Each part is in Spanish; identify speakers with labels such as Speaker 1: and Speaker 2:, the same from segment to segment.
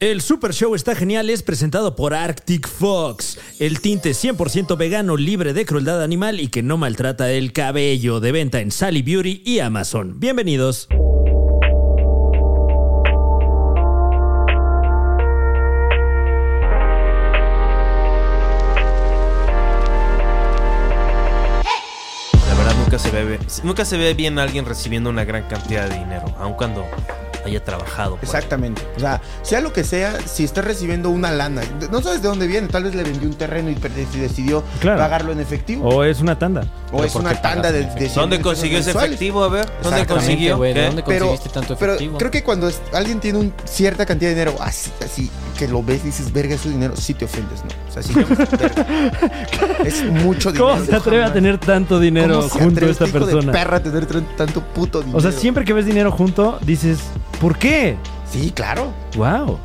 Speaker 1: El Super Show está genial es presentado por Arctic Fox, el tinte 100% vegano libre de crueldad animal y que no maltrata el cabello, de venta en Sally Beauty y Amazon. Bienvenidos.
Speaker 2: La verdad nunca se ve nunca se ve bien a alguien recibiendo una gran cantidad de dinero, aun cuando haya trabajado. pues. por
Speaker 3: Exactamente. O sea, sea lo que sea, si estás recibiendo una lana, no sabes de dónde viene, tal vez le vendió un terreno y per- y decidió
Speaker 4: Claro.
Speaker 3: pagarlo en efectivo. O,
Speaker 4: O es una tanda.
Speaker 3: es una tanda de, de
Speaker 2: ello.
Speaker 3: 100
Speaker 2: ¿Dónde
Speaker 3: pesos
Speaker 2: consiguió ese
Speaker 3: mensuales.
Speaker 2: efectivo? A ver, ¿dónde
Speaker 3: Exactamente,
Speaker 2: consiguió?
Speaker 5: güey,
Speaker 2: ¿Qué?
Speaker 5: ¿de dónde
Speaker 3: Pero,
Speaker 5: conseguiste tanto
Speaker 3: pero
Speaker 5: efectivo?
Speaker 3: creo que cuando es- alguien tiene un, cierta cantidad de dinero así, así, que lo ves y dices, verga, es su dinero, sí te ofendes, ¿no? O sea, sí te ofendes, verga. Es mucho dinero.
Speaker 4: ¿Cómo se atreve a
Speaker 3: Jamás.
Speaker 4: tener tanto dinero
Speaker 3: ¿Cómo se
Speaker 4: junto
Speaker 3: atreve
Speaker 4: a esta
Speaker 3: este hijo
Speaker 4: persona?
Speaker 3: De perra a tener tran- tanto puto dinero.
Speaker 4: O sea, siempre que ves dinero junto, dices, ¿por qué?
Speaker 3: Sí, claro.
Speaker 4: ¡Wow!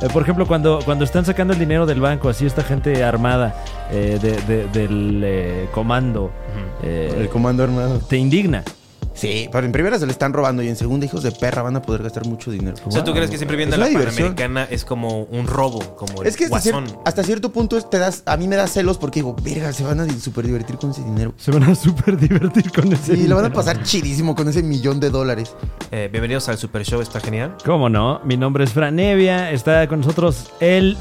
Speaker 4: Eh, por ejemplo, cuando, cuando están sacando el dinero del banco, así esta gente armada eh, de- de- del eh, comando, eh,
Speaker 3: comando armado.
Speaker 4: te indigna.
Speaker 3: Sí, pero en primera se le están robando y en segunda, hijos de perra, van a poder gastar mucho dinero.
Speaker 2: O sea, ¿tú
Speaker 4: Wow.
Speaker 2: crees que siempre viendo
Speaker 3: Es
Speaker 2: la
Speaker 3: una diversión.
Speaker 2: Panamericana es como un robo, como el
Speaker 3: Es que hasta,
Speaker 2: guasón?
Speaker 3: cier- hasta cierto punto es- te das, a mí me da celos porque digo, verga, se van a di- súper divertir con ese dinero.
Speaker 4: Se van a súper divertir con ese
Speaker 3: Y lo van a
Speaker 4: dinero.
Speaker 3: pasar chidísimo con ese millón de dólares.
Speaker 2: Eh, bienvenidos al Super Show, está genial.
Speaker 4: ¿Cómo no? Mi nombre es Fran Evia, está con nosotros el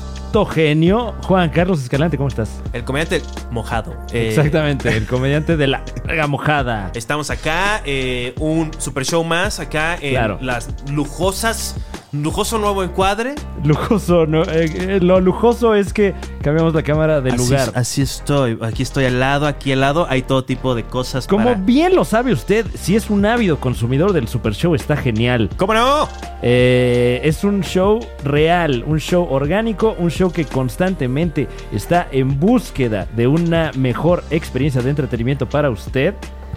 Speaker 4: togenio Juan Carlos Escalante, ¿cómo estás?
Speaker 2: El comediante mojado. Eh,
Speaker 4: Exactamente, el comediante de la verga mojada.
Speaker 2: Estamos acá, eh, un Super Show más, acá en
Speaker 4: Claro.
Speaker 2: las lujosas, lujoso nuevo encuadre.
Speaker 4: Lujoso, ¿no? Eh, eh, lo lujoso es que cambiamos la cámara de
Speaker 2: Así-
Speaker 4: lugar.
Speaker 2: Así, estoy, aquí estoy al lado, aquí al lado, hay todo tipo de cosas.
Speaker 4: Como
Speaker 2: para-
Speaker 4: bien lo sabe usted, si es un ávido consumidor del Super Show, está genial.
Speaker 2: ¿Cómo no?
Speaker 4: Eh, es un show real, un show orgánico, un show que constantemente está en búsqueda de una mejor experiencia de entretenimiento para usted.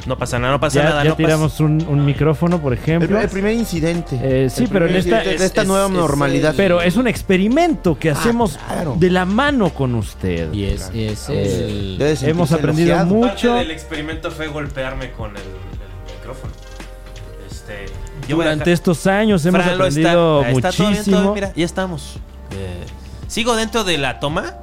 Speaker 2: No pasa nada, no pasa
Speaker 4: Ya,
Speaker 2: nada.
Speaker 4: ya
Speaker 2: no pasa-
Speaker 4: tiramos un, un micrófono, por
Speaker 3: El,
Speaker 4: ejemplo.
Speaker 3: el primer incidente.
Speaker 4: Eh, sí,
Speaker 3: El
Speaker 4: pero en
Speaker 3: primer
Speaker 4: esta-
Speaker 3: incidente de este esta
Speaker 2: es-
Speaker 3: nueva
Speaker 2: es- es
Speaker 3: normalidad.
Speaker 2: el-
Speaker 4: Pero es un experimento que hacemos
Speaker 3: claro.
Speaker 4: de la mano con usted.
Speaker 5: Y es, y
Speaker 4: Ah,
Speaker 5: es el-
Speaker 3: Debe sentirse
Speaker 4: hemos aprendido
Speaker 3: elogiado.
Speaker 4: mucho.
Speaker 2: Parte del experimento fue golpearme con el, el micrófono. Este, yo voy a
Speaker 4: Durante
Speaker 2: dejar-
Speaker 4: estos años hemos
Speaker 2: Fran lo
Speaker 4: aprendido
Speaker 2: está- está todo bien, todo bien,
Speaker 4: muchísimo.
Speaker 2: mira, ya estamos. Eh, ¿Sigo dentro de la toma?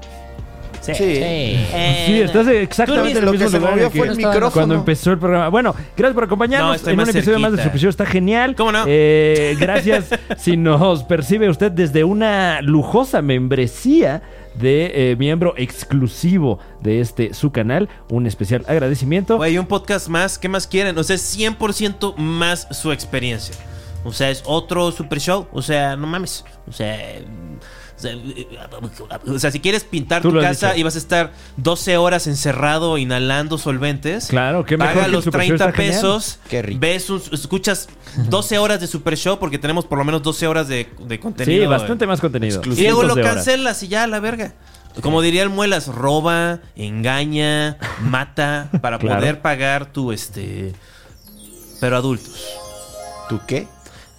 Speaker 3: Sí.
Speaker 5: Sí.
Speaker 3: Eh.
Speaker 4: Sí, estás exactamente
Speaker 3: Realmente
Speaker 4: en el
Speaker 3: lo que
Speaker 4: mismo
Speaker 3: se
Speaker 4: lugar
Speaker 3: movió
Speaker 4: en que
Speaker 3: fue el
Speaker 5: estaba
Speaker 3: micrófono.
Speaker 4: cuando empezó el programa. Bueno, gracias por acompañarnos
Speaker 2: No, estoy
Speaker 4: en un
Speaker 2: más
Speaker 4: episodio más de
Speaker 2: cerquita.
Speaker 4: Super Show. Está genial.
Speaker 2: ¿Cómo no?
Speaker 4: Eh, gracias si nos percibe usted desde una lujosa membresía de eh, miembro exclusivo de este su canal. Un especial agradecimiento.
Speaker 2: Güey, un podcast más, ¿qué más quieren? O sea, es 100% más su experiencia. O sea, es otro super show. O sea, no mames. O sea, mm, o sea, o sea, si quieres pintar
Speaker 4: Tú
Speaker 2: tu
Speaker 4: lo has
Speaker 2: casa
Speaker 4: dicho.
Speaker 2: y vas a estar 12 horas encerrado inhalando solventes.
Speaker 4: Claro, qué mejor
Speaker 2: Paga
Speaker 4: que el
Speaker 2: los
Speaker 4: Super Show,
Speaker 2: 30
Speaker 4: está genial.
Speaker 2: pesos.
Speaker 3: Qué rico.
Speaker 2: Ves un- escuchas 12 horas de super show porque tenemos por lo menos 12 horas de, de
Speaker 4: sí,
Speaker 2: contenido. eh.
Speaker 4: bastante más contenido.
Speaker 2: Y luego
Speaker 4: Cientos
Speaker 2: lo
Speaker 4: de horas.
Speaker 2: cancelas y ya, a la verga. Como diría el Muelas, roba, engaña, mata para
Speaker 4: Claro.
Speaker 2: poder pagar tu este. Pero adultos.
Speaker 3: ¿Tú qué?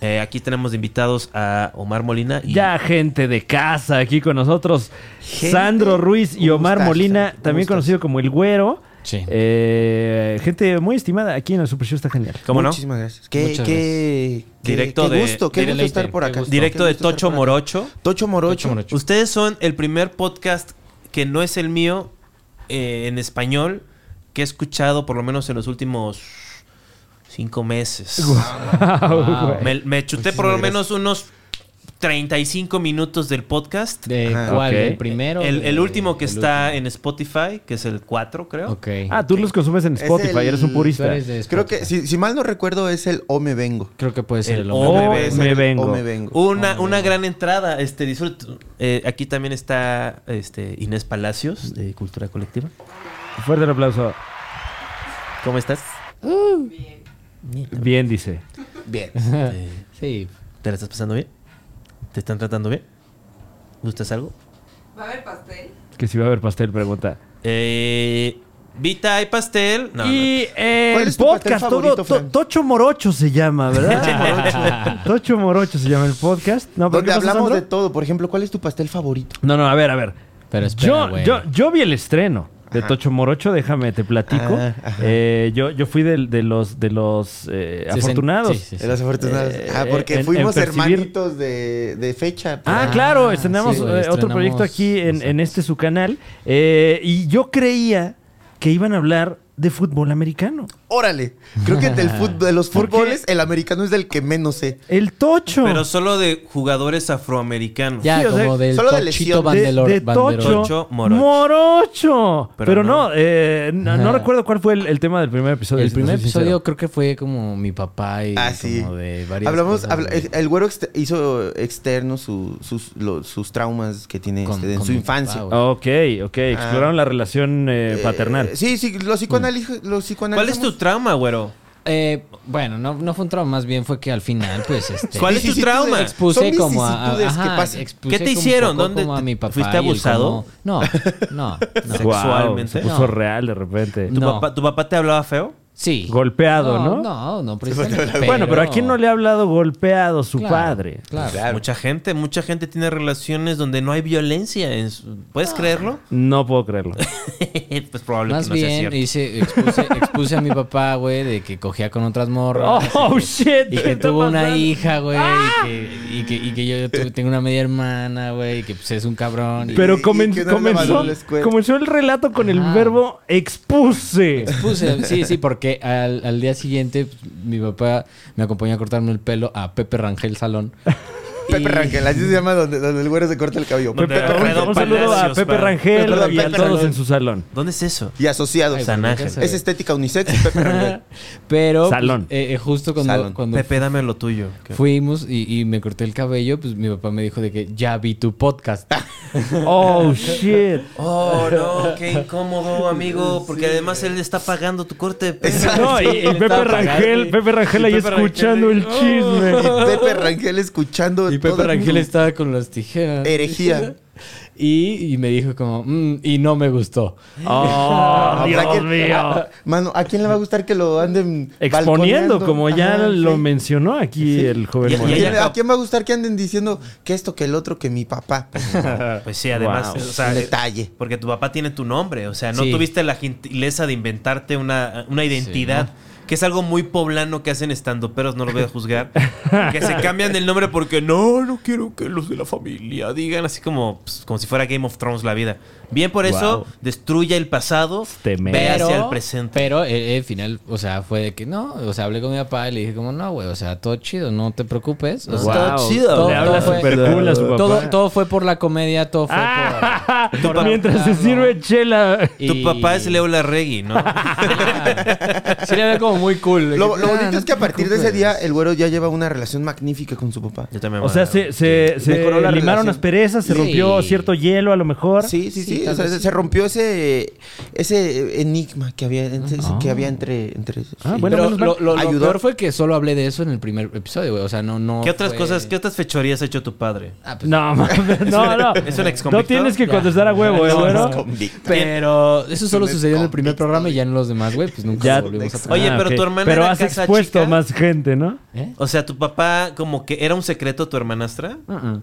Speaker 2: Eh, aquí tenemos de invitados a Omar Molina y
Speaker 4: Ya gente de casa aquí con nosotros.
Speaker 3: Gente,
Speaker 4: Sandro Ruiz y
Speaker 3: ¿cómo
Speaker 4: Omar
Speaker 3: estás,
Speaker 4: Molina,
Speaker 3: Sandro? ¿Cómo
Speaker 4: también
Speaker 3: estás?
Speaker 4: conocido como El Güero.
Speaker 5: Sí.
Speaker 4: Eh, gente muy estimada aquí en el Super Show está genial.
Speaker 2: ¿Cómo no?
Speaker 3: Muchísimas gracias. Qué,
Speaker 5: Muchas
Speaker 3: qué, qué-
Speaker 2: Directo
Speaker 3: qué
Speaker 2: de-
Speaker 3: gusto, qué gusto
Speaker 5: directo,
Speaker 3: estar por
Speaker 5: qué
Speaker 3: acá.
Speaker 5: gusto.
Speaker 2: directo
Speaker 3: Qué
Speaker 2: de
Speaker 3: gusto estar
Speaker 2: Tocho
Speaker 3: por acá.
Speaker 2: Morocho.
Speaker 3: Tocho Morocho.
Speaker 5: Tocho Morocho.
Speaker 2: Ustedes son el primer podcast que no es el mío eh, en español que he escuchado por lo menos en los últimos cinco meses.
Speaker 5: Wow.
Speaker 2: Me, me chuté por lo menos unos 35 minutos del podcast.
Speaker 5: ¿De
Speaker 3: Ajá.
Speaker 5: cuál?
Speaker 4: Ah, Ok.
Speaker 5: ¿El primero?
Speaker 2: El, el
Speaker 5: ¿De-
Speaker 2: último que
Speaker 5: el
Speaker 2: está
Speaker 5: último?
Speaker 2: en Spotify, que es el 4, creo.
Speaker 5: Ok.
Speaker 4: Ah, tú los consumes en
Speaker 3: Es
Speaker 4: Spotify,
Speaker 3: el-
Speaker 4: eres un
Speaker 5: Tú
Speaker 4: purista.
Speaker 5: eres de
Speaker 3: Creo
Speaker 5: Spotify.
Speaker 3: que, si, si mal no recuerdo, es el O me vengo.
Speaker 5: Creo que puede ser
Speaker 2: El
Speaker 5: el,
Speaker 2: O
Speaker 5: hombre.
Speaker 4: me
Speaker 3: Debe
Speaker 4: vengo.
Speaker 3: ser el
Speaker 4: vengo.
Speaker 3: O me vengo.
Speaker 5: Oh,
Speaker 2: Una, una gran entrada, este disfrute. Eh, aquí también está este, Inés Palacios, de Cultura Colectiva.
Speaker 4: Fuerte el aplauso.
Speaker 2: ¿Cómo estás?
Speaker 4: Bien, dice.
Speaker 3: Bien.
Speaker 2: Eh,
Speaker 5: Sí.
Speaker 2: ¿Te la estás pasando bien? ¿Te están tratando bien? ¿Gustas algo?
Speaker 6: ¿Va a haber pastel?
Speaker 4: Que si va a haber pastel, pregunta.
Speaker 2: Eh, Vita, ¿hay pastel? No, no.
Speaker 4: y eh,
Speaker 3: ¿Cuál
Speaker 4: el
Speaker 3: es tu pastel
Speaker 4: podcast,
Speaker 3: favorito,
Speaker 4: todo-
Speaker 3: Fran?
Speaker 4: to- Tocho Morocho se llama, ¿verdad? Tocho Morocho se llama el podcast. No, pero ¿qué
Speaker 3: Donde
Speaker 4: pasó,
Speaker 3: hablamos
Speaker 4: Sandro?
Speaker 3: de todo. Por ejemplo, ¿cuál es tu pastel favorito?
Speaker 4: No, no, a ver, a ver.
Speaker 5: Pero espera,
Speaker 4: Yo,
Speaker 5: güey.
Speaker 4: yo, yo vi el estreno. de
Speaker 3: Ajá.
Speaker 4: Tocho Morocho, déjame te platico.
Speaker 3: Ah, ajá.
Speaker 4: Eh, yo, yo fui del- de, los, de los eh,
Speaker 5: Sí, sí,
Speaker 4: afortunados.
Speaker 5: sí, sí, sí.
Speaker 3: De los afortunados.
Speaker 4: Eh,
Speaker 3: ah, porque
Speaker 4: en- en
Speaker 3: fuimos
Speaker 4: percibir-
Speaker 3: hermanitos de, de fecha. pues.
Speaker 4: Ah,
Speaker 5: Ah,
Speaker 4: claro, estrenamos
Speaker 5: sí,
Speaker 4: eh, otro
Speaker 5: estrenamos,
Speaker 4: proyecto aquí en, en
Speaker 5: exacto.
Speaker 4: este su canal. Eh, y yo creía que iban a hablar de fútbol americano.
Speaker 3: Órale. Creo que del fut- de los
Speaker 4: ¿Por qué?
Speaker 3: fútboles, el americano es del que menos sé.
Speaker 4: El Tocho.
Speaker 2: Pero solo de jugadores afroamericanos.
Speaker 5: Ya,
Speaker 4: Sí, o sea,
Speaker 5: como del
Speaker 3: solo de
Speaker 5: Tochito
Speaker 3: lesión.
Speaker 4: de,
Speaker 5: Bandelor-
Speaker 4: de
Speaker 5: Banderol.
Speaker 4: Tocho
Speaker 2: Tocho
Speaker 4: Morocho.
Speaker 2: Morocho.
Speaker 4: Pero,
Speaker 2: Pero
Speaker 4: no,
Speaker 2: no.
Speaker 4: eh, no, no
Speaker 5: Ajá.
Speaker 4: recuerdo cuál fue el, el tema del primer episodio.
Speaker 5: El
Speaker 4: si te
Speaker 5: primer
Speaker 4: soy sincero.
Speaker 5: episodio creo que fue como mi papá y
Speaker 3: Ah, sí.
Speaker 5: como de varias
Speaker 3: Hablamos,
Speaker 5: cosas,
Speaker 3: habla-
Speaker 5: güey.
Speaker 3: el, el güero exter- hizo externo su- sus, lo- sus traumas que tiene
Speaker 5: Con-
Speaker 3: este, en
Speaker 5: con
Speaker 3: su
Speaker 5: mi
Speaker 3: infancia.
Speaker 5: papá, güey.
Speaker 4: Ok, ok.
Speaker 5: Ah.
Speaker 4: Exploraron la relación eh,
Speaker 3: Eh,
Speaker 4: paternal.
Speaker 3: Sí, sí, lo psicoanaliz- lo psicoanalizamos.
Speaker 2: ¿Cuál es tu trauma, güero?
Speaker 5: Eh, bueno, no, no fue un trauma, más bien fue que al final, pues, este...
Speaker 2: ¿Cuál es tu
Speaker 3: Vicisitudes.
Speaker 2: trauma?
Speaker 5: Expuse
Speaker 3: Son
Speaker 5: como a, a-
Speaker 3: vicisitudes que
Speaker 5: ajá,
Speaker 3: pasan.
Speaker 5: expuse
Speaker 2: ¿Qué te
Speaker 5: como un
Speaker 2: hicieron?
Speaker 5: poco
Speaker 2: ¿Dónde
Speaker 5: como a
Speaker 2: te-
Speaker 5: mi papá
Speaker 2: fuiste
Speaker 5: y el
Speaker 2: abusado?
Speaker 5: cómo- No, no, no.
Speaker 2: Sexo. sexualmente.
Speaker 4: se puso
Speaker 5: No.
Speaker 4: real de repente.
Speaker 2: ¿Tu,
Speaker 5: No.
Speaker 2: papá, ¿Tu papá te hablaba feo?
Speaker 5: Sí.
Speaker 4: Golpeado, ¿no?
Speaker 5: No, no, precisamente,
Speaker 4: Bueno, pero ¿a quién no le ha hablado golpeado su
Speaker 5: Claro,
Speaker 4: padre?
Speaker 5: Claro.
Speaker 2: Mucha gente, mucha gente tiene relaciones donde no hay violencia. en su- ¿Puedes creerlo?
Speaker 4: No puedo creerlo.
Speaker 2: pues probablemente
Speaker 5: Ah. Más
Speaker 2: no sea
Speaker 5: bien
Speaker 2: cierto.
Speaker 5: hice, expuse, expuse a mi papá, güey, de que cogía con otras morras.
Speaker 4: Oh,
Speaker 5: y que-
Speaker 4: shit,
Speaker 5: Y
Speaker 4: ¿qué
Speaker 5: que
Speaker 4: está
Speaker 5: tuvo una
Speaker 4: pasando? ¡Ah!
Speaker 5: hija, güey. y que- Y, que, y, que, yo tu- tengo una media hermana, güey. y Que pues es un cabrón. y-
Speaker 4: Pero
Speaker 3: Y- y
Speaker 4: comen-
Speaker 3: que no le
Speaker 4: comenzó,
Speaker 3: valoró la escuela.
Speaker 4: comenzó el relato con el
Speaker 5: Ajá.
Speaker 4: verbo expuse.
Speaker 5: Expuse, sí, sí, porque al, al día siguiente pues, mi papá me acompañó a cortarme el pelo a Pepe Rangel Salón.
Speaker 3: Pepe Rangel, así se llama donde, donde el güero se corta el cabello.
Speaker 2: Donde
Speaker 3: Pepe
Speaker 2: agarra
Speaker 3: Rangel.
Speaker 2: Alfredo
Speaker 4: un saludo a
Speaker 2: Palacios,
Speaker 4: Pepe
Speaker 2: pa.
Speaker 4: Rangel
Speaker 3: Perdón,
Speaker 4: y a
Speaker 3: Pepe
Speaker 4: todos
Speaker 3: Rangel.
Speaker 4: en su salón.
Speaker 2: ¿Dónde es eso?
Speaker 3: Y asociados.
Speaker 5: Ay,
Speaker 2: San
Speaker 5: güey,
Speaker 2: Ángel.
Speaker 5: ya sabes.
Speaker 3: es estética unisex, Pepe Rangel.
Speaker 5: Pero pues,
Speaker 4: Salón.
Speaker 5: eh, eh, justo cuando,
Speaker 3: Salón.
Speaker 5: cuando
Speaker 2: Pepe, dame lo tuyo.
Speaker 5: fuimos y, y me corté el cabello, pues mi papá me dijo de que ya vi tu podcast.
Speaker 3: Ah,
Speaker 4: Oh, shit.
Speaker 2: Oh, no, qué incómodo, amigo. Porque además él está pagando tu corte de pelo.
Speaker 4: No, y, y
Speaker 5: Sí, le
Speaker 4: Pepe
Speaker 5: estaba
Speaker 4: Rangel,
Speaker 5: pagando.
Speaker 4: Pepe Rangel ahí
Speaker 2: Pepe Rangel
Speaker 4: escuchando
Speaker 2: ahí.
Speaker 4: el chisme.
Speaker 3: Y Pepe Rangel escuchando.
Speaker 5: Y Pepe
Speaker 3: todo el
Speaker 5: Rangel
Speaker 3: mundo.
Speaker 5: estaba con las tijeras.
Speaker 3: Herejía.
Speaker 5: Y, y me dijo como, "Mm, y no me gustó.
Speaker 4: Oh,
Speaker 3: O sea
Speaker 4: Dios
Speaker 3: que-
Speaker 4: mío.
Speaker 3: ah, Mano, ¿a quién le va a gustar que lo anden
Speaker 4: Exponiendo,
Speaker 3: balconeando?
Speaker 4: como ya
Speaker 3: Ajá,
Speaker 4: lo
Speaker 3: sí.
Speaker 4: mencionó aquí el joven
Speaker 2: Y- y
Speaker 3: ¿A
Speaker 4: Moreno.
Speaker 3: quién,
Speaker 2: ella-
Speaker 3: a quién va a gustar que anden diciendo que esto, que el otro, que mi papá?
Speaker 2: Pues sí, además.
Speaker 4: Wow.
Speaker 2: O sea,
Speaker 5: eh,
Speaker 3: Un detalle.
Speaker 2: Porque tu papá tiene tu nombre. O sea, no
Speaker 5: Sí.
Speaker 2: tuviste la gentileza de inventarte una, una identidad. Que es algo muy poblano que hacen estando peros, no lo voy a juzgar. que se cambian el nombre porque no, no quiero que los de la familia digan así como, pues, como si fuera Game of Thrones la vida. Bien por eso,
Speaker 4: Wow.
Speaker 2: destruye el pasado,
Speaker 4: Tremendo.
Speaker 2: ve hacia el presente.
Speaker 5: Pero eh, el final, o sea, fue de que no, o sea, hablé con mi papá y le dije como, no, güey, o sea, todo chido, no te preocupes. O sea,
Speaker 4: Wow.
Speaker 5: todo chido.
Speaker 4: Le
Speaker 5: Todo-
Speaker 4: habla
Speaker 5: todo fue-
Speaker 4: super cool a su papá.
Speaker 5: Todo, todo fue por la comedia, todo fue
Speaker 4: Ah,
Speaker 2: por- por-
Speaker 4: mientras se sirve chela.
Speaker 5: por...
Speaker 2: Tu
Speaker 5: y-
Speaker 2: papá es Leo Larregui, ¿no?
Speaker 5: Sí, le ve como muy cool. de
Speaker 3: Lo,
Speaker 5: que,
Speaker 3: lo
Speaker 5: "Ah,
Speaker 3: bonito
Speaker 5: no
Speaker 3: es que a
Speaker 5: te
Speaker 3: partir de ese
Speaker 5: preocupes".
Speaker 3: día, el güero ya lleva una relación magnífica con su papá.
Speaker 2: Yo también me
Speaker 4: O sea,
Speaker 2: voy a-
Speaker 4: se, se, se
Speaker 3: Mejoró la
Speaker 4: limaron
Speaker 3: relación.
Speaker 4: las perezas, se
Speaker 5: Sí.
Speaker 4: rompió cierto hielo a lo mejor.
Speaker 3: Sí, sí, sí.
Speaker 5: Sí, tal
Speaker 3: o sea,
Speaker 5: vez
Speaker 3: se rompió ese, ese enigma que había entre,
Speaker 5: Ah.
Speaker 3: que había entre, entre
Speaker 4: Ah,
Speaker 3: sí.
Speaker 4: bueno,
Speaker 5: Pero
Speaker 4: menos mal.
Speaker 5: lo, lo- lo
Speaker 3: Ayudó.
Speaker 5: peor fue que solo hablé de eso en el primer episodio, güey. O sea, no, no.
Speaker 2: ¿Qué otras
Speaker 5: fue-
Speaker 2: cosas, qué otras fechorías ha hecho tu padre?
Speaker 5: Ah, pues,
Speaker 4: No, mames, no, no.
Speaker 2: ¿Es un exconvicto?
Speaker 4: No tienes que
Speaker 5: Ya.
Speaker 4: contestar a huevo, ¿eh,
Speaker 5: No,
Speaker 4: güero?
Speaker 5: no.
Speaker 3: Convicto.
Speaker 5: Pero eso solo
Speaker 3: Con el
Speaker 5: sucedió en el primer
Speaker 3: contexto
Speaker 5: programa y
Speaker 3: de-
Speaker 5: ya en los demás, güey, pues nunca
Speaker 4: Ya.
Speaker 5: lo volvimos a traer.
Speaker 2: Oye,
Speaker 4: Ah,
Speaker 2: pero
Speaker 4: ok.
Speaker 2: tu hermana
Speaker 4: Pero
Speaker 2: era
Speaker 4: has
Speaker 2: casa
Speaker 4: expuesto
Speaker 2: chica.
Speaker 4: más gente, ¿no?
Speaker 5: ¿Eh?
Speaker 2: O sea, tu papá como que era un secreto tu hermanastra.
Speaker 4: Mm,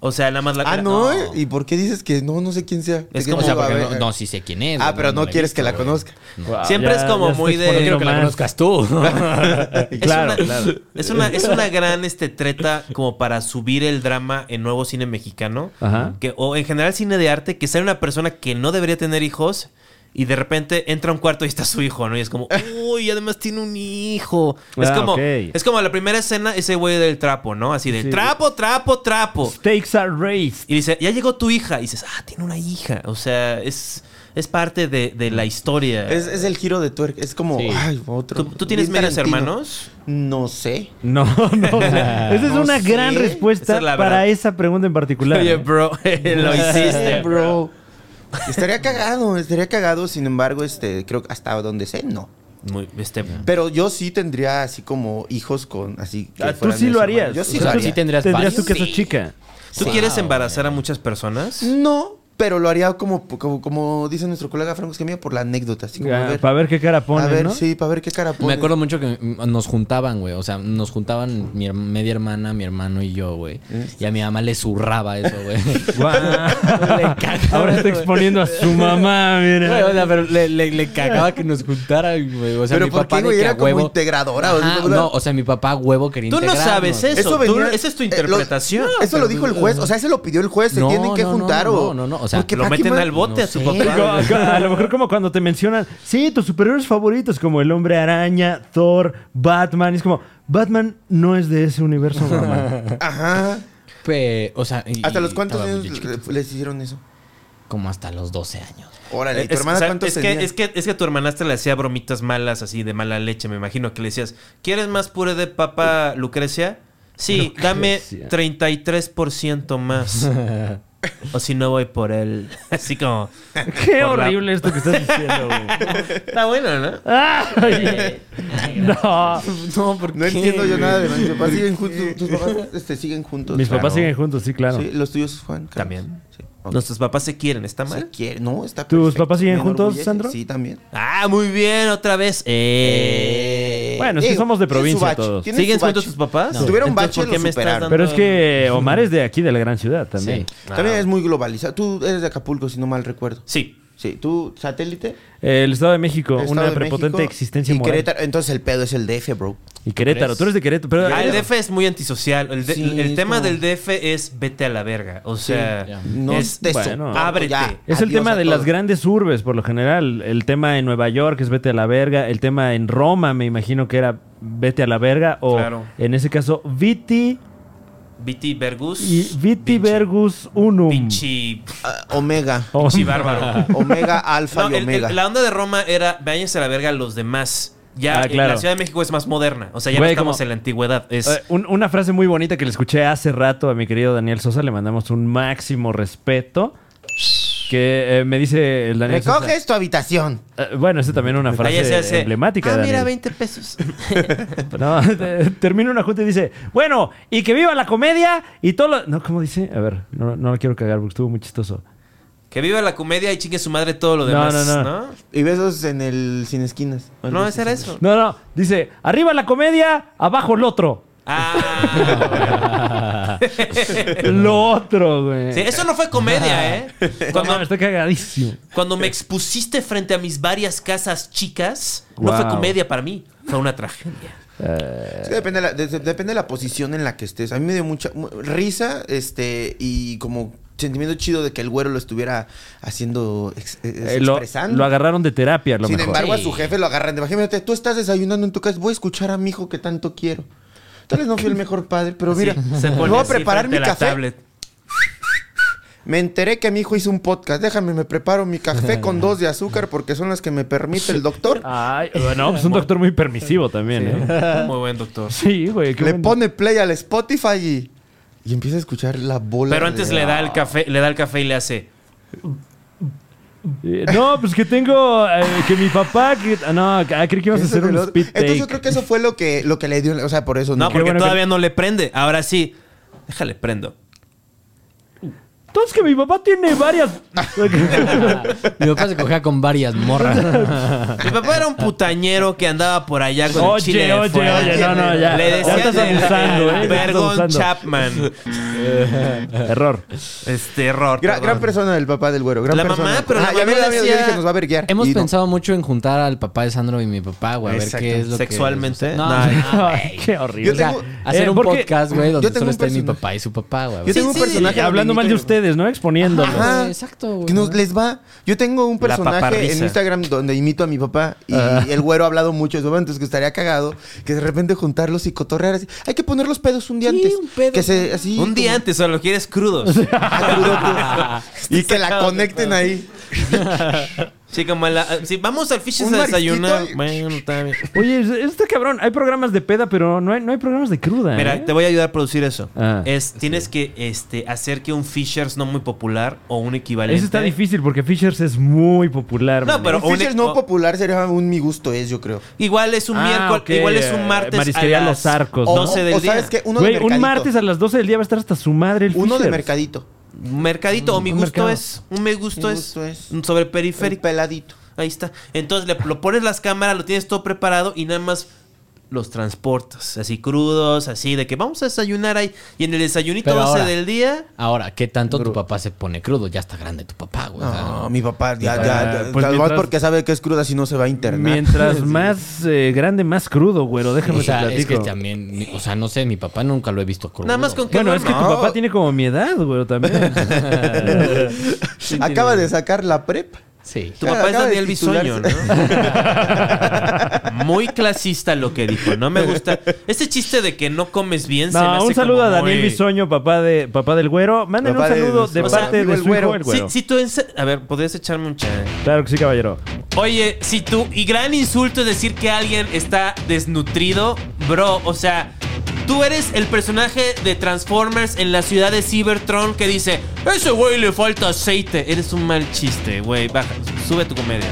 Speaker 2: O sea, nada más la
Speaker 3: Ah,
Speaker 2: era-
Speaker 3: no, ¿y por qué dices que no, no sé quién sea?
Speaker 2: Es
Speaker 3: Que
Speaker 2: como-
Speaker 5: O sea,
Speaker 3: va a
Speaker 5: porque no,
Speaker 3: ver.
Speaker 5: no, sí sé quién es.
Speaker 3: Ah,
Speaker 5: güey,
Speaker 3: pero no,
Speaker 5: la he
Speaker 3: quieres
Speaker 5: visto,
Speaker 3: que la
Speaker 5: güey.
Speaker 3: conozca.
Speaker 4: Wow,
Speaker 2: Siempre es como
Speaker 4: se
Speaker 2: muy de-
Speaker 4: exponiendo
Speaker 5: Quiero que la
Speaker 4: más.
Speaker 5: conozcas tú.
Speaker 2: Es
Speaker 4: Claro,
Speaker 2: una,
Speaker 4: claro.
Speaker 2: Es una, es una gran este, treta como para subir el drama en nuevo cine mexicano.
Speaker 4: Ajá.
Speaker 2: Que, o en general cine de arte, que sale una persona que no debería tener hijos y de repente entra a un cuarto y está su hijo, ¿no? Y es como, uy, además tiene un hijo. es,
Speaker 4: Ah,
Speaker 2: como,
Speaker 4: ok.
Speaker 2: es como la primera escena, ese güey del trapo, ¿no? Así de
Speaker 4: Sí.
Speaker 2: trapo, trapo, trapo.
Speaker 4: Stakes are raised.
Speaker 2: Y dice, ya llegó tu hija. Y dices, ah, tiene una hija. O sea, es, es parte de, de la historia.
Speaker 3: Es, es el giro de tuerca. Es como,
Speaker 5: Sí.
Speaker 3: ay, otro.
Speaker 2: ¿Tú, tú tienes
Speaker 3: Bien
Speaker 2: medios
Speaker 3: Tarantino.
Speaker 2: hermanos?
Speaker 3: No sé.
Speaker 4: No, no. o sea, esa es
Speaker 3: No
Speaker 4: una
Speaker 3: sé.
Speaker 4: gran respuesta
Speaker 2: Esa es la
Speaker 4: para
Speaker 2: verdad.
Speaker 4: esa pregunta en particular.
Speaker 2: Oye,
Speaker 4: ¿eh?
Speaker 2: bro, lo hiciste, bro.
Speaker 3: Estaría cagado, estaría cagado. Sin embargo, este, creo que hasta donde sé, no.
Speaker 2: Muy, este,
Speaker 3: Pero yo sí tendría así como hijos con así. que
Speaker 4: Ah, tú
Speaker 3: fueran
Speaker 4: sí lo
Speaker 3: mis
Speaker 4: harías.
Speaker 3: hermanos. Yo sí
Speaker 5: O sea,
Speaker 3: lo
Speaker 5: tú
Speaker 3: haría.
Speaker 5: sí tendrías
Speaker 4: Tendrías tú
Speaker 5: varios?
Speaker 4: que sos
Speaker 2: Sí.
Speaker 4: chica.
Speaker 2: ¿Tú
Speaker 5: Sí.
Speaker 2: quieres
Speaker 5: Wow,
Speaker 2: embarazar a muchas personas?
Speaker 3: No, pero lo haría como, como, como dice nuestro colega Franco Escamilla, por la anécdota. Así como, a ver,
Speaker 4: para ver qué cara pone,
Speaker 3: a ver,
Speaker 4: ¿no?
Speaker 3: sí, para ver qué cara pone.
Speaker 5: Me acuerdo mucho que mm, nos juntaban, güey. O sea, nos juntaban mi her- media hermana, mi hermano y yo, güey. Y a mi mamá le zurraba eso, güey.
Speaker 4: Guau. Ahora está exponiendo a su mamá,
Speaker 5: Güey, o
Speaker 4: mira.
Speaker 5: sea, pero le, le- le cagaba que nos juntaran, güey. O sea,
Speaker 3: pero
Speaker 5: mi
Speaker 3: ¿por
Speaker 5: papá
Speaker 3: qué,
Speaker 5: de
Speaker 3: güey?
Speaker 5: que
Speaker 3: Era
Speaker 5: a
Speaker 3: como
Speaker 5: huevo-
Speaker 3: integradora. o sea,
Speaker 5: Ajá,
Speaker 3: como-
Speaker 5: no, o sea, mi papá a huevo quería
Speaker 2: Tú no
Speaker 5: integrarnos.
Speaker 2: sabes eso. tú- esa es tu
Speaker 3: eh, lo-
Speaker 2: interpretación.
Speaker 3: eso lo dijo el juez. O sea, eso lo pidió el juez. Se
Speaker 5: No,
Speaker 3: tienen que
Speaker 5: no, no,
Speaker 3: juntar
Speaker 5: no,
Speaker 3: o.
Speaker 5: no, no, o sea,
Speaker 3: porque
Speaker 2: Lo
Speaker 3: ¿para qué
Speaker 2: meten
Speaker 3: más-
Speaker 2: al bote a su
Speaker 5: sé.
Speaker 2: papá.
Speaker 4: Co- co- A lo mejor como cuando te mencionan, sí, tus superhéroes favoritos como el hombre araña, Thor, Batman. y es como, Batman no es de ese universo, mamá.
Speaker 3: Ajá.
Speaker 5: Pe- o sea, y-
Speaker 3: ¿Hasta los
Speaker 5: y
Speaker 3: cuántos
Speaker 5: estaba muy
Speaker 3: años
Speaker 5: chiquito.
Speaker 3: le- les hicieron eso?
Speaker 5: Como hasta los 12 años.
Speaker 3: Órale, ¿y tu
Speaker 2: Es-
Speaker 3: hermana
Speaker 2: o sea,
Speaker 3: cuántos
Speaker 2: es que,
Speaker 3: tenía?
Speaker 2: es, que, es que a tu hermanastra le hacía bromitas malas, así de mala leche, me imagino que le decías, ¿quieres más puré de papa, Lucrecia? Sí, dame 33% más. o si no voy por él. Así como...
Speaker 4: Qué
Speaker 2: Por la-
Speaker 4: horrible esto que estás diciendo, güey.
Speaker 2: Está bueno, ¿no?
Speaker 4: Ay, no.
Speaker 5: No, porque
Speaker 3: No entiendo yo nada de mis papás. Siguen juntos. Tus papás este, siguen juntos.
Speaker 4: Mis
Speaker 3: Claro.
Speaker 4: papás siguen juntos, sí, claro.
Speaker 3: Sí, los tuyos, Juan. Carlos.
Speaker 2: También.
Speaker 3: Sí. Ok.
Speaker 2: Nuestros papás se quieren, ¿está
Speaker 3: Se
Speaker 2: mal?
Speaker 3: quiere- No, está
Speaker 4: ¿Tus
Speaker 3: perfecto.
Speaker 4: papás siguen
Speaker 3: Me
Speaker 4: juntos,
Speaker 3: enorgullece.
Speaker 4: Sandro?
Speaker 3: Sí, también.
Speaker 2: Ah, muy bien, otra vez. Eh.
Speaker 4: Bueno, es que
Speaker 3: Digo,
Speaker 4: somos de
Speaker 3: tienen su
Speaker 4: provincia
Speaker 3: bache,
Speaker 4: todos.
Speaker 3: tienen
Speaker 2: ¿Siguen
Speaker 3: su
Speaker 2: juntos
Speaker 3: bache.
Speaker 2: tus papás?
Speaker 3: Si tuviera un bache, lo superaron.
Speaker 4: Pero es que Omar es de aquí, de la gran ciudad también.
Speaker 3: También es muy globalizado. Tú eres de Acapulco, si no mal recuerdo.
Speaker 2: Sí.
Speaker 3: Sí, tú, satélite.
Speaker 4: El Estado de México,
Speaker 3: Estado
Speaker 4: una
Speaker 3: de
Speaker 4: prepotente
Speaker 3: México
Speaker 4: existencia
Speaker 3: y
Speaker 4: moral.
Speaker 3: Querétaro. Entonces el pedo es el DF, bro.
Speaker 4: Y Querétaro, tú eres de Querétaro. Pero,
Speaker 2: Ah, el DF es muy antisocial. El, de-
Speaker 3: Sí,
Speaker 2: el
Speaker 3: es
Speaker 2: tema
Speaker 3: como-
Speaker 2: del DF es vete a la verga. O sea,
Speaker 5: ya.
Speaker 3: No
Speaker 2: es-
Speaker 3: te
Speaker 4: bueno,
Speaker 3: soporto,
Speaker 2: ábrete.
Speaker 3: ya.
Speaker 4: Es el
Speaker 3: Adiós
Speaker 4: tema
Speaker 3: a
Speaker 4: de
Speaker 3: todos.
Speaker 4: las grandes urbes, por lo general. El tema en Nueva York es vete a la verga. El tema en Roma, me imagino que era vete a la verga. O
Speaker 2: Claro.
Speaker 4: en ese caso, viti
Speaker 2: Viti Vergus.
Speaker 4: y viti
Speaker 2: Vinci-
Speaker 4: vergus unum. Oh.
Speaker 2: Vinci-
Speaker 3: Ah, Omega.
Speaker 4: O-
Speaker 2: Vinci bárbaro.
Speaker 3: Omega, alfa
Speaker 2: No,
Speaker 3: y
Speaker 2: el- el-
Speaker 3: omega.
Speaker 2: la onda de Roma era váyanse a la verga los demás. Ya
Speaker 4: Ah,
Speaker 2: eh,
Speaker 4: claro.
Speaker 2: la Ciudad de México es más moderna. O sea, ya
Speaker 4: Güey,
Speaker 2: no estamos
Speaker 4: como-
Speaker 2: en la antigüedad. Es,
Speaker 4: Eh, un- una frase muy bonita que le escuché hace rato a mi querido Daniel Sosa, le mandamos un máximo respeto. Que eh, me dice el Daniel Sosa.
Speaker 3: Recoges tu habitación.
Speaker 4: Eh, bueno, esa también es una
Speaker 2: ahí
Speaker 4: frase
Speaker 2: se hace,
Speaker 4: emblemática.
Speaker 2: Ah,
Speaker 4: de
Speaker 2: mira,
Speaker 4: Daniel.
Speaker 2: 20 pesos.
Speaker 4: No, te- termina una junta y dice, bueno, y que viva la comedia y todo lo... No, ¿cómo dice? A ver, no, no la quiero cagar porque estuvo muy chistoso.
Speaker 2: que viva la comedia y chingue su madre todo lo
Speaker 4: No,
Speaker 2: demás. No,
Speaker 4: no,
Speaker 2: no,
Speaker 4: no.
Speaker 2: no.
Speaker 3: Y besos en el sin esquinas.
Speaker 2: No, ese era eso.
Speaker 4: No, no, dice, arriba la comedia, abajo el otro.
Speaker 2: Ah,
Speaker 4: Lo otro, güey.
Speaker 2: sí, eso no fue comedia, ¿eh?
Speaker 4: No,
Speaker 2: Cuando,
Speaker 4: me está cagadísimo.
Speaker 2: Cuando me expusiste frente a mis varias casas chicas, no
Speaker 4: Wow.
Speaker 2: fue comedia para mí, fue una tragedia.
Speaker 3: Es que depende, de la, de- de- depende de la posición en la que estés. A mí me dio mucha mu- risa este y como sentimiento chido de que el güero lo estuviera haciendo, ex- eh,
Speaker 4: Eh, lo,
Speaker 3: expresando.
Speaker 4: lo agarraron de terapia, a lo
Speaker 3: Sin
Speaker 4: mejor.
Speaker 3: embargo,
Speaker 5: Sí.
Speaker 3: a su jefe lo agarran de baja. Imagínate, tú estás desayunando en tu casa, voy a escuchar a mi hijo que tanto quiero. Tal vez no fui el mejor padre, pero mira,
Speaker 2: Sí, se
Speaker 3: me
Speaker 2: pone
Speaker 3: voy a
Speaker 2: así
Speaker 3: preparar
Speaker 2: frente a
Speaker 3: mi
Speaker 2: la
Speaker 3: café.
Speaker 2: tablet.
Speaker 3: Me enteré que mi hijo hizo un podcast. Déjame, me preparo mi café con dos de azúcar porque son las que me permite el doctor.
Speaker 4: Ay, bueno, pues un doctor muy permisivo también, ¿eh?
Speaker 2: Muy buen doctor.
Speaker 4: Sí, güey. qué
Speaker 3: Le
Speaker 4: buen-
Speaker 3: pone play al Spotify y, y empieza a escuchar la bola.
Speaker 2: Pero antes
Speaker 3: de- Ah.
Speaker 2: le da el café, le da el café y le hace.
Speaker 4: Eh, No, pues que tengo... eh, que mi papá... que- ah, no, ah, creí que ibas a
Speaker 3: Eso
Speaker 4: hacer
Speaker 3: del
Speaker 4: un
Speaker 3: otro.
Speaker 4: speed
Speaker 3: Entonces yo
Speaker 4: take.
Speaker 3: creo que eso fue lo que, lo que le dio. O sea, por eso
Speaker 2: No,
Speaker 3: no.
Speaker 2: porque
Speaker 4: bueno que-
Speaker 2: todavía no le prende. Ahora sí. Déjale, prendo.
Speaker 4: Entonces que mi papá tiene varias...
Speaker 5: Mi papá se cogía con varias morras.
Speaker 2: Mi papá era un putañero que andaba por allá con el
Speaker 4: Oye,
Speaker 2: chile. de
Speaker 4: oye,
Speaker 2: fuera.
Speaker 4: oye, no, no, ya.
Speaker 2: Le
Speaker 4: ya
Speaker 2: decían
Speaker 4: estás
Speaker 2: el-
Speaker 4: abusando,
Speaker 2: el
Speaker 4: ¿eh? Ya estás
Speaker 2: Vergon
Speaker 4: abusando.
Speaker 2: Chapman.
Speaker 4: Error.
Speaker 2: Este error.
Speaker 3: Gra-
Speaker 2: perdón.
Speaker 3: gran persona el papá del güero. Gran
Speaker 2: La
Speaker 3: persona.
Speaker 2: mamá, pero la
Speaker 3: Ah, ya
Speaker 2: mamá
Speaker 3: me da miedo, yo
Speaker 2: decía-
Speaker 3: dije, nos va a verguear.
Speaker 5: Hemos
Speaker 3: Y no.
Speaker 5: pensado mucho en juntar al papá de Sandro y mi papá, güey. A ver
Speaker 3: Exacto.
Speaker 5: qué es lo
Speaker 2: Sexualmente.
Speaker 5: que... No,
Speaker 2: Nah.
Speaker 5: no,
Speaker 4: Ay, qué horrible.
Speaker 3: Yo
Speaker 5: o sea,
Speaker 3: tengo-
Speaker 5: hacer
Speaker 4: Eh,
Speaker 5: un
Speaker 4: porque-
Speaker 5: podcast, güey, donde
Speaker 3: yo tengo
Speaker 5: solo
Speaker 3: un
Speaker 5: esté mi
Speaker 3: personaje.
Speaker 5: papá y su papá, güey.
Speaker 3: Yo tengo un personaje.
Speaker 4: Y hablando mal de
Speaker 3: dominicano.
Speaker 4: ustedes, ¿no? Exponiéndolo.
Speaker 3: Ajá.
Speaker 5: Güey, exacto, güey.
Speaker 3: Que nos les va. Yo tengo un
Speaker 2: La
Speaker 3: personaje
Speaker 2: paparrisa.
Speaker 3: en Instagram donde imito a mi papá y el güero ha hablado mucho de eso, entonces que estaría cagado que de repente juntarlos y cotorrear así. Hay que poner los pedos un día
Speaker 5: Sí,
Speaker 3: antes.
Speaker 5: un pedo.
Speaker 3: Que se así
Speaker 2: Un día
Speaker 3: como-
Speaker 2: antes, solo lo quieres crudos.
Speaker 3: Ah, crudo, y que la conecten ahí.
Speaker 2: Sí, como la. sí, vamos al Fishes
Speaker 3: Un
Speaker 2: a desayunar.
Speaker 3: marisquito y-
Speaker 2: Bueno, está bien.
Speaker 4: Oye, es- está cabrón. Hay programas de peda, pero no hay, no hay programas de cruda. ¿eh?
Speaker 2: Mira, te voy a ayudar a producir eso.
Speaker 4: Ah.
Speaker 2: es, tienes que este, hacer que un Fishers no muy popular o un equivalente.
Speaker 4: Eso está difícil porque Fishers es muy popular.
Speaker 2: No,
Speaker 4: man.
Speaker 2: pero
Speaker 3: un
Speaker 2: un-
Speaker 3: Fisher no
Speaker 2: o-
Speaker 3: popular sería un mi gusto es, yo creo.
Speaker 2: Igual es un
Speaker 4: Ah,
Speaker 2: miércoles,
Speaker 4: ok,
Speaker 2: igual es
Speaker 4: eh,
Speaker 2: un martes.
Speaker 4: marisquería
Speaker 2: a las
Speaker 4: Los Arcos,
Speaker 3: O,
Speaker 2: 12 del
Speaker 3: o
Speaker 2: día.
Speaker 3: sabes que uno
Speaker 4: Güey,
Speaker 3: de
Speaker 4: un
Speaker 3: mercadito.
Speaker 4: martes a las 12 del día va a estar hasta su madre el
Speaker 3: uno de
Speaker 4: Fishers.
Speaker 3: mercadito.
Speaker 2: Un mercadito, o mi
Speaker 4: un
Speaker 2: gusto
Speaker 4: mercado.
Speaker 2: es. Un me gusto,
Speaker 3: Mi
Speaker 2: es,
Speaker 3: gusto es.
Speaker 2: Un sobre
Speaker 3: El
Speaker 2: periférico.
Speaker 3: peladito.
Speaker 2: Ahí está. Entonces le, lo pones las cámaras, lo tienes todo preparado y nada más los transportas. Así crudos, así de que vamos a desayunar ahí. Y en el desayunito
Speaker 5: Pero
Speaker 2: 12
Speaker 5: ahora-
Speaker 2: del día.
Speaker 5: Ahora, ¿qué tanto tu papá se pone crudo? Ya está grande tu papá, güey. o sea,
Speaker 3: No, mi papá, ya,
Speaker 4: papá,
Speaker 3: ya, ya,
Speaker 4: pues
Speaker 3: tal vez
Speaker 4: mientras-
Speaker 3: porque sabe que es cruda si no se va a internar.
Speaker 4: Mientras más eh, grande, más crudo, güero. Déjame
Speaker 5: O sea,
Speaker 4: te
Speaker 5: es que
Speaker 4: platico.
Speaker 5: también, mi- o sea, no sé, mi papá nunca lo he visto crudo.
Speaker 2: Nada más con que.
Speaker 4: Bueno, es que tu
Speaker 2: duerma.
Speaker 4: papá tiene como mi edad, güero, también.
Speaker 3: Acaba de sacar la prep.
Speaker 5: Sí.
Speaker 2: Tu papá es
Speaker 3: Acaba de
Speaker 2: Daniel Bisoño, ¿no? Muy clasista lo que dijo, no me gusta. Este chiste de que no comes bien se me
Speaker 4: No,
Speaker 2: hace
Speaker 4: un saludo
Speaker 2: como
Speaker 4: a Daniel
Speaker 2: muy-
Speaker 4: Bisoño, papá de papá del güero. Manden un
Speaker 3: Papá de
Speaker 4: saludo de,
Speaker 3: nuestro
Speaker 4: parte
Speaker 3: amigo
Speaker 4: de
Speaker 3: el
Speaker 4: su
Speaker 3: güero.
Speaker 4: hijo, el güero.
Speaker 2: Si, si tú ense- A ver, podrías echarme un chat.
Speaker 4: Claro que sí, caballero.
Speaker 2: Oye, si tú. Y gran insulto es decir que alguien está desnutrido, bro. O sea, tú eres el personaje de Transformers en la ciudad de Cybertron que dice: Ese güey le falta aceite. Eres un mal chiste, güey. Baja, sube tu comedia.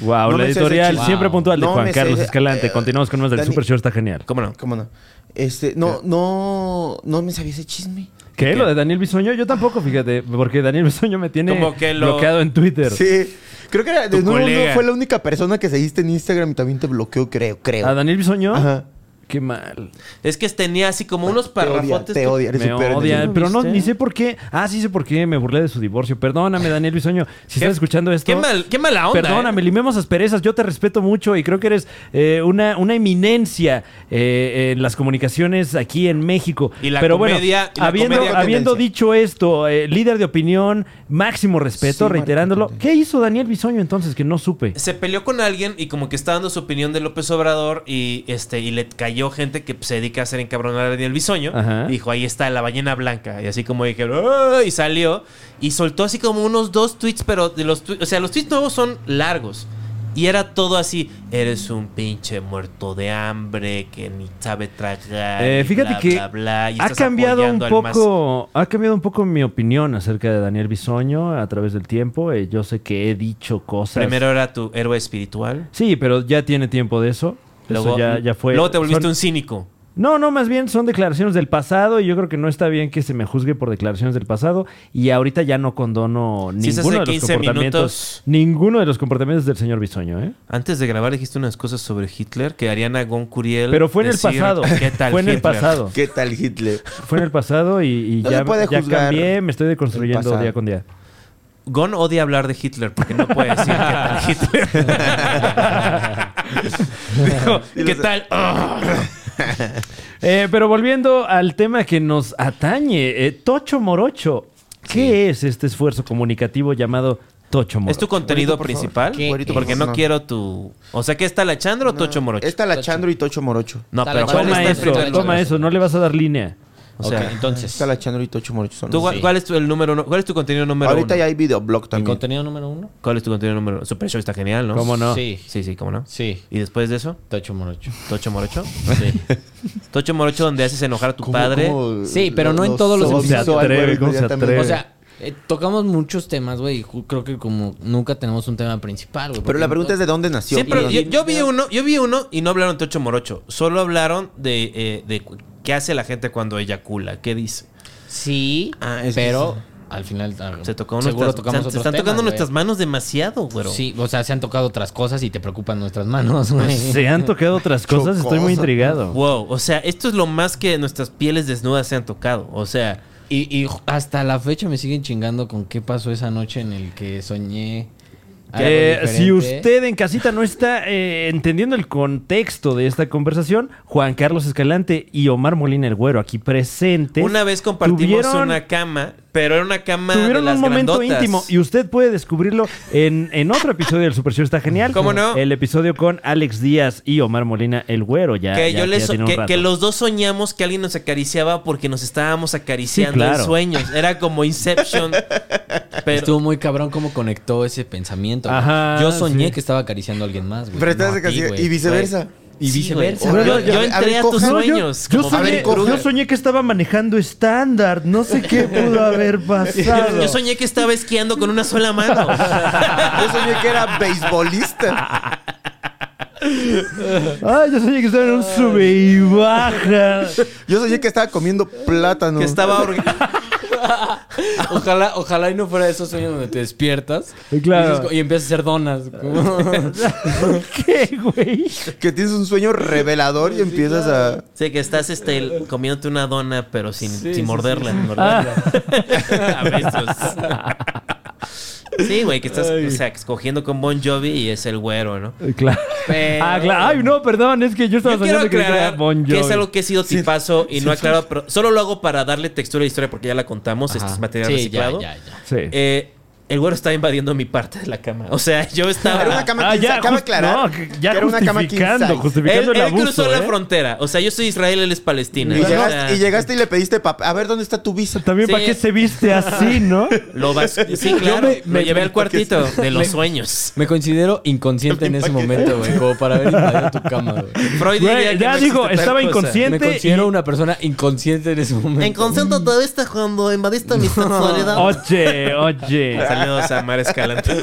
Speaker 4: Wow, la
Speaker 3: No me sé ese
Speaker 4: editorial
Speaker 3: chiste.
Speaker 4: siempre
Speaker 5: Wow.
Speaker 4: puntual de
Speaker 3: No
Speaker 4: Juan
Speaker 3: me sé
Speaker 4: Carlos
Speaker 3: ese-
Speaker 4: Escalante.
Speaker 3: eh,
Speaker 4: Continuamos con más del
Speaker 3: Dani-
Speaker 4: Super Show, está genial.
Speaker 2: ¿Cómo no?
Speaker 3: ¿Cómo no? Este, no, no, no me sabía ese chisme.
Speaker 4: ¿Qué? ¿Lo de Daniel Bisoño? Yo tampoco, fíjate, porque Daniel Bisoño me tiene
Speaker 2: Como que lo-
Speaker 4: bloqueado en Twitter.
Speaker 3: Sí, creo que era,
Speaker 2: Tu
Speaker 3: de nuevo,
Speaker 2: colega.
Speaker 3: no fue la única persona que seguiste en Instagram y también te bloqueó, creo, creo.
Speaker 4: ¿A Daniel Bisoño?
Speaker 3: Ajá.
Speaker 4: Qué mal.
Speaker 2: Es que tenía así como unos
Speaker 3: Te odia,
Speaker 2: parrafotes.
Speaker 3: te
Speaker 2: que-
Speaker 3: odia, eres
Speaker 4: me
Speaker 3: un perro.
Speaker 4: odian,
Speaker 2: ¿no
Speaker 4: pero no,
Speaker 2: viste?
Speaker 4: ni sé por qué. Ah, sí sé por qué me burlé de su divorcio. Perdóname, Daniel Bisoño, si
Speaker 2: Qué-
Speaker 4: estás escuchando esto.
Speaker 2: Qué, mal, qué mala onda. ¿eh?
Speaker 4: Perdóname, limemos asperezas. Yo te respeto mucho y creo que eres eh, una, una eminencia eh, en las comunicaciones aquí en México.
Speaker 2: Y la
Speaker 4: Pero
Speaker 2: comedia-
Speaker 4: bueno,
Speaker 2: y la
Speaker 4: habiendo,
Speaker 2: comedia con
Speaker 4: habiendo
Speaker 3: tendencia.
Speaker 4: dicho esto, eh, líder de opinión, máximo respeto,
Speaker 3: Sí,
Speaker 4: reiterándolo.
Speaker 3: marca
Speaker 4: ¿Qué hizo Daniel Bisoño entonces que no supe?
Speaker 2: se peleó con alguien y como que está dando su opinión de López Obrador y este y le cayó gente que se dedica a hacer encabronar a Daniel Bisoño.
Speaker 4: Ajá.
Speaker 2: Y dijo, ahí está la ballena blanca. Y así como dije, "Ah", y salió. Y soltó así como unos dos tweets, pero de los tweets, o sea, los tweets nuevos son largos. Y era todo así, eres un pinche muerto de hambre que ni sabe tragar.
Speaker 4: Eh,
Speaker 2: y
Speaker 4: fíjate
Speaker 2: bla,
Speaker 4: que
Speaker 2: bla, bla, y
Speaker 4: ha
Speaker 2: estás
Speaker 4: cambiado un
Speaker 2: apoyando al más-
Speaker 4: poco, ha cambiado un poco mi opinión acerca de Daniel Bisoño a través del tiempo. Eh, yo sé que he dicho cosas.
Speaker 2: Primero era tu héroe espiritual.
Speaker 4: Sí, pero ya tiene tiempo de eso. Eso
Speaker 2: Luego,
Speaker 4: ya, ya fue.
Speaker 2: luego te volviste
Speaker 4: Son-
Speaker 2: un cínico.
Speaker 4: No, no, más bien son declaraciones del pasado y yo creo que no está bien que se me juzgue por declaraciones del pasado y ahorita ya no condono
Speaker 2: Sí, se hace
Speaker 4: ninguno de los
Speaker 2: 15
Speaker 4: comportamientos,
Speaker 2: minutos.
Speaker 4: ninguno de los comportamientos del señor Bisoño, ¿eh?
Speaker 2: Antes de grabar dijiste unas cosas sobre Hitler que Ariana Goncuriel.
Speaker 4: Pero fue en el pasado,
Speaker 2: ¿Qué tal?
Speaker 4: fue en el
Speaker 2: Hitler?"
Speaker 4: pasado,
Speaker 3: ¿Qué tal Hitler?
Speaker 4: fue en el pasado y, y
Speaker 3: No
Speaker 4: ya,
Speaker 3: se puede
Speaker 4: ya
Speaker 3: juzgar
Speaker 4: cambié, me estoy
Speaker 3: el
Speaker 4: deconstruyendo
Speaker 3: pasado.
Speaker 4: día con día.
Speaker 2: Gon odia hablar de Hitler porque no puede decir qué tal Hitler. Dijo, ¿qué tal?
Speaker 3: "Ah".
Speaker 2: Ugh.
Speaker 4: Eh, pero volviendo al tema que nos atañe, eh, Tocho Morocho, ¿qué es este esfuerzo comunicativo llamado Tocho
Speaker 2: ¿Es
Speaker 4: Morocho?
Speaker 2: tu contenido
Speaker 3: por favor.
Speaker 2: principal?
Speaker 5: ¿Qué
Speaker 3: Güerito,
Speaker 2: Porque
Speaker 3: por
Speaker 2: no
Speaker 3: favor,
Speaker 2: quiero tu. O sea, ¿qué está la Chandra o Tocho Morocho?
Speaker 3: Esta la
Speaker 5: Tocho.
Speaker 3: Chandro y Tocho Morocho.
Speaker 2: No,
Speaker 5: Está
Speaker 2: pero
Speaker 5: la Chandra.
Speaker 2: ¿cuál
Speaker 4: Toma
Speaker 2: está
Speaker 5: Toma
Speaker 4: eso,
Speaker 2: enfrente del-
Speaker 4: toma eso, no le vas a dar línea.
Speaker 2: O sea,
Speaker 5: Ok, entonces.
Speaker 3: Esta la Chandro y Tocho Morocho son
Speaker 2: ¿tú,
Speaker 3: los-
Speaker 2: cuál,
Speaker 5: Sí.
Speaker 2: cuál es tu, el número uno? ¿Cuál es tu contenido número
Speaker 3: Ahorita
Speaker 2: uno?
Speaker 3: ya hay videoblog
Speaker 5: ¿El
Speaker 3: también.
Speaker 5: contenido número uno?
Speaker 2: ¿Cuál es tu contenido número uno? Super Show está genial, ¿no?
Speaker 4: ¿Cómo no?
Speaker 5: Sí.
Speaker 2: Sí, sí, ¿cómo no?
Speaker 5: Sí.
Speaker 2: ¿Y después de eso?
Speaker 5: Tocho morocho.
Speaker 2: ¿Tocho Morocho?
Speaker 5: Sí.
Speaker 2: Tocho Morocho donde haces enojar a tu padre.
Speaker 5: Sí, pero no en todos los
Speaker 4: ¿Cómo se
Speaker 5: episodios.
Speaker 4: atreve? ¿Cómo se atreve?
Speaker 5: O sea, eh, tocamos muchos temas, güey. y ju- Creo que como nunca tenemos un tema principal, güey.
Speaker 3: Pero la pregunta es de dónde nació.
Speaker 2: Sí, pero
Speaker 3: ¿no?
Speaker 2: yo, yo vi uno, yo vi uno y no hablaron de Tocho Morocho. Solo hablaron de, eh, de cu- qué hace la gente cuando eyacula, qué dice.
Speaker 5: Sí,
Speaker 3: Ah, es que
Speaker 5: pero al final... ah,
Speaker 2: Se tocó
Speaker 5: Seguro
Speaker 2: nuestras,
Speaker 5: tocamos
Speaker 2: se,
Speaker 5: otros
Speaker 2: se están tocando
Speaker 5: temas,
Speaker 2: nuestras
Speaker 5: güey.
Speaker 2: manos demasiado, güero.
Speaker 5: Sí, o sea, se han tocado otras cosas y te preocupan nuestras manos, güey.
Speaker 4: Se han tocado otras cosas, estoy muy intrigado.
Speaker 2: Wow, o sea, esto es lo más que nuestras pieles desnudas se han tocado. O sea,
Speaker 5: Y, y hasta la fecha me siguen chingando con qué pasó esa noche en el que soñé. algo
Speaker 4: Eh, si
Speaker 5: diferente.
Speaker 4: usted en casita no está eh, entendiendo el contexto de esta conversación, Juan Carlos Escalante y Omar Molina el Güero aquí presentes.
Speaker 2: una vez compartimos
Speaker 4: tuvieron-
Speaker 2: una cama, pero era una cama de
Speaker 4: Tuvieron
Speaker 2: las
Speaker 4: un momento
Speaker 2: grandotas.
Speaker 4: íntimo y usted puede descubrirlo en, en otro episodio del Super Show. Está genial.
Speaker 2: ¿Cómo no?
Speaker 4: El episodio con Alex Díaz y Omar Molina el Güero. Ya,
Speaker 2: que
Speaker 4: ya-
Speaker 2: yo
Speaker 4: ya
Speaker 2: les
Speaker 4: tiene un
Speaker 2: que,
Speaker 4: rato.
Speaker 2: que los dos soñamos que alguien nos acariciaba porque nos estábamos acariciando
Speaker 4: claro.
Speaker 2: en sueños. Era como Inception. pero
Speaker 5: Estuvo muy cabrón cómo conectó ese pensamiento. güey.
Speaker 4: Ajá,
Speaker 5: Yo soñé
Speaker 4: sí.
Speaker 5: que estaba acariciando a alguien más, güey.
Speaker 3: Pero estás
Speaker 5: no a ti,
Speaker 3: acariciando-
Speaker 5: güey.
Speaker 3: y viceversa.
Speaker 5: Güey. Y
Speaker 2: Sí,
Speaker 4: ¿eh?
Speaker 5: viceversa.
Speaker 2: güey.
Speaker 3: güey.
Speaker 2: Yo,
Speaker 3: A ver,
Speaker 2: yo
Speaker 3: a ver,
Speaker 2: entré a,
Speaker 3: coja.
Speaker 2: tus
Speaker 3: No,
Speaker 4: No, yo-
Speaker 2: sueños.
Speaker 4: Yo,
Speaker 2: como Freddy
Speaker 4: soñé,
Speaker 3: Krueger.
Speaker 4: yo soñé que estaba manejando estándar. No sé qué pudo haber pasado.
Speaker 2: Yo, yo soñé que estaba esquiando con una sola mano.
Speaker 3: Yo soñé que era beisbolista.
Speaker 4: Ay, yo soñé que estaba en un sube y baja.
Speaker 3: Yo soñé que estaba comiendo plátano.
Speaker 2: que estaba orga-
Speaker 5: ojalá, ojalá y no fuera de esos sueños donde te despiertas
Speaker 4: Claro.
Speaker 5: y, dices- y empiezas a hacer donas.
Speaker 4: ¿Qué, güey?
Speaker 3: Que tienes un sueño revelador y empiezas a.
Speaker 2: Sí, que estás este, el- comiéndote una dona, pero sin, sin
Speaker 5: sí, Ah.
Speaker 2: morderla, ¿verdad? A besos. Sí, güey, que estás, o sea, escogiendo con Bon Jovi y es el güero, ¿no?
Speaker 4: Claro.
Speaker 2: Pero-
Speaker 4: Ah, claro. Ay, no, perdón, es que yo estaba
Speaker 2: Yo quiero
Speaker 4: soñando que era
Speaker 2: aclarar
Speaker 4: Bon
Speaker 2: que es
Speaker 4: Jovi.
Speaker 2: algo que he sido tipazo y no aclaro, pero solo lo hago para darle textura y historia porque ya la contamos, este es material reciclado.
Speaker 5: Ya, ya, ya.
Speaker 4: Sí.
Speaker 2: Eh, el güero estaba invadiendo mi parte de la cama. O sea, yo estaba...
Speaker 3: Era una cama
Speaker 4: Ah,
Speaker 3: quince-
Speaker 4: ya,
Speaker 3: cabe
Speaker 4: just-
Speaker 3: aclarar
Speaker 4: no, que-
Speaker 3: que
Speaker 4: ya
Speaker 3: era una cama
Speaker 4: justificando,
Speaker 3: quince.
Speaker 4: justificando
Speaker 2: él,
Speaker 4: el
Speaker 2: él
Speaker 4: abuso.
Speaker 2: cruzó la
Speaker 4: ¿eh?
Speaker 2: frontera. O sea, yo soy Israel, él es Palestina.
Speaker 3: Y
Speaker 2: O sea,
Speaker 3: llegaste, Ah. y llegaste y le pediste papá. A ver, ¿dónde está tu visa?
Speaker 4: También
Speaker 2: Sí.
Speaker 4: para qué se viste así, ¿no?
Speaker 2: Lo vas- Sí, claro. lo llevé al cuartito de los sueños.
Speaker 5: Me considero inconsciente en ese momento, güey. Como para haber invadido tu cama, güey.
Speaker 2: Freud
Speaker 4: Güey,
Speaker 2: diría que
Speaker 4: ya
Speaker 2: no
Speaker 4: digo,
Speaker 2: existe tal
Speaker 4: estaba
Speaker 2: cosa.
Speaker 4: inconsciente.
Speaker 5: Me considero una persona inconsciente en ese momento.
Speaker 6: concepto todo esto cuando invadiste mi sexualidad.
Speaker 4: Oye, oye.
Speaker 2: Saludos a Mar Escalante.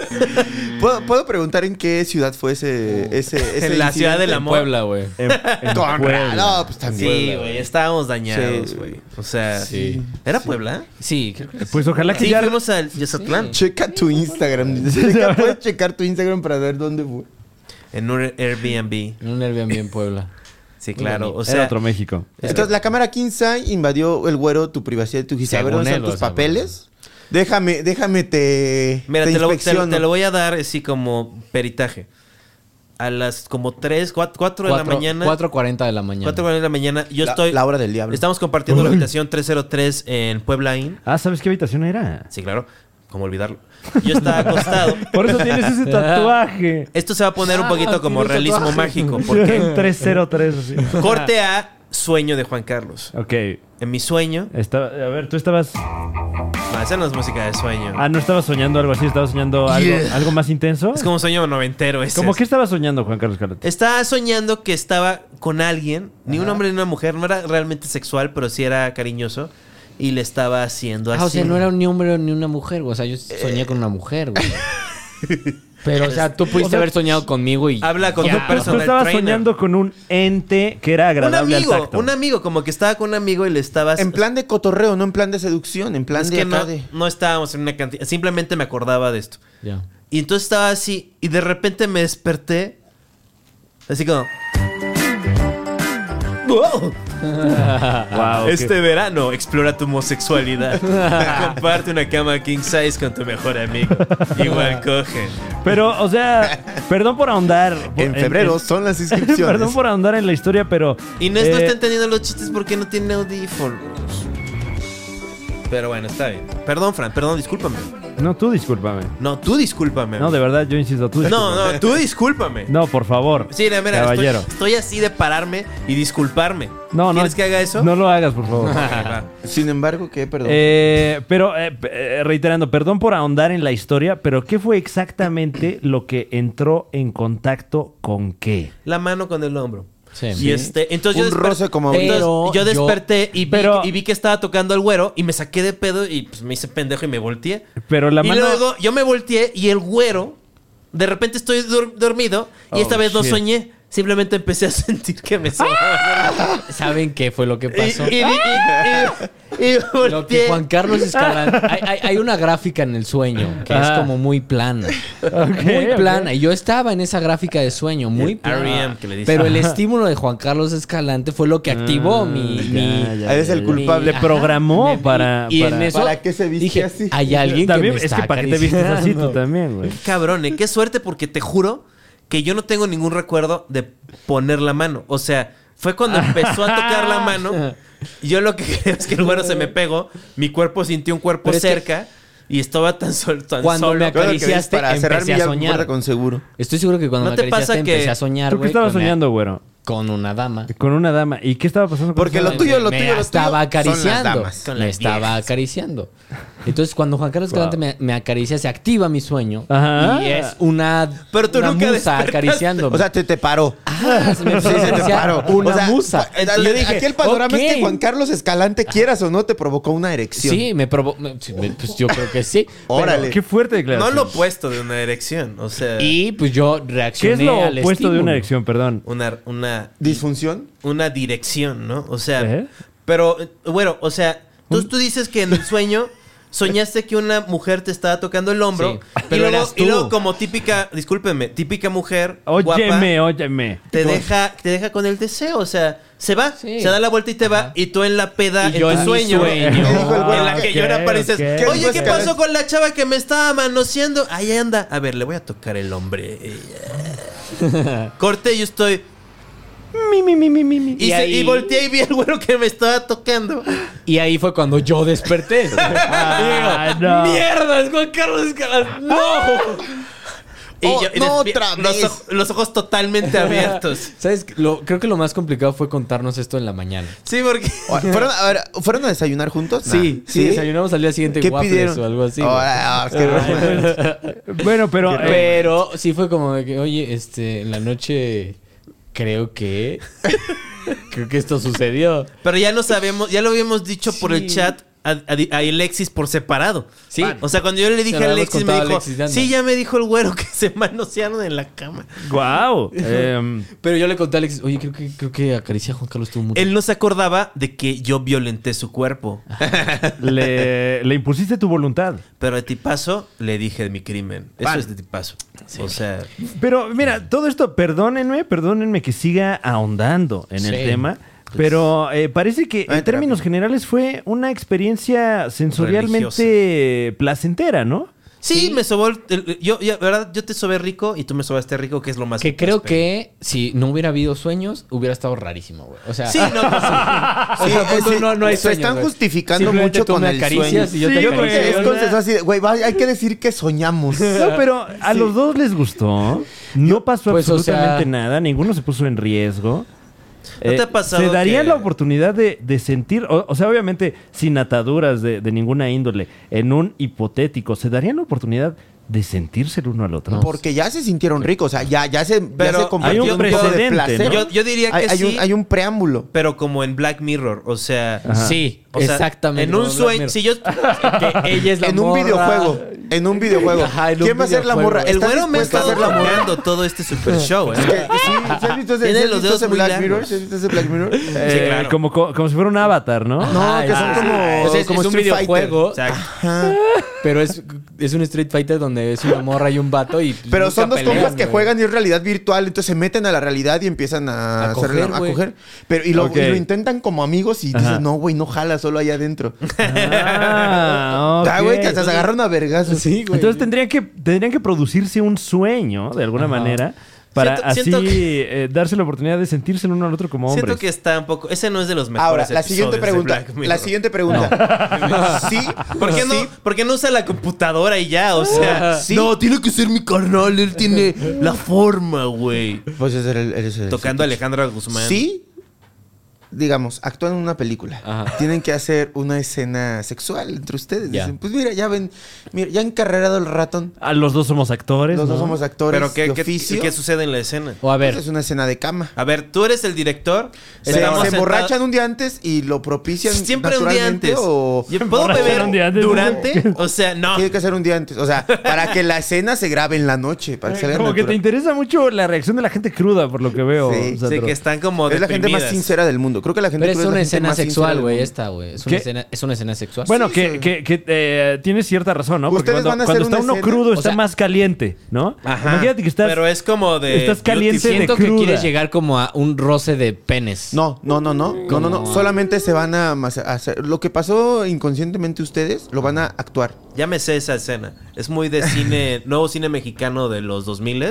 Speaker 3: ¿Puedo, puedo preguntar en qué ciudad fue ese. ese, ese
Speaker 2: En la ciudad del
Speaker 5: En
Speaker 2: amor.
Speaker 5: Puebla, güey.
Speaker 4: En- en
Speaker 3: Con-
Speaker 4: Puebla.
Speaker 3: No, pues
Speaker 2: Sí,
Speaker 3: también.
Speaker 2: güey, estábamos dañados,
Speaker 3: Sí.
Speaker 2: güey. O sea,
Speaker 5: Sí.
Speaker 2: ¿era Puebla?
Speaker 5: Sí, creo que
Speaker 4: Pues ojalá que
Speaker 2: Sí,
Speaker 4: ya...
Speaker 2: fuimos al Yezatlán.
Speaker 3: Checa tu Instagram. dice. Checa- puedes checar tu Instagram para ver dónde fue.
Speaker 2: En un Airbnb.
Speaker 5: en un Airbnb en Puebla.
Speaker 2: Sí, claro. O
Speaker 4: Era
Speaker 2: sea,
Speaker 4: otro México.
Speaker 3: Entonces, la cámara King Sai invadió el güero tu privacidad. Tú dijiste, a ver,
Speaker 5: Según
Speaker 3: ¿dónde
Speaker 5: él,
Speaker 3: están
Speaker 5: o
Speaker 3: tus
Speaker 5: sea,
Speaker 3: papeles? Déjame, déjame te.
Speaker 2: mira, te, lo, te-
Speaker 3: inspecciono.
Speaker 2: te lo voy a dar así como peritaje. A las como 3, 4, de la
Speaker 5: Cuatro-
Speaker 2: mañana.
Speaker 5: 4.40 de la mañana.
Speaker 2: 4 de la mañana. Yo
Speaker 3: La-
Speaker 2: estoy.
Speaker 3: La hora del diablo.
Speaker 2: Estamos compartiendo la habitación 303 en Puebla Inn.
Speaker 4: Ah, ¿sabes qué habitación era?
Speaker 2: Sí, claro. ¿Cómo olvidarlo? Yo estaba acostado.
Speaker 4: Por eso tienes ese tatuaje.
Speaker 2: Esto se va a poner un poquito como
Speaker 5: tiene
Speaker 2: realismo
Speaker 5: tatuaje.
Speaker 2: mágico. Porque
Speaker 4: 303 así.
Speaker 2: corte a sueño de Juan Carlos.
Speaker 4: Ok.
Speaker 2: En mi sueño.
Speaker 4: Estaba- a ver, tú estabas...
Speaker 2: No, esa no es música de sueño.
Speaker 4: Ah, no estabas soñando algo así, estabas soñando algo, algo más intenso.
Speaker 2: Es como un sueño noventero ese.
Speaker 4: ¿Cómo que estabas soñando, Juan Carlos Carlos?
Speaker 2: Estaba soñando que estaba con alguien, ni un hombre ni una mujer, no era realmente sexual, pero sí era cariñoso. Y le estaba haciendo así.
Speaker 5: Ah, o sea, no era ni hombre ni una mujer, güey. O sea,
Speaker 2: Eh.
Speaker 5: yo soñé con una mujer, güey. Pero, o sea, tú pudiste haber soñado conmigo y.
Speaker 2: Habla con
Speaker 5: Ya.
Speaker 2: tu
Speaker 4: Pero tú
Speaker 2: personal
Speaker 4: estabas
Speaker 2: trainer.
Speaker 4: soñando con un ente que era
Speaker 2: un
Speaker 4: agradable al
Speaker 2: amigo,
Speaker 4: tacto.
Speaker 2: un amigo, como que estaba con un amigo y le estaba...
Speaker 3: En plan de cotorreo, no en plan de seducción, en plan
Speaker 2: es
Speaker 3: de
Speaker 2: que
Speaker 3: acá
Speaker 2: no,
Speaker 3: de-
Speaker 2: no estábamos en una cantidad, simplemente me acordaba de esto.
Speaker 5: Ya.
Speaker 2: Y entonces estaba así y de repente me desperté así como... ¡Wow!
Speaker 4: Wow, qué-
Speaker 2: Este verano explora tu homosexualidad. Comparte una cama king size con tu mejor amigo. Igual cogen.
Speaker 4: Pero, o sea, perdón por ahondar.
Speaker 3: En febrero son las inscripciones.
Speaker 4: Perdón por ahondar en la historia, pero.
Speaker 2: Inés no
Speaker 4: eh,
Speaker 2: está entendiendo los chistes porque no tiene audífonos. Pero bueno, está bien. Perdón, Fran, perdón, discúlpame.
Speaker 4: No, tú discúlpame.
Speaker 2: No, tú discúlpame.
Speaker 4: No, de verdad, yo insisto, tú discúlpame.
Speaker 2: No, no, tú discúlpame.
Speaker 4: No, por favor.
Speaker 2: Sí, mira, mira, estoy,
Speaker 4: caballero.
Speaker 2: estoy así de pararme y disculparme.
Speaker 4: No, no.
Speaker 2: ¿Quieres que haga eso?
Speaker 4: No lo hagas, por favor.
Speaker 2: Va.
Speaker 3: Sin embargo, ¿qué? Perdón.
Speaker 4: Eh, pero, eh, p- eh, reiterando, perdón por ahondar en la historia, pero ¿qué fue exactamente lo que entró en contacto con qué?
Speaker 2: La mano con el hombro.
Speaker 5: Sí.
Speaker 2: Y este, entonces
Speaker 3: Un
Speaker 2: yo desper-
Speaker 3: roce como ahorita.
Speaker 5: Pero
Speaker 2: entonces yo
Speaker 5: yo-
Speaker 2: desperté y, vi,
Speaker 4: pero-
Speaker 2: y vi que estaba tocando al güero y me saqué de pedo y pues me hice pendejo y me volteé.
Speaker 4: Pero la
Speaker 2: y
Speaker 4: mano.
Speaker 2: luego yo me volteé y el güero, de repente estoy dur- dormido y esta
Speaker 4: Oh,
Speaker 2: vez no
Speaker 4: shit.
Speaker 2: soñé. Simplemente empecé a sentir que me soñaba.
Speaker 5: ¿Saben Ah, qué fue lo que
Speaker 2: Y,
Speaker 5: pasó?
Speaker 2: y- y- y- y
Speaker 5: Lo que
Speaker 2: volteé.
Speaker 5: Juan Carlos Escalante. Hay, hay- hay una gráfica en el sueño que es
Speaker 4: Ah.
Speaker 5: como muy plana. muy
Speaker 4: ok.
Speaker 5: plana. Y yo estaba en esa gráfica de sueño, muy plana.
Speaker 3: E
Speaker 2: R.E.M. que le dicen.
Speaker 5: Pero el estímulo de Juan Carlos Escalante fue lo que activó mi. mi-
Speaker 4: Mm, ya, ya,
Speaker 3: Eres
Speaker 4: ya,
Speaker 3: el
Speaker 4: ya.
Speaker 3: culpable.
Speaker 5: Ajá,
Speaker 4: programó
Speaker 5: me-
Speaker 4: para-
Speaker 5: Y, y en
Speaker 4: para-
Speaker 5: eso
Speaker 3: ¿Para qué se viste
Speaker 5: dije,
Speaker 3: así?
Speaker 5: Hay alguien que
Speaker 4: También-
Speaker 5: me
Speaker 4: es
Speaker 5: está
Speaker 4: que para qué te vistes así tú
Speaker 5: acariciando.
Speaker 4: también, güey.
Speaker 2: Cabrón, ¿eh? qué suerte porque te juro que yo no tengo ningún recuerdo de poner la mano. O sea, fue cuando empezó a tocar la mano. Yo lo que creo es que el güero se me pegó. Mi cuerpo sintió un cuerpo
Speaker 5: Pero es que-
Speaker 2: cerca y estaba tan, sol, tan
Speaker 5: Cuando
Speaker 2: solo.
Speaker 5: me
Speaker 3: Yo creo que es
Speaker 5: acariciaste,
Speaker 3: para cerrar
Speaker 5: empecé
Speaker 3: mi
Speaker 5: a
Speaker 3: llave
Speaker 5: soñar.
Speaker 3: puerta con seguro.
Speaker 5: Estoy seguro que cuando
Speaker 2: ¿No
Speaker 5: me
Speaker 2: te
Speaker 5: acariciaste
Speaker 2: pasa que-
Speaker 5: empecé a soñar,
Speaker 4: ¿Tú qué
Speaker 5: güey,
Speaker 4: estabas
Speaker 5: con-
Speaker 4: soñando, güero?
Speaker 5: Con una dama.
Speaker 4: Con una dama. ¿Y qué estaba pasando con
Speaker 3: Porque
Speaker 4: esa
Speaker 3: lo
Speaker 4: dama?
Speaker 3: tuyo, lo
Speaker 5: me
Speaker 3: tuyo, lo
Speaker 5: estaba
Speaker 3: tuyo son las
Speaker 5: acariciando.
Speaker 3: damas.
Speaker 2: Son
Speaker 5: me
Speaker 2: las
Speaker 5: estaba
Speaker 2: viejas.
Speaker 5: acariciando. Entonces, cuando Juan Carlos Escalante me, me acaricia, se activa mi sueño.
Speaker 4: Ajá.
Speaker 5: Y es una,
Speaker 2: Pero tú
Speaker 5: una
Speaker 2: nunca
Speaker 5: musa
Speaker 2: despertaste.
Speaker 5: acariciándome.
Speaker 3: O sea, te, te paró.
Speaker 5: Ah, se me
Speaker 3: Sí, se te
Speaker 5: parecía
Speaker 3: paró.
Speaker 5: Una
Speaker 3: O sea, eh,
Speaker 5: musa.
Speaker 3: pa- dale,
Speaker 5: Yo dije,
Speaker 3: aquí el panorama es
Speaker 5: ok.
Speaker 3: que Juan Carlos Escalante, quieras o no, te provocó una erección.
Speaker 5: Sí, me provocó. Pues yo creo que sí.
Speaker 3: Órale.
Speaker 4: Qué fuerte
Speaker 2: No
Speaker 4: declaración.
Speaker 2: lo opuesto de una erección. O sea,
Speaker 5: Pero- y pues yo
Speaker 4: ¿Qué
Speaker 5: reaccioné.
Speaker 4: es lo
Speaker 5: al
Speaker 4: opuesto de una
Speaker 5: estímulo.
Speaker 4: erección? Perdón.
Speaker 2: una, una,
Speaker 3: ¿Disfunción?
Speaker 2: una dirección, ¿no? O sea,
Speaker 4: ¿Eh?
Speaker 2: pero eh, bueno, o sea, Entonces tú dices que en el sueño soñaste que una mujer te estaba tocando el hombro.
Speaker 5: Sí,
Speaker 2: y
Speaker 5: pero
Speaker 2: luego-
Speaker 5: eras
Speaker 2: y luego
Speaker 5: tú.
Speaker 2: como típica, discúlpeme, típica mujer guapa,
Speaker 4: Óyeme, óyeme.
Speaker 2: te deja, te deja con el deseo, o sea, se va,
Speaker 5: Sí.
Speaker 2: se da la vuelta y te va, y tú en la peda,
Speaker 5: Y yo
Speaker 2: en
Speaker 5: en
Speaker 2: tu
Speaker 5: mi
Speaker 2: sueño,
Speaker 5: sueño.
Speaker 2: en la que
Speaker 4: Ah,
Speaker 2: llora
Speaker 4: ok,
Speaker 2: apareces,
Speaker 4: ok.
Speaker 2: oye, ¿qué
Speaker 3: Pues,
Speaker 2: pasó con la chava que me estaba manoseando? Ahí anda, a ver, le voy a tocar el hombre. Corte, yo estoy,
Speaker 4: Mi, mi, mi, mi, mi, mi.
Speaker 2: y,
Speaker 5: Y
Speaker 2: se-
Speaker 5: ahí-
Speaker 2: y volteé y vi al güero que me estaba tocando.
Speaker 5: Y ahí fue cuando yo desperté.
Speaker 4: Ah,
Speaker 5: Digo,
Speaker 4: no.
Speaker 5: ¡Mierda! ¡Es Juan Carlos Escalante! ¡No!
Speaker 2: Y
Speaker 3: Oh,
Speaker 2: yo- y
Speaker 3: no,
Speaker 2: despi-
Speaker 3: otra
Speaker 2: los,
Speaker 3: vez.
Speaker 2: oj- los ojos totalmente abiertos.
Speaker 5: ¿Sabes? Lo- creo que lo más complicado fue contarnos esto en la mañana.
Speaker 2: Sí, porque...
Speaker 3: Ahora, ¿Fueron, a ver, ¿Fueron a desayunar juntos? Nah.
Speaker 5: Sí, sí, desayunamos al día siguiente
Speaker 3: ¿Qué
Speaker 5: waffles
Speaker 3: pidieron?
Speaker 5: o algo así. güey.
Speaker 3: Ahora, ah, es que-
Speaker 4: Bueno, pero. eh,
Speaker 5: Pero sí fue como de que, oye, este, en la noche creo que... creo que esto sucedió.
Speaker 2: Pero ya lo sabemos, ya lo habíamos dicho por el chat a, a- a Alexis por separado.
Speaker 5: Sí.
Speaker 2: O sea, cuando yo le dije
Speaker 5: lo
Speaker 2: a
Speaker 5: habíamos
Speaker 2: Alexis, me
Speaker 5: contado a
Speaker 2: dijo,
Speaker 5: Alexis de Anda.
Speaker 2: sí, ya me dijo el güero que se manosearon en la cama.
Speaker 4: guau. Em,
Speaker 5: Pero yo le conté a Alex, oye, creo que, creo que acaricia a Juan Carlos tuvo mucho.
Speaker 2: Él no se acordaba de que yo violenté su cuerpo.
Speaker 4: le, le impusiste tu voluntad.
Speaker 2: Pero de tipazo le dije de mi crimen. Eso es de tipazo. O sea,
Speaker 4: Pero mira, todo esto, perdónenme, perdónenme que siga ahondando en
Speaker 5: Sí.
Speaker 4: el tema. Pero eh, parece que
Speaker 3: Ah,
Speaker 4: en términos
Speaker 3: terapia.
Speaker 4: generales fue una experiencia sensorialmente placentera, ¿no?
Speaker 2: sí,
Speaker 5: Sí.
Speaker 2: me sobó. el- el- yo, ya, ¿verdad? Yo te sobé rico y tú me sobaste rico, que es lo más.
Speaker 5: Que creo
Speaker 2: espero.
Speaker 5: que si no hubiera habido sueños, hubiera estado rarísimo, güey. O sea,
Speaker 2: Sí, no, pues,
Speaker 5: o sea, punto,
Speaker 3: sí,
Speaker 5: no, no hay
Speaker 3: se
Speaker 5: sueños,
Speaker 3: están
Speaker 5: güey.
Speaker 3: justificando
Speaker 5: Simplemente
Speaker 3: mucho
Speaker 5: tú
Speaker 3: con
Speaker 5: me
Speaker 3: el
Speaker 5: acaricias
Speaker 3: sueño.
Speaker 5: y yo te
Speaker 4: Sí, yo creo
Speaker 5: acaricio.
Speaker 4: que
Speaker 3: Es con sensación así de, güey, va- hay que decir que soñamos.
Speaker 4: No, pero a los dos les gustó. No pasó
Speaker 5: Pues, o sea-
Speaker 4: absolutamente nada. Ninguno se puso en riesgo. Eh,
Speaker 2: ¿No te ha pasado
Speaker 4: se daría
Speaker 2: que-
Speaker 4: la oportunidad de, de sentir, o, o sea, obviamente sin ataduras de, de ninguna índole, en un hipotético, ¿se daría la oportunidad de sentirse el uno al otro?
Speaker 3: Porque ya se sintieron ricos, o sea, ya, ya se,
Speaker 2: Pero
Speaker 3: ya se convirtió
Speaker 4: hay un
Speaker 3: en un poco de
Speaker 4: precedente,
Speaker 3: placer.
Speaker 4: ¿no?
Speaker 2: yo, yo diría que
Speaker 3: hay, hay
Speaker 2: sí.
Speaker 3: un, hay un preámbulo.
Speaker 2: Pero como en Black Mirror, o sea.
Speaker 5: Sí,
Speaker 2: o sea,
Speaker 5: exactamente.
Speaker 2: En un
Speaker 5: como Black
Speaker 2: sueño.
Speaker 5: Mirror.
Speaker 2: Si yo.
Speaker 5: que ella es la
Speaker 3: En un
Speaker 5: morra.
Speaker 3: videojuego. En un videojuego.
Speaker 5: Ajá, en un
Speaker 3: ¿Quién va a ser la
Speaker 5: videojuego.
Speaker 3: morra?
Speaker 2: El
Speaker 3: ¿Estás
Speaker 2: güero me ha
Speaker 3: dispuesta a
Speaker 2: estado
Speaker 3: ser la morra?
Speaker 2: bloqueando todo este super show, ¿eh?
Speaker 3: Es que, sí, ¿sí has visto ese-
Speaker 2: Tiene
Speaker 3: sí has
Speaker 2: los
Speaker 3: visto
Speaker 2: dedos
Speaker 3: ese
Speaker 2: muy
Speaker 3: Black
Speaker 2: largos.
Speaker 3: Mirror? ¿Sí has visto ese Black Mirror?
Speaker 4: Eh,
Speaker 2: Sí, claro.
Speaker 4: como, co- como si fuera un avatar, ¿no?
Speaker 3: No,
Speaker 5: Ajá,
Speaker 3: que son
Speaker 5: exacto.
Speaker 3: como-
Speaker 5: O sea, Ah, es,
Speaker 3: como
Speaker 5: es un
Speaker 3: Street Fighter.
Speaker 5: videojuego,
Speaker 2: O sea,
Speaker 3: Ah,
Speaker 5: pero es, es un Street Fighter donde es una morra y un vato y
Speaker 3: Pero
Speaker 5: nunca
Speaker 3: son dos
Speaker 5: pelean,
Speaker 3: compas que
Speaker 5: güey.
Speaker 3: juegan y es realidad virtual, entonces se meten a la realidad y empiezan a,
Speaker 5: A
Speaker 3: hacer-
Speaker 5: coger,
Speaker 3: a
Speaker 5: güey.
Speaker 3: coger. Pero, y, lo,
Speaker 4: Ok.
Speaker 3: y lo intentan como amigos y dices,
Speaker 4: Ajá.
Speaker 3: no, güey, no jala, solo allá adentro.
Speaker 4: Ah,
Speaker 3: Ah, güey,
Speaker 4: ok.
Speaker 3: que hasta se agarran a vergazos.
Speaker 5: Sí, güey.
Speaker 4: Entonces tendrían que, tendrían que producirse un sueño, de alguna manera, para
Speaker 2: Siento-
Speaker 4: así
Speaker 2: siento
Speaker 4: eh, darse la oportunidad de sentirse el uno al otro como hombres.
Speaker 2: siento que está un poco. Ese no es de los mejores.
Speaker 3: Ahora, la
Speaker 2: episodios
Speaker 3: siguiente
Speaker 2: de
Speaker 3: pregunta.
Speaker 2: Black Mirror.
Speaker 3: La siguiente pregunta. Sí,
Speaker 2: ¿Por qué,
Speaker 3: sí,
Speaker 2: no, ¿Por qué no usa la computadora y ya? O sea,
Speaker 3: Sí.
Speaker 2: no, tiene que ser mi carnal, él tiene la forma, güey.
Speaker 3: Pues ese era el- ese era el
Speaker 2: Tocando a
Speaker 3: fetiche.
Speaker 2: Alejandra Guzmán.
Speaker 3: Sí, digamos, actúan en una película.
Speaker 5: Ajá.
Speaker 3: Tienen que hacer una escena sexual entre ustedes.
Speaker 5: Ya.
Speaker 3: Dicen, pues mira, ya ven, mira, ya han carrerado el ratón.
Speaker 4: Ah, los dos somos actores.
Speaker 3: Los dos
Speaker 4: Pues ¿no?
Speaker 3: somos actores
Speaker 2: Pero ¿qué,
Speaker 3: de
Speaker 2: qué,
Speaker 3: oficio.
Speaker 2: qué sucede en la escena?
Speaker 5: O a ver,
Speaker 3: Es una escena de cama.
Speaker 2: A ver, tú eres el director.
Speaker 3: Se,
Speaker 2: estamos
Speaker 3: se
Speaker 2: sentados-
Speaker 3: emborrachan un día antes y lo propician
Speaker 2: Siempre un día
Speaker 3: naturalmente
Speaker 2: antes.
Speaker 3: o
Speaker 2: Yo- ¿Puedo
Speaker 4: Emborracharon
Speaker 2: beber
Speaker 4: un día antes,
Speaker 2: durante? O sea, no.
Speaker 3: tiene que ser un día antes, o sea, para que la escena se grabe en la noche,
Speaker 2: Eh,
Speaker 3: para que salga
Speaker 4: Como que te
Speaker 3: natural.
Speaker 4: interesa mucho la reacción de la gente cruda, por lo que veo.
Speaker 3: Sí,
Speaker 4: Sandro.
Speaker 2: Sí, que están como
Speaker 3: Es la gente más
Speaker 2: deprimidas.
Speaker 3: sincera del mundo. Creo que la gente
Speaker 5: pero es
Speaker 3: creo que
Speaker 5: una
Speaker 3: la gente
Speaker 5: escena
Speaker 3: más sincera
Speaker 5: sexual,
Speaker 3: del
Speaker 5: güey,
Speaker 3: mundo.
Speaker 5: esta, güey. Es una
Speaker 4: ¿Qué?
Speaker 5: escena, es una escena sexual.
Speaker 4: Bueno,
Speaker 3: Sí,
Speaker 4: que,
Speaker 3: sí.
Speaker 4: que- que, eh, tienes cierta razón, ¿no? Porque
Speaker 3: Ustedes
Speaker 4: cuando,
Speaker 3: van a hacer
Speaker 4: cuando está
Speaker 3: una
Speaker 4: uno
Speaker 3: escena-
Speaker 4: crudo
Speaker 5: o
Speaker 4: está
Speaker 5: sea-
Speaker 4: más caliente, ¿no?
Speaker 2: Ajá.
Speaker 4: Imagínate que estás...
Speaker 2: Pero es como de.
Speaker 4: estás caliente
Speaker 2: beauty
Speaker 5: siento
Speaker 4: de
Speaker 5: que
Speaker 4: cruda.
Speaker 5: quieres llegar como a un roce de penes.
Speaker 3: No, no, no, no. No, no, no. Solamente se van a mas- a hacer. Lo que pasó inconscientemente ustedes lo van a actuar.
Speaker 2: Ya me sé esa escena. Es muy de cine, nuevo cine mexicano de los 2000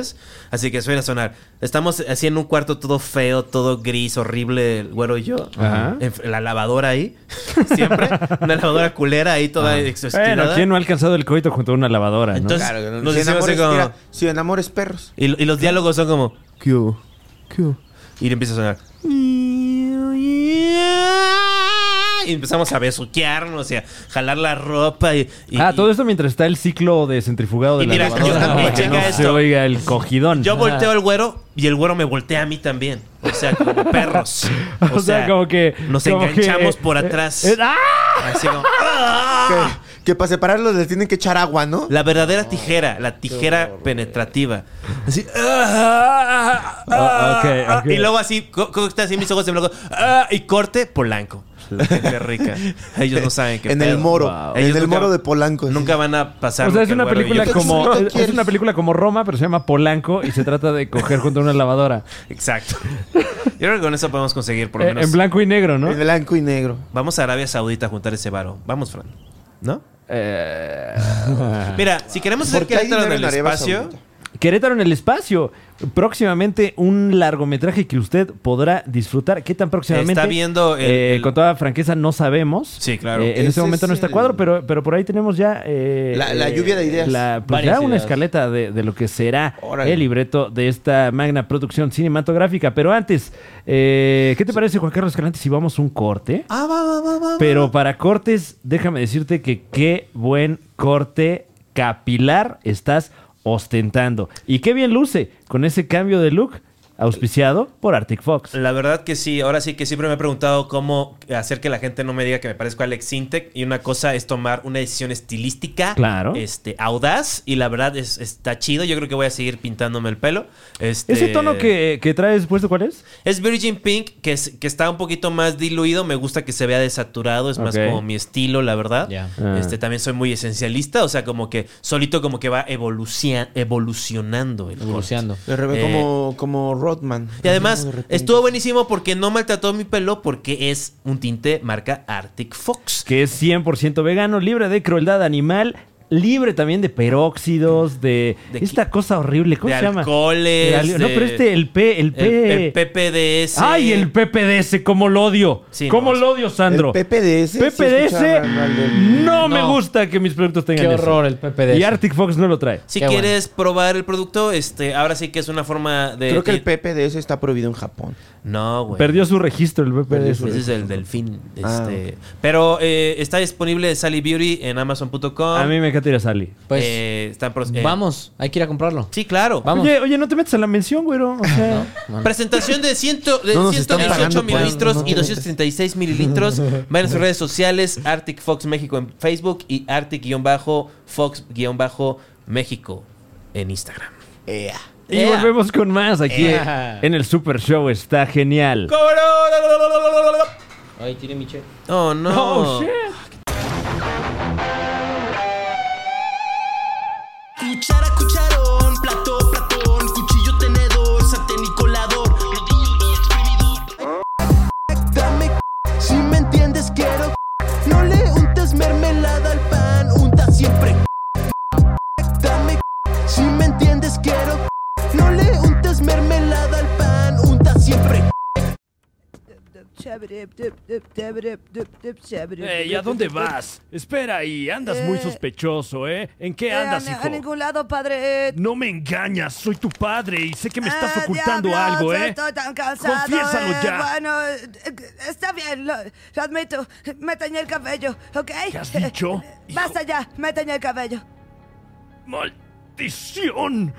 Speaker 2: Así que suena a sonar. Estamos así en un cuarto todo feo, todo gris, horrible, el güero y yo.
Speaker 4: Ajá.
Speaker 2: En la lavadora ahí. Siempre. Una lavadora culera ahí toda
Speaker 4: Ah. Bueno,
Speaker 2: exostinada.
Speaker 4: ¿quién no ha alcanzado el coito junto a una lavadora, no?
Speaker 2: Entonces, nos hicimos así
Speaker 3: si, enamores,
Speaker 2: como-
Speaker 3: mira, si enamores perros.
Speaker 2: Y, y los diálogos son como. ¿Qué hubo? ¿Qué hubo?" Y le empieza a sonar. Y empezamos a besuquearnos y a jalar la ropa y. y-
Speaker 4: ah,
Speaker 2: y-
Speaker 4: todo esto mientras está el ciclo de centrifugado de
Speaker 2: Y
Speaker 4: la
Speaker 2: mira,
Speaker 4: lavadora.
Speaker 2: yo también,
Speaker 4: para que
Speaker 2: checa
Speaker 4: no se
Speaker 2: esto.
Speaker 4: oiga el cogidón.
Speaker 2: Yo volteo al güero y el güero me voltea a mí también. O sea, como perros. O, sea,
Speaker 4: como que...
Speaker 2: nos
Speaker 4: como que-
Speaker 2: enganchamos por atrás.
Speaker 4: Eh, ¡Ah!
Speaker 2: Así como, ¡ah!
Speaker 3: Que, que para separarlos les tienen que echar agua, ¿no?
Speaker 2: La verdadera tijera, la tijera penetrativa. Así. ah, ah, ah,
Speaker 4: ok,
Speaker 2: ah,
Speaker 4: ok.
Speaker 2: Y luego así, co- co- está así mis ojos en blanco. ah, y corte polanco. La gente rica. Ellos no saben qué
Speaker 3: en
Speaker 2: pedo.
Speaker 3: el moro.
Speaker 4: Wow.
Speaker 3: En
Speaker 2: Ellos
Speaker 3: el
Speaker 2: nunca-
Speaker 3: moro de Polanco. sí.
Speaker 2: Nunca van a pasar.
Speaker 4: O sea,
Speaker 2: lo
Speaker 4: es
Speaker 2: que
Speaker 4: una
Speaker 2: el güero y yo
Speaker 4: película
Speaker 3: ¿Qué
Speaker 4: como
Speaker 3: quieres?
Speaker 4: es es una película como Roma, pero se llama Polanco y se trata de coger contra una lavadora
Speaker 2: Exacto. Yo creo que con eso podemos conseguir por lo
Speaker 4: Eh,
Speaker 2: menos.
Speaker 4: en blanco y negro, ¿no?
Speaker 3: En blanco y negro.
Speaker 2: Vamos a Arabia Saudita a juntar ese varo. Vamos, Fran. ¿No?
Speaker 4: Eh,
Speaker 2: Mira, si queremos hacer
Speaker 3: Ah. ¿Por qué hay
Speaker 2: Querétaro en el
Speaker 3: dinero en Arabia
Speaker 2: espacio,
Speaker 3: Saudita?
Speaker 4: Querétaro en el espacio. Próximamente un largometraje que usted podrá disfrutar. ¿Qué tan próximamente?
Speaker 2: Está viendo el-
Speaker 4: Eh,
Speaker 2: el-
Speaker 4: Con toda franqueza no sabemos.
Speaker 2: Sí, claro.
Speaker 4: Eh, en
Speaker 3: Ese
Speaker 4: este momento no
Speaker 3: es
Speaker 4: está
Speaker 3: el-
Speaker 4: cuadro, pero, pero por ahí tenemos ya... eh,
Speaker 3: La- la
Speaker 4: eh,
Speaker 3: lluvia de ideas.
Speaker 4: la- pues
Speaker 5: Varias
Speaker 4: ya una
Speaker 5: ideas.
Speaker 4: escaleta de, de lo que será
Speaker 3: Órale.
Speaker 4: el libreto de esta magna producción cinematográfica. Pero antes, eh, ¿qué te parece, Juan Carlos Escalante, si vamos a un corte?
Speaker 2: Ah,
Speaker 4: Pero para cortes, déjame decirte que qué buen corte capilar estás ostentando. Y qué bien luce con ese cambio de look auspiciado por Arctic Fox.
Speaker 2: la verdad que sí. Ahora sí que siempre me he preguntado cómo hacer que la gente no me diga que me parezco a Alex Sintek. Y una cosa es tomar una decisión estilística.
Speaker 4: Claro.
Speaker 2: Este, audaz. Y la verdad es, está chido. Yo creo que voy a seguir pintándome el pelo. Este,
Speaker 4: ¿Ese tono que, que traes puesto cuál es?
Speaker 2: Es Virgin Pink, que, es- que está un poquito más diluido. Me gusta que se vea desaturado. Es más
Speaker 4: Ok.
Speaker 2: como mi estilo, la verdad.
Speaker 5: Ya.
Speaker 4: Ah.
Speaker 2: Este, también soy muy esencialista. O sea, como que solito como que va evolucia- evolucionando el corte.
Speaker 5: Evolucionando.
Speaker 3: De repente,
Speaker 2: Eh,
Speaker 3: como, como Rodman.
Speaker 2: Y además,
Speaker 3: De repente.
Speaker 2: estuvo buenísimo porque no maltrató mi pelo porque es un tinte marca Arctic Fox.
Speaker 4: que es 100% vegano, libre de crueldad animal, libre también de peróxidos, de,
Speaker 2: De
Speaker 4: esta cosa horrible, ¿cómo
Speaker 2: de
Speaker 4: se llama?
Speaker 2: alcoholes,
Speaker 4: De al- No,
Speaker 2: de-
Speaker 4: pero este, el P, el
Speaker 2: El,
Speaker 4: P.
Speaker 2: el PPDS.
Speaker 4: ¡Ay, el PPDS! ¡Cómo lo odio!
Speaker 2: Sí,
Speaker 4: ¡Cómo
Speaker 2: no.
Speaker 4: lo odio,
Speaker 3: El
Speaker 4: Sandro!
Speaker 3: PPDS. sí
Speaker 4: PPDS,
Speaker 3: escuchaba hablar del-
Speaker 4: no me
Speaker 5: No.
Speaker 4: gusta que mis productos tengan
Speaker 5: Qué
Speaker 4: eso.
Speaker 5: horror el PPDS.
Speaker 4: Y Arctic Fox no lo trae.
Speaker 2: Si
Speaker 5: Qué
Speaker 2: quieres probar el producto, este, ahora sí que es una forma de.
Speaker 3: Creo que el
Speaker 2: de-
Speaker 3: PPDS está prohibido en Japón.
Speaker 2: No, güey.
Speaker 4: Perdió su registro el PPDS.
Speaker 2: Ese es el delfín. Este.
Speaker 3: Ah,
Speaker 2: Pero eh, está disponible Sally Beauty en Amazon.com.
Speaker 4: A mí me encanta ir a Sally.
Speaker 5: Pues
Speaker 2: Eh, está en pro- eh,
Speaker 5: vamos, hay que ir a comprarlo.
Speaker 2: Sí, claro.
Speaker 5: Vamos.
Speaker 4: Oye, oye, no te metas a la mención, güero. O sea,
Speaker 5: Mano.
Speaker 2: Presentación de, ciento, de
Speaker 3: Ah, No nos están
Speaker 2: 118
Speaker 3: pagando por
Speaker 2: mililitros
Speaker 3: eso, ¿no?
Speaker 2: y 236 mililitros. Vayan a sus redes sociales, Arctic Fox México en Facebook y Arctic-Fox-México en Instagram.
Speaker 4: y volvemos con más aquí
Speaker 5: Ea.
Speaker 4: en el Super Show. Está genial.
Speaker 5: Ay, tiene Michelle.
Speaker 2: Oh, no.
Speaker 4: Oh, shit.
Speaker 7: Cuchara, cucharón, plato, platón, cuchillo, tenedor, sartén y colador, rodillo y exprimidor. Dame, si me entiendes quiero, no le untes mermelada al pan, unta siempre. Dame, si me entiendes quiero, no le untes mermelada al pan, unta siempre.
Speaker 4: Ey, Eh, ¿a dónde vas? Espera ahí, andas muy
Speaker 8: Eh,
Speaker 4: sospechoso, ¿eh? ¿En
Speaker 8: Eh,
Speaker 4: qué andas,
Speaker 8: a, a
Speaker 4: hijo?
Speaker 8: ningún lado, padre. Eh,
Speaker 4: No me engañas, soy tu padre y sé que me estás
Speaker 8: ah,
Speaker 4: ocultando
Speaker 8: diablos,
Speaker 4: algo, ¿eh?
Speaker 8: Estoy tan cansado.
Speaker 4: Confiésalo
Speaker 8: eh,
Speaker 4: ya.
Speaker 8: Bueno, eh, eh, está bien, lo, lo admito. Me teñí el cabello, ¿ok?
Speaker 4: ¿Qué has dicho?
Speaker 8: Eh, Basta ya, me teñí el cabello.
Speaker 4: ¡Maldición!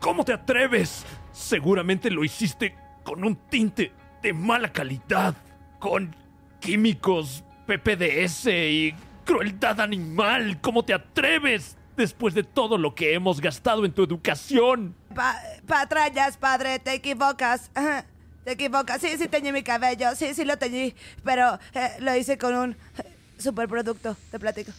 Speaker 4: ¿Cómo te atreves? Seguramente lo hiciste con un tinte de mala calidad, con químicos, PPDS y crueldad animal. ¿Cómo te atreves? Después de todo lo que hemos gastado en tu educación.
Speaker 8: Pa- patrañas, padre, te equivocas. Ajá, Te equivocas. Sí, sí teñí mi cabello. Sí, sí lo teñí. Pero eh, lo hice con un eh, superproducto. Te platico.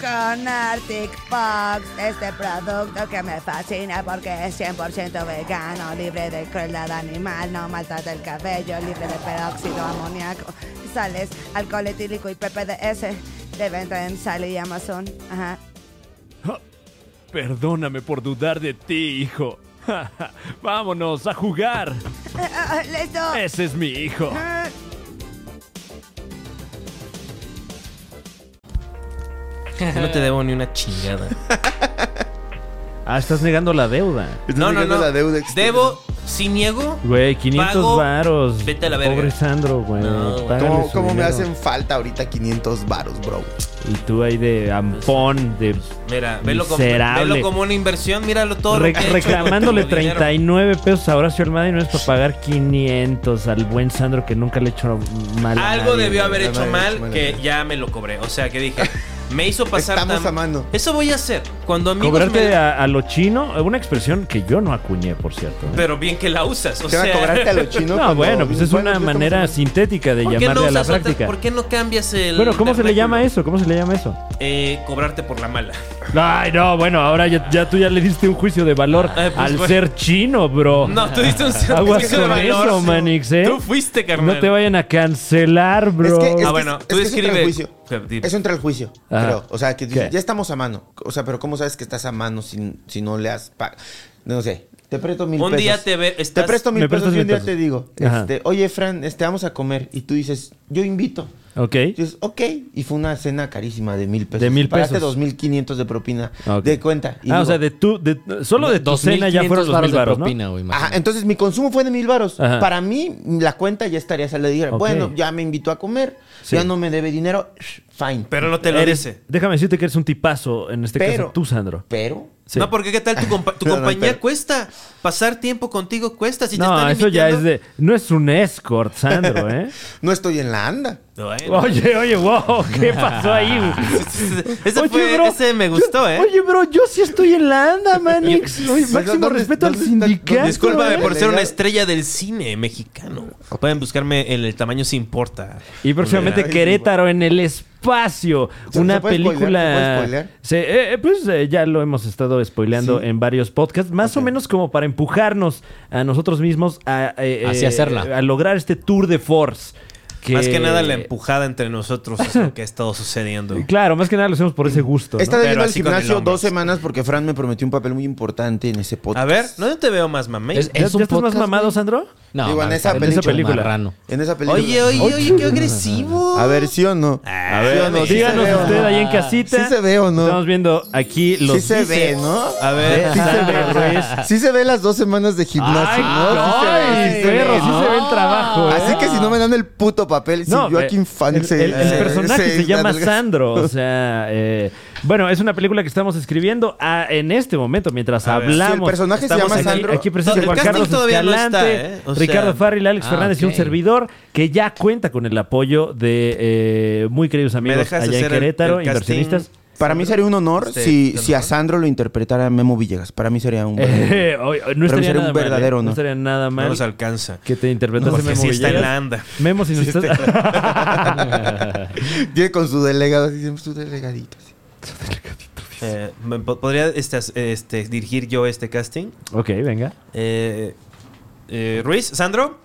Speaker 8: Con Arctic Fox, este producto que me fascina porque es 100% vegano, libre de crueldad animal, no maltrata el cabello, libre de peróxido, amoníaco, sales, alcohol etílico y PPDS. De venta en Sally y Amazon. Ajá.
Speaker 4: Perdóname por dudar de ti, hijo. Vámonos a jugar.
Speaker 8: Ah, ah, ¡Listo!
Speaker 4: Ese es mi hijo.
Speaker 8: Ah.
Speaker 2: No te debo ni una chingada.
Speaker 4: Ah, estás negando la deuda.
Speaker 2: No, no,
Speaker 3: negando
Speaker 2: no.
Speaker 3: la deuda externa.
Speaker 2: Debo, si niego.
Speaker 4: Güey, 500
Speaker 2: Pago,
Speaker 4: varos.
Speaker 2: vete a la verga.
Speaker 4: Pobre Sandro, güey.
Speaker 2: No, güey.
Speaker 4: Págale
Speaker 3: ¿Cómo,
Speaker 4: su
Speaker 3: cómo me
Speaker 4: dinero.
Speaker 3: hacen falta ahorita 500 varos, bro?
Speaker 4: Y tú ahí de ampón, de
Speaker 2: Mira, velo como,
Speaker 4: Miserable.
Speaker 2: velo como una inversión. Míralo todo. lo
Speaker 4: re-
Speaker 2: que he hecho
Speaker 4: reclamándole
Speaker 2: con tu dinero.
Speaker 4: 39 pesos a Horacio Almada y no es para pagar 500 al buen Sandro que nunca le he hecho mal. a
Speaker 2: Algo
Speaker 4: nadie,
Speaker 2: debió
Speaker 4: güey.
Speaker 2: haber hecho
Speaker 3: nadie,
Speaker 2: mal
Speaker 3: nadie.
Speaker 2: que ya me lo cobré. O sea, que dije, Me hizo pasar
Speaker 3: Estamos
Speaker 2: tam-
Speaker 3: a mano.
Speaker 2: Eso voy a hacer. Cuando amigos
Speaker 4: Cobrarte
Speaker 2: me-
Speaker 4: a, a lo chino, una expresión que yo no acuñé, por cierto. ¿eh?
Speaker 2: Pero bien que la usas. O
Speaker 3: Te van
Speaker 2: sea,
Speaker 3: a cobrarte a lo chino.
Speaker 4: No,
Speaker 3: cuando-
Speaker 4: bueno, pues es
Speaker 3: Bueno,
Speaker 4: una
Speaker 3: ya estamos
Speaker 4: manera
Speaker 3: hablando.
Speaker 4: sintética de
Speaker 2: ¿por qué
Speaker 4: llamarle
Speaker 2: no
Speaker 4: a la
Speaker 2: usas otra-
Speaker 4: práctica.
Speaker 2: ¿Por qué no cambias el.
Speaker 4: Bueno, ¿cómo se le llama
Speaker 2: vernáculo?
Speaker 4: eso? ¿Cómo se le llama eso?
Speaker 2: Eh, cobrarte por la mala.
Speaker 4: Ay, no, bueno, ahora ya, ya tú ya le diste un juicio de valor
Speaker 2: Ah, pues,
Speaker 4: al
Speaker 2: bueno.
Speaker 4: ser chino, bro.
Speaker 2: No, tú diste un
Speaker 4: Aguas
Speaker 2: juicio de
Speaker 4: con
Speaker 2: valor.
Speaker 4: eso, Manix, ¿eh?
Speaker 2: Tú fuiste, carnal.
Speaker 4: No te vayan a cancelar,
Speaker 3: Es
Speaker 4: bro.
Speaker 3: que, es que-
Speaker 2: Ah, bueno,
Speaker 3: es
Speaker 2: tú
Speaker 3: que es
Speaker 2: escribe-
Speaker 3: un transjuicio.
Speaker 2: Pero, di-
Speaker 3: Es un transjuicio.
Speaker 4: Ajá.
Speaker 3: Pero, o sea, que dices,
Speaker 4: ¿Qué?
Speaker 3: ya estamos a mano. O sea, pero ¿cómo sabes que estás a mano si, si no le has pagado? No sé. Te presto mil
Speaker 2: Un
Speaker 3: pesos.
Speaker 2: día te ve- estás-
Speaker 3: Te presto mil
Speaker 4: Me prestas
Speaker 3: pesos y
Speaker 4: mil
Speaker 3: un día
Speaker 4: pesos.
Speaker 3: te digo,
Speaker 4: Ajá.
Speaker 3: este, oye, Fran, este, vamos a comer. Y tú dices, yo invito.
Speaker 4: Ok.
Speaker 3: Y dices, ok. Y fue una cena carísima de mil pesos.
Speaker 4: De mil
Speaker 3: Pagaste
Speaker 4: pesos.
Speaker 3: dos mil quinientos de propina.
Speaker 4: Ok.
Speaker 3: De cuenta. Y
Speaker 4: ah, o
Speaker 3: digo,
Speaker 4: sea, de tu, de, solo de tu cena ya fueron los mil
Speaker 5: de
Speaker 4: baros, ¿no?
Speaker 5: propina, güey.
Speaker 3: Ajá,
Speaker 5: imagínate.
Speaker 3: entonces mi consumo fue de mil varos.
Speaker 4: Ajá.
Speaker 3: Para mí, la cuenta ya estaría. O sea, le dijera,
Speaker 4: Ok.
Speaker 3: bueno, ya me invitó a comer,
Speaker 4: Sí.
Speaker 3: ya no me debe dinero, sh, fine.
Speaker 2: Pero no te lo
Speaker 4: Eres-
Speaker 2: dice.
Speaker 4: déjame decirte que eres un tipazo, en este
Speaker 3: Pero-
Speaker 4: caso tú, Sandro.
Speaker 3: Pero,
Speaker 4: Sí.
Speaker 2: No, porque ¿qué tal tu, compa- tu
Speaker 3: No, no,
Speaker 2: compañía
Speaker 3: pero-
Speaker 2: cuesta? Pasar tiempo contigo cuesta. Si te
Speaker 4: No,
Speaker 2: están
Speaker 4: eso ya es
Speaker 2: invitando-
Speaker 4: de... No es un escort, Sandro, ¿eh?
Speaker 3: no estoy en la anda.
Speaker 2: Bueno.
Speaker 4: oye, oye, wow, ¿qué pasó ahí? güey?
Speaker 2: Ese,
Speaker 4: Oye,
Speaker 2: fue-
Speaker 4: bro,
Speaker 2: ese me
Speaker 4: yo-
Speaker 2: gustó, ¿eh?
Speaker 4: Oye, bro, yo sí estoy en la anda, Manix. Oye,
Speaker 3: Pues,
Speaker 4: máximo
Speaker 3: ¿dónde-
Speaker 4: respeto al
Speaker 3: dónde está-
Speaker 4: sindicato.
Speaker 3: dónde-
Speaker 2: Discúlpame
Speaker 4: ¿eh?
Speaker 2: por ser una
Speaker 3: Legal.
Speaker 2: estrella del cine mexicano. Pueden buscarme en el tamaño si importa.
Speaker 4: Y próximamente
Speaker 3: Legal.
Speaker 4: Querétaro en el espacio.
Speaker 3: ¿Se-
Speaker 4: una
Speaker 3: se puede
Speaker 4: película.
Speaker 3: spoilear? ¿Se puede spoilear?
Speaker 4: Se- eh, eh, pues eh, ya lo hemos estado spoileando
Speaker 3: Sí.
Speaker 4: en varios podcasts. Más o
Speaker 3: Ok.
Speaker 4: menos como para empujarnos a nosotros mismos a, eh,
Speaker 5: Así
Speaker 4: eh,
Speaker 5: hacerla.
Speaker 4: a lograr este tour de force.
Speaker 2: Más que nada la empujada entre nosotros es lo que ha estado sucediendo.
Speaker 4: Claro, más que nada lo hacemos por ese gusto. ¿no?
Speaker 3: He estado
Speaker 2: Pero
Speaker 3: yendo al
Speaker 2: así con el
Speaker 3: gimnasio
Speaker 2: hombro.
Speaker 3: dos semanas porque Fran me prometió un papel muy importante en ese podcast.
Speaker 2: A ver, no te veo más, mamá.
Speaker 5: Es-
Speaker 4: ¿Ya,
Speaker 5: es
Speaker 4: ya estás
Speaker 5: un
Speaker 4: más
Speaker 5: podcast,
Speaker 4: mamado,
Speaker 5: güey.
Speaker 4: Sandro?
Speaker 5: No,
Speaker 3: Digo, en
Speaker 5: mames,
Speaker 3: esa
Speaker 5: parece
Speaker 3: película.
Speaker 5: un
Speaker 4: película.
Speaker 5: marrano.
Speaker 3: En esa película.
Speaker 2: Oye, oye, oye, qué agresivo.
Speaker 3: A ver, ¿sí o no?
Speaker 2: Ah,
Speaker 3: ¿Sí
Speaker 2: a ver,
Speaker 3: o no? ¿Sí
Speaker 4: Díganos
Speaker 3: se ve o
Speaker 4: usted
Speaker 3: no? Ah,
Speaker 4: ahí en casita.
Speaker 3: ¿Sí se ve o no?
Speaker 4: Estamos viendo aquí los.
Speaker 3: Sí se ve,
Speaker 4: bíceps
Speaker 3: ¿no?
Speaker 2: A
Speaker 4: de
Speaker 2: ver.
Speaker 4: Sandro Ruiz.
Speaker 3: Sí se ve las dos semanas de
Speaker 4: Ay,
Speaker 3: gimnasio, ¿no? Sí se ve,
Speaker 4: ay,
Speaker 3: sí se ve,
Speaker 4: perro, sí
Speaker 3: ¿no?
Speaker 4: se ve el trabajo. ¿eh?
Speaker 3: Así que si no me dan el puto papel, si
Speaker 4: No,
Speaker 3: Joaquín
Speaker 4: eh,
Speaker 3: Fan
Speaker 4: el,
Speaker 3: se-
Speaker 4: el- el
Speaker 3: se-
Speaker 4: personaje se, llama
Speaker 3: adelgaza.
Speaker 4: Sandro. O sea, eh, bueno, es una película que estamos escribiendo ah, en este momento mientras
Speaker 2: A ver, sí, el
Speaker 4: hablamos.
Speaker 3: Si el personaje se
Speaker 2: Estamos
Speaker 3: llama
Speaker 4: Aquí-
Speaker 3: Sandro.
Speaker 4: Aquí presente
Speaker 2: El
Speaker 4: Juan
Speaker 2: casting
Speaker 4: Carlos
Speaker 2: todavía no está,
Speaker 4: Escalante,
Speaker 2: ¿eh? O sea-
Speaker 4: Ricardo Farril, Alex
Speaker 5: Ah,
Speaker 4: Fernández y un
Speaker 5: ok.
Speaker 4: servidor que ya cuenta con el apoyo de eh, muy queridos amigos
Speaker 2: dejas
Speaker 4: allá en
Speaker 2: hacer el-
Speaker 4: Querétaro,
Speaker 2: el casting?
Speaker 4: inversionistas.
Speaker 3: Para mí sería un honor
Speaker 2: Este,
Speaker 3: si,
Speaker 2: Sandro.
Speaker 3: si a Sandro lo interpretara Memo Villegas. Para mí sería un verdadero
Speaker 4: Eh, o- o- no
Speaker 3: mí
Speaker 4: estaría
Speaker 3: sería
Speaker 4: nada
Speaker 3: un
Speaker 4: mal, ¿eh?
Speaker 3: verdadero
Speaker 4: No
Speaker 3: honor.
Speaker 4: estaría nada
Speaker 2: No
Speaker 4: mal
Speaker 2: nos alcanza.
Speaker 4: que te interpretase
Speaker 2: Porque
Speaker 4: Memo
Speaker 2: sí está en
Speaker 4: Villegas.
Speaker 2: la anda.
Speaker 4: Memo, si nos
Speaker 3: Sí
Speaker 4: estás-
Speaker 3: Llega con su delegado, así siempre su delegadito. así.
Speaker 2: Eh, ¿me po- ¿Podría este, as- este, dirigir yo este casting?
Speaker 4: ok, venga.
Speaker 2: Eh, eh, Ruiz, Sandro,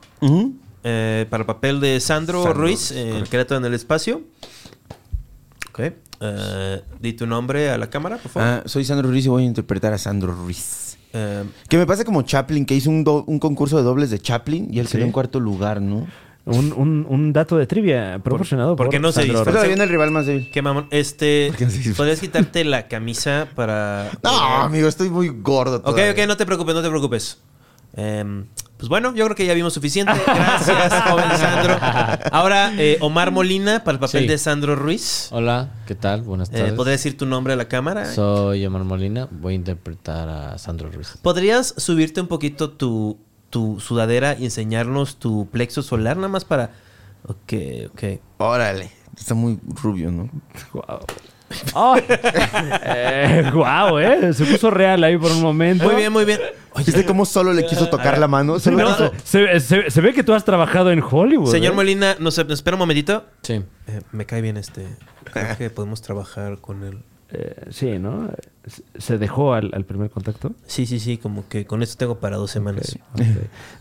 Speaker 2: eh, para el papel de Sandro,
Speaker 3: Sandro
Speaker 2: Ruiz,
Speaker 3: Ruiz,
Speaker 2: eh, el
Speaker 3: correcto.
Speaker 2: Querétaro en el espacio. Ok. eh, di tu nombre a la cámara, por favor.
Speaker 3: Ah, soy Sandro Ruiz y voy a interpretar a Sandro Ruiz.
Speaker 2: Eh,
Speaker 3: Que me pasa como Chaplin, que hizo un, do- un concurso de dobles de Chaplin y él
Speaker 4: Sí.
Speaker 3: quedó en cuarto lugar, ¿no?
Speaker 4: Un, un- un dato de trivia proporcionado por,
Speaker 2: porque no se
Speaker 4: Sandro
Speaker 2: disfraza.
Speaker 3: Pero ahí viene el rival más débil.
Speaker 2: qué mamón. Este,
Speaker 3: ¿Por qué así?
Speaker 2: ¿podrías quitarte la camisa para...?
Speaker 3: No, amigo, estoy muy gordo.
Speaker 2: Ok,
Speaker 3: todavía.
Speaker 2: ok, no te preocupes, no te preocupes. Em, pues bueno, yo creo que ya vimos suficiente. Gracias, joven Sandro. Ahora, eh, Omar Molina para el papel
Speaker 5: Sí.
Speaker 2: de Sandro Ruiz.
Speaker 5: Hola, ¿qué tal? Buenas
Speaker 2: Eh,
Speaker 5: tardes.
Speaker 2: ¿Podrías decir tu nombre a la cámara?
Speaker 5: Soy Omar Molina. Voy a interpretar a Sandro Ruiz.
Speaker 2: ¿Podrías subirte un poquito tu, tu sudadera y enseñarnos tu plexo solar nada más para... Ok, ok.
Speaker 3: Órale. Está muy rubio, ¿no?
Speaker 4: Guau. Oh. Eh, guau, eh. Se puso real ahí por un momento.
Speaker 2: Muy bien, muy bien.
Speaker 3: ¿Viste cómo solo le quiso tocar la mano?
Speaker 4: Sí,
Speaker 3: Solo
Speaker 4: no,
Speaker 3: quiso-
Speaker 4: se, se- se ve que tú has trabajado en Hollywood.
Speaker 2: Señor
Speaker 4: eh.
Speaker 2: Molina, nos, nos espera un momentito.
Speaker 5: Sí.
Speaker 2: Eh, me cae bien este. Creo que podemos trabajar con él.
Speaker 4: Eh, sí, ¿no? Se- Se dejó al, al primer contacto.
Speaker 2: Sí, sí, sí, como que con esto tengo para dos semanas.
Speaker 4: Ok.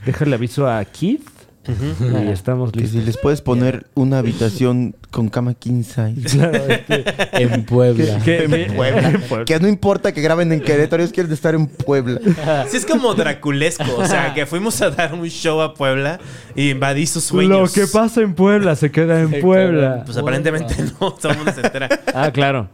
Speaker 4: Déjale aviso a Keith. Y estamos
Speaker 3: Que si
Speaker 4: listos.
Speaker 3: les puedes poner una habitación con cama king size.
Speaker 4: Claro, este,
Speaker 5: En Puebla.
Speaker 4: que- que-
Speaker 3: En Puebla. que no importa que graben en Querétaro, ellos quieren estar en Puebla.
Speaker 2: Sí, es como draculesco. O sea, que fuimos a dar un show a Puebla y invadí sus
Speaker 4: Lo
Speaker 2: sueños.
Speaker 4: que pasa en Puebla se queda en Puebla.
Speaker 2: Pues aparentemente no, todo el mundo se entera.
Speaker 4: Ah, claro.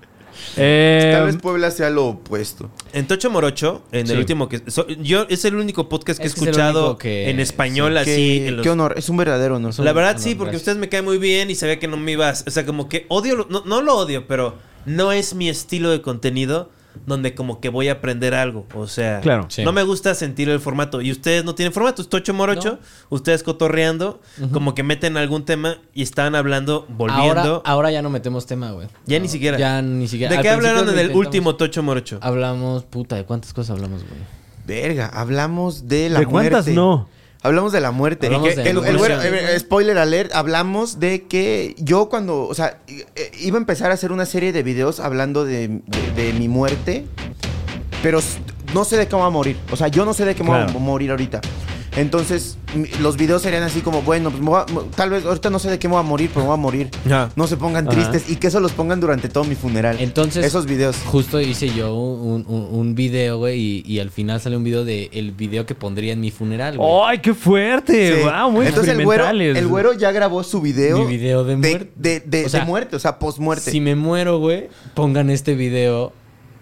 Speaker 4: Eh,
Speaker 3: Tal vez Puebla sea lo opuesto.
Speaker 2: En Tocho Morocho, en
Speaker 5: Sí.
Speaker 2: el último que. so- yo es el único podcast que
Speaker 5: Es
Speaker 2: he
Speaker 5: que es el
Speaker 2: escuchado
Speaker 5: único que-
Speaker 2: en español
Speaker 3: Qué,
Speaker 2: así. en los-
Speaker 3: qué honor, es un verdadero honor.
Speaker 2: La verdad sí,
Speaker 5: honor,
Speaker 2: porque
Speaker 5: gracias.
Speaker 2: ustedes me caen muy bien y sabía que no me ibas. O sea, como que odio. lo- No, no lo odio, pero no es mi estilo de contenido. donde como que voy a aprender algo. O sea,
Speaker 4: Claro.
Speaker 5: Sí.
Speaker 2: no me gusta sentir el formato. Y ustedes no tienen formato, es Tocho Morocho, ustedes cotorreando, como que meten algún tema y estaban hablando, volviendo.
Speaker 5: Ahora, ahora ya no metemos tema, güey.
Speaker 2: ya
Speaker 5: No,
Speaker 2: ni siquiera.
Speaker 5: Ya ni siquiera.
Speaker 2: ¿De
Speaker 5: Al
Speaker 2: qué hablaron
Speaker 5: principio
Speaker 2: en
Speaker 5: lo
Speaker 2: el
Speaker 5: intentamos.
Speaker 2: último Tocho Morocho?
Speaker 5: Hablamos, puta, ¿de cuántas cosas hablamos, güey?
Speaker 3: Verga, hablamos de la
Speaker 4: ¿De
Speaker 3: muerte.
Speaker 4: cuántas no?
Speaker 3: Hablamos de la muerte.
Speaker 5: Hablamos
Speaker 3: Que
Speaker 5: de la
Speaker 3: el- el
Speaker 5: muerte.
Speaker 3: güero- eh, eh, spoiler alert, hablamos de que yo cuando, o sea, i- eh, iba a empezar a hacer una serie de videos hablando de, de- de mi muerte, pero s- no sé de cómo va a morir. O sea, yo no sé de qué me voy
Speaker 4: Claro.
Speaker 3: a morir ahorita. Entonces, mi- los videos serían así como, bueno, pues me voy a- mo- tal vez ahorita no sé de qué me voy a morir, pero me voy a morir.
Speaker 5: Ah.
Speaker 2: Ajá.
Speaker 3: No se pongan
Speaker 4: Ajá.
Speaker 3: tristes y que eso los pongan durante todo mi funeral.
Speaker 5: Entonces-
Speaker 3: esos videos.
Speaker 5: Justo hice yo un, un- un video, güey, y, y al final sale un video de el video que pondría en mi funeral, güey.
Speaker 3: Oh,
Speaker 4: ¡Ay, qué fuerte!
Speaker 3: Sí.
Speaker 4: ¡Wow! Muy
Speaker 3: Entonces el güero,
Speaker 4: experimentales.
Speaker 3: el güero ya grabó su video.
Speaker 5: Mi video de muerte.
Speaker 3: De, de-
Speaker 5: O
Speaker 3: de
Speaker 5: sea,
Speaker 3: muerte, o sea, post-muerte.
Speaker 5: Si me muero, güey, pongan este video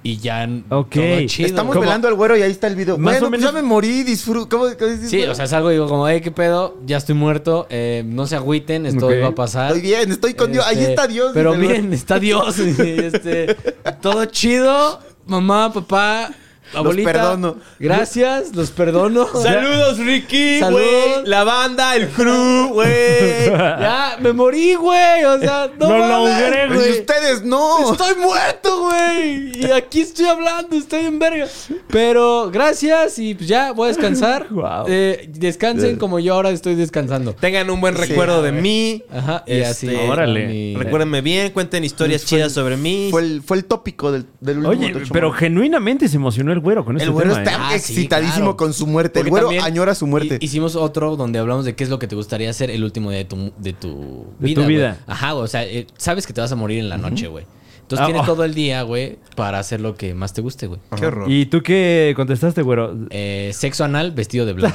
Speaker 5: y ya n-
Speaker 4: Ok.
Speaker 5: todo chido.
Speaker 3: Estamos
Speaker 5: güey.
Speaker 3: velando al güero y ahí está el video.
Speaker 4: Más
Speaker 3: bueno,
Speaker 4: o
Speaker 3: pues
Speaker 4: menos-
Speaker 3: ya me morí, disfruto. ¿Cómo, cómo dices,
Speaker 5: Sí,
Speaker 3: güey?
Speaker 5: o sea, salgo y digo como, hey, qué pedo, ya estoy muerto, eh, no se agüiten, esto
Speaker 4: Ok.
Speaker 5: va a pasar.
Speaker 3: Estoy bien, estoy con Dios. Ahí
Speaker 5: Este,
Speaker 3: está Dios.
Speaker 5: Pero
Speaker 3: dice el
Speaker 5: miren,
Speaker 3: güero.
Speaker 5: está Dios. este, todo chido, mamá, papá, abuelita.
Speaker 3: perdono.
Speaker 5: Gracias, los perdono.
Speaker 2: Saludos, Ricky,
Speaker 5: Salud.
Speaker 2: güey. La banda, el crew, güey.
Speaker 5: Ya, me morí, güey. O sea, no,
Speaker 4: No lo
Speaker 5: mames.
Speaker 4: logré,
Speaker 3: Y
Speaker 4: güey.
Speaker 3: ustedes no.
Speaker 5: Pues Estoy muerto, güey. Y aquí estoy hablando, estoy en verga. Pero gracias y pues ya voy a descansar.
Speaker 4: Guau.
Speaker 5: Eh, descansen como yo ahora estoy descansando.
Speaker 2: Tengan un buen recuerdo de mí.
Speaker 5: Ajá, y así.
Speaker 2: Este,
Speaker 4: órale.
Speaker 5: mi-
Speaker 2: Recuérdenme bien, cuenten historias chidas sobre mí.
Speaker 3: Fue el, fue el tópico del, del último.
Speaker 4: Oye,
Speaker 3: Tocho
Speaker 4: pero
Speaker 3: Moro.
Speaker 4: genuinamente se emocionó el güero con
Speaker 3: El
Speaker 4: este
Speaker 3: güero
Speaker 4: tema, ¿eh?
Speaker 3: está
Speaker 5: Ah, sí,
Speaker 3: excitadísimo
Speaker 5: claro.
Speaker 3: con su muerte.
Speaker 5: Porque
Speaker 3: el güero
Speaker 5: también
Speaker 3: añora su muerte.
Speaker 5: hi- Hicimos otro donde hablamos de qué es lo que te gustaría hacer el último día de tu, de tu
Speaker 4: De
Speaker 5: vida.
Speaker 4: tu
Speaker 5: güey.
Speaker 4: vida.
Speaker 5: Ajá, güey, o sea, eh, sabes que te vas a morir en la noche, güey. Entonces
Speaker 4: Ah,
Speaker 5: tienes
Speaker 4: oh.
Speaker 5: todo el día, güey, para hacer lo que más te guste, güey.
Speaker 2: Qué horror.
Speaker 4: ¿Y tú qué contestaste, güero?
Speaker 5: Eh, sexo anal vestido de blanco.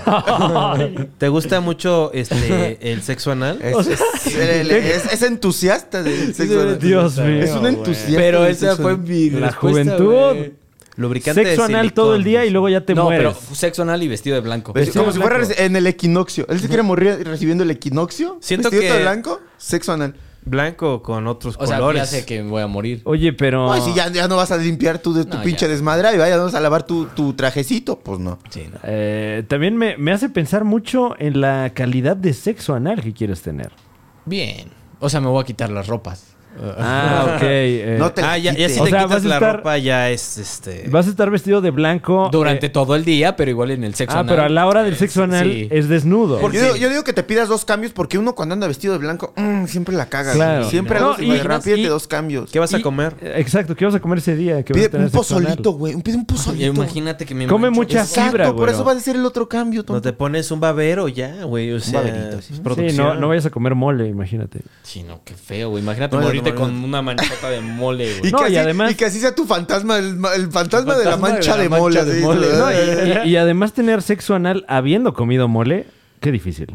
Speaker 2: ¿Te gusta mucho este el sexo anal?
Speaker 3: es, es- el- es- es entusiasta del sexo.
Speaker 4: Dios mío.
Speaker 3: Es un entusiasta.
Speaker 5: Pero
Speaker 3: del
Speaker 5: esa
Speaker 3: sexo.
Speaker 5: fue mi
Speaker 4: La
Speaker 5: respuesta,
Speaker 4: juventud.
Speaker 5: güey.
Speaker 2: Lubricante
Speaker 4: Sexo
Speaker 2: de
Speaker 4: anal
Speaker 2: silicón.
Speaker 4: todo el día y luego ya te
Speaker 5: no,
Speaker 4: mueres.
Speaker 5: pero sexo anal y vestido de blanco.
Speaker 3: Es como si
Speaker 4: blanco.
Speaker 3: fuera en el equinoccio. Él se quiere morir recibiendo el equinoccio.
Speaker 2: Siento
Speaker 3: vestido
Speaker 2: que-
Speaker 3: de blanco, sexo anal.
Speaker 2: Blanco con otros
Speaker 5: O sea,
Speaker 2: colores.
Speaker 5: ya sé que voy a morir.
Speaker 4: Oye, pero...
Speaker 3: Ay, si ya, ya no vas a limpiar tu, de, tu
Speaker 5: No,
Speaker 3: pinche
Speaker 5: ya.
Speaker 3: desmadre y vaya, vamos a lavar tu, tu trajecito. Pues no.
Speaker 5: Sí, no.
Speaker 4: eh, también me, me hace pensar mucho en la calidad de sexo anal que quieres tener.
Speaker 5: Bien. O sea, me voy a quitar las ropas.
Speaker 4: Ah, ok. eh,
Speaker 3: No te-
Speaker 2: Ah, ya, ya si
Speaker 4: O
Speaker 2: te
Speaker 4: sea,
Speaker 2: quitas
Speaker 4: vas a
Speaker 2: la
Speaker 4: estar-
Speaker 2: ropa ya es este
Speaker 4: Vas a estar vestido de blanco.
Speaker 5: Durante
Speaker 4: eh,
Speaker 5: todo el día, pero igual en el sexo
Speaker 4: Ah,
Speaker 5: anal.
Speaker 4: pero a la hora del
Speaker 5: Eh,
Speaker 4: sexo anal
Speaker 5: sí.
Speaker 4: es desnudo.
Speaker 3: yo, digo, yo digo que te pidas dos cambios porque uno cuando anda vestido de blanco mm, siempre la caga.
Speaker 4: Claro.
Speaker 3: Siempre
Speaker 4: No,
Speaker 3: algo se
Speaker 4: y-
Speaker 3: va a agarrar.
Speaker 4: y-
Speaker 3: Pídete dos cambios.
Speaker 2: ¿Qué vas
Speaker 4: Y-
Speaker 2: a comer?
Speaker 4: Eh, Exacto, ¿qué vas a comer ese día? Que vas a
Speaker 3: Pide
Speaker 4: tener
Speaker 3: un
Speaker 4: sexo anal?
Speaker 3: pozolito, güey. un- Pide un pozolito.
Speaker 5: Imagínate que me
Speaker 4: Come
Speaker 5: mancho-
Speaker 4: mucha
Speaker 3: Exacto,
Speaker 4: fibra,
Speaker 3: por
Speaker 4: güey.
Speaker 3: eso va a ser el otro cambio.
Speaker 2: No
Speaker 3: tonto.
Speaker 2: te pones un babero ya, güey, o sea,
Speaker 3: baberito, sí.
Speaker 2: es
Speaker 4: Sí,
Speaker 2: producción.
Speaker 4: no, no vayas a comer mole, imagínate.
Speaker 5: Sí, no, qué feo, güey. Imagínate
Speaker 3: No, no,
Speaker 5: morirte
Speaker 3: no,
Speaker 5: con una manchota de mole,
Speaker 3: Y,
Speaker 5: güey.
Speaker 4: No,
Speaker 3: que
Speaker 4: y
Speaker 3: así,
Speaker 4: además-
Speaker 3: y que así sea tu fantasma, el, ma- el fantasma, de la
Speaker 5: fantasma de
Speaker 3: mancha
Speaker 5: la
Speaker 3: de,
Speaker 5: mancha
Speaker 3: mole.
Speaker 5: de
Speaker 3: así,
Speaker 5: mole,
Speaker 3: ¿no?
Speaker 4: Y, y además tener sexo anal habiendo comido mole, qué difícil.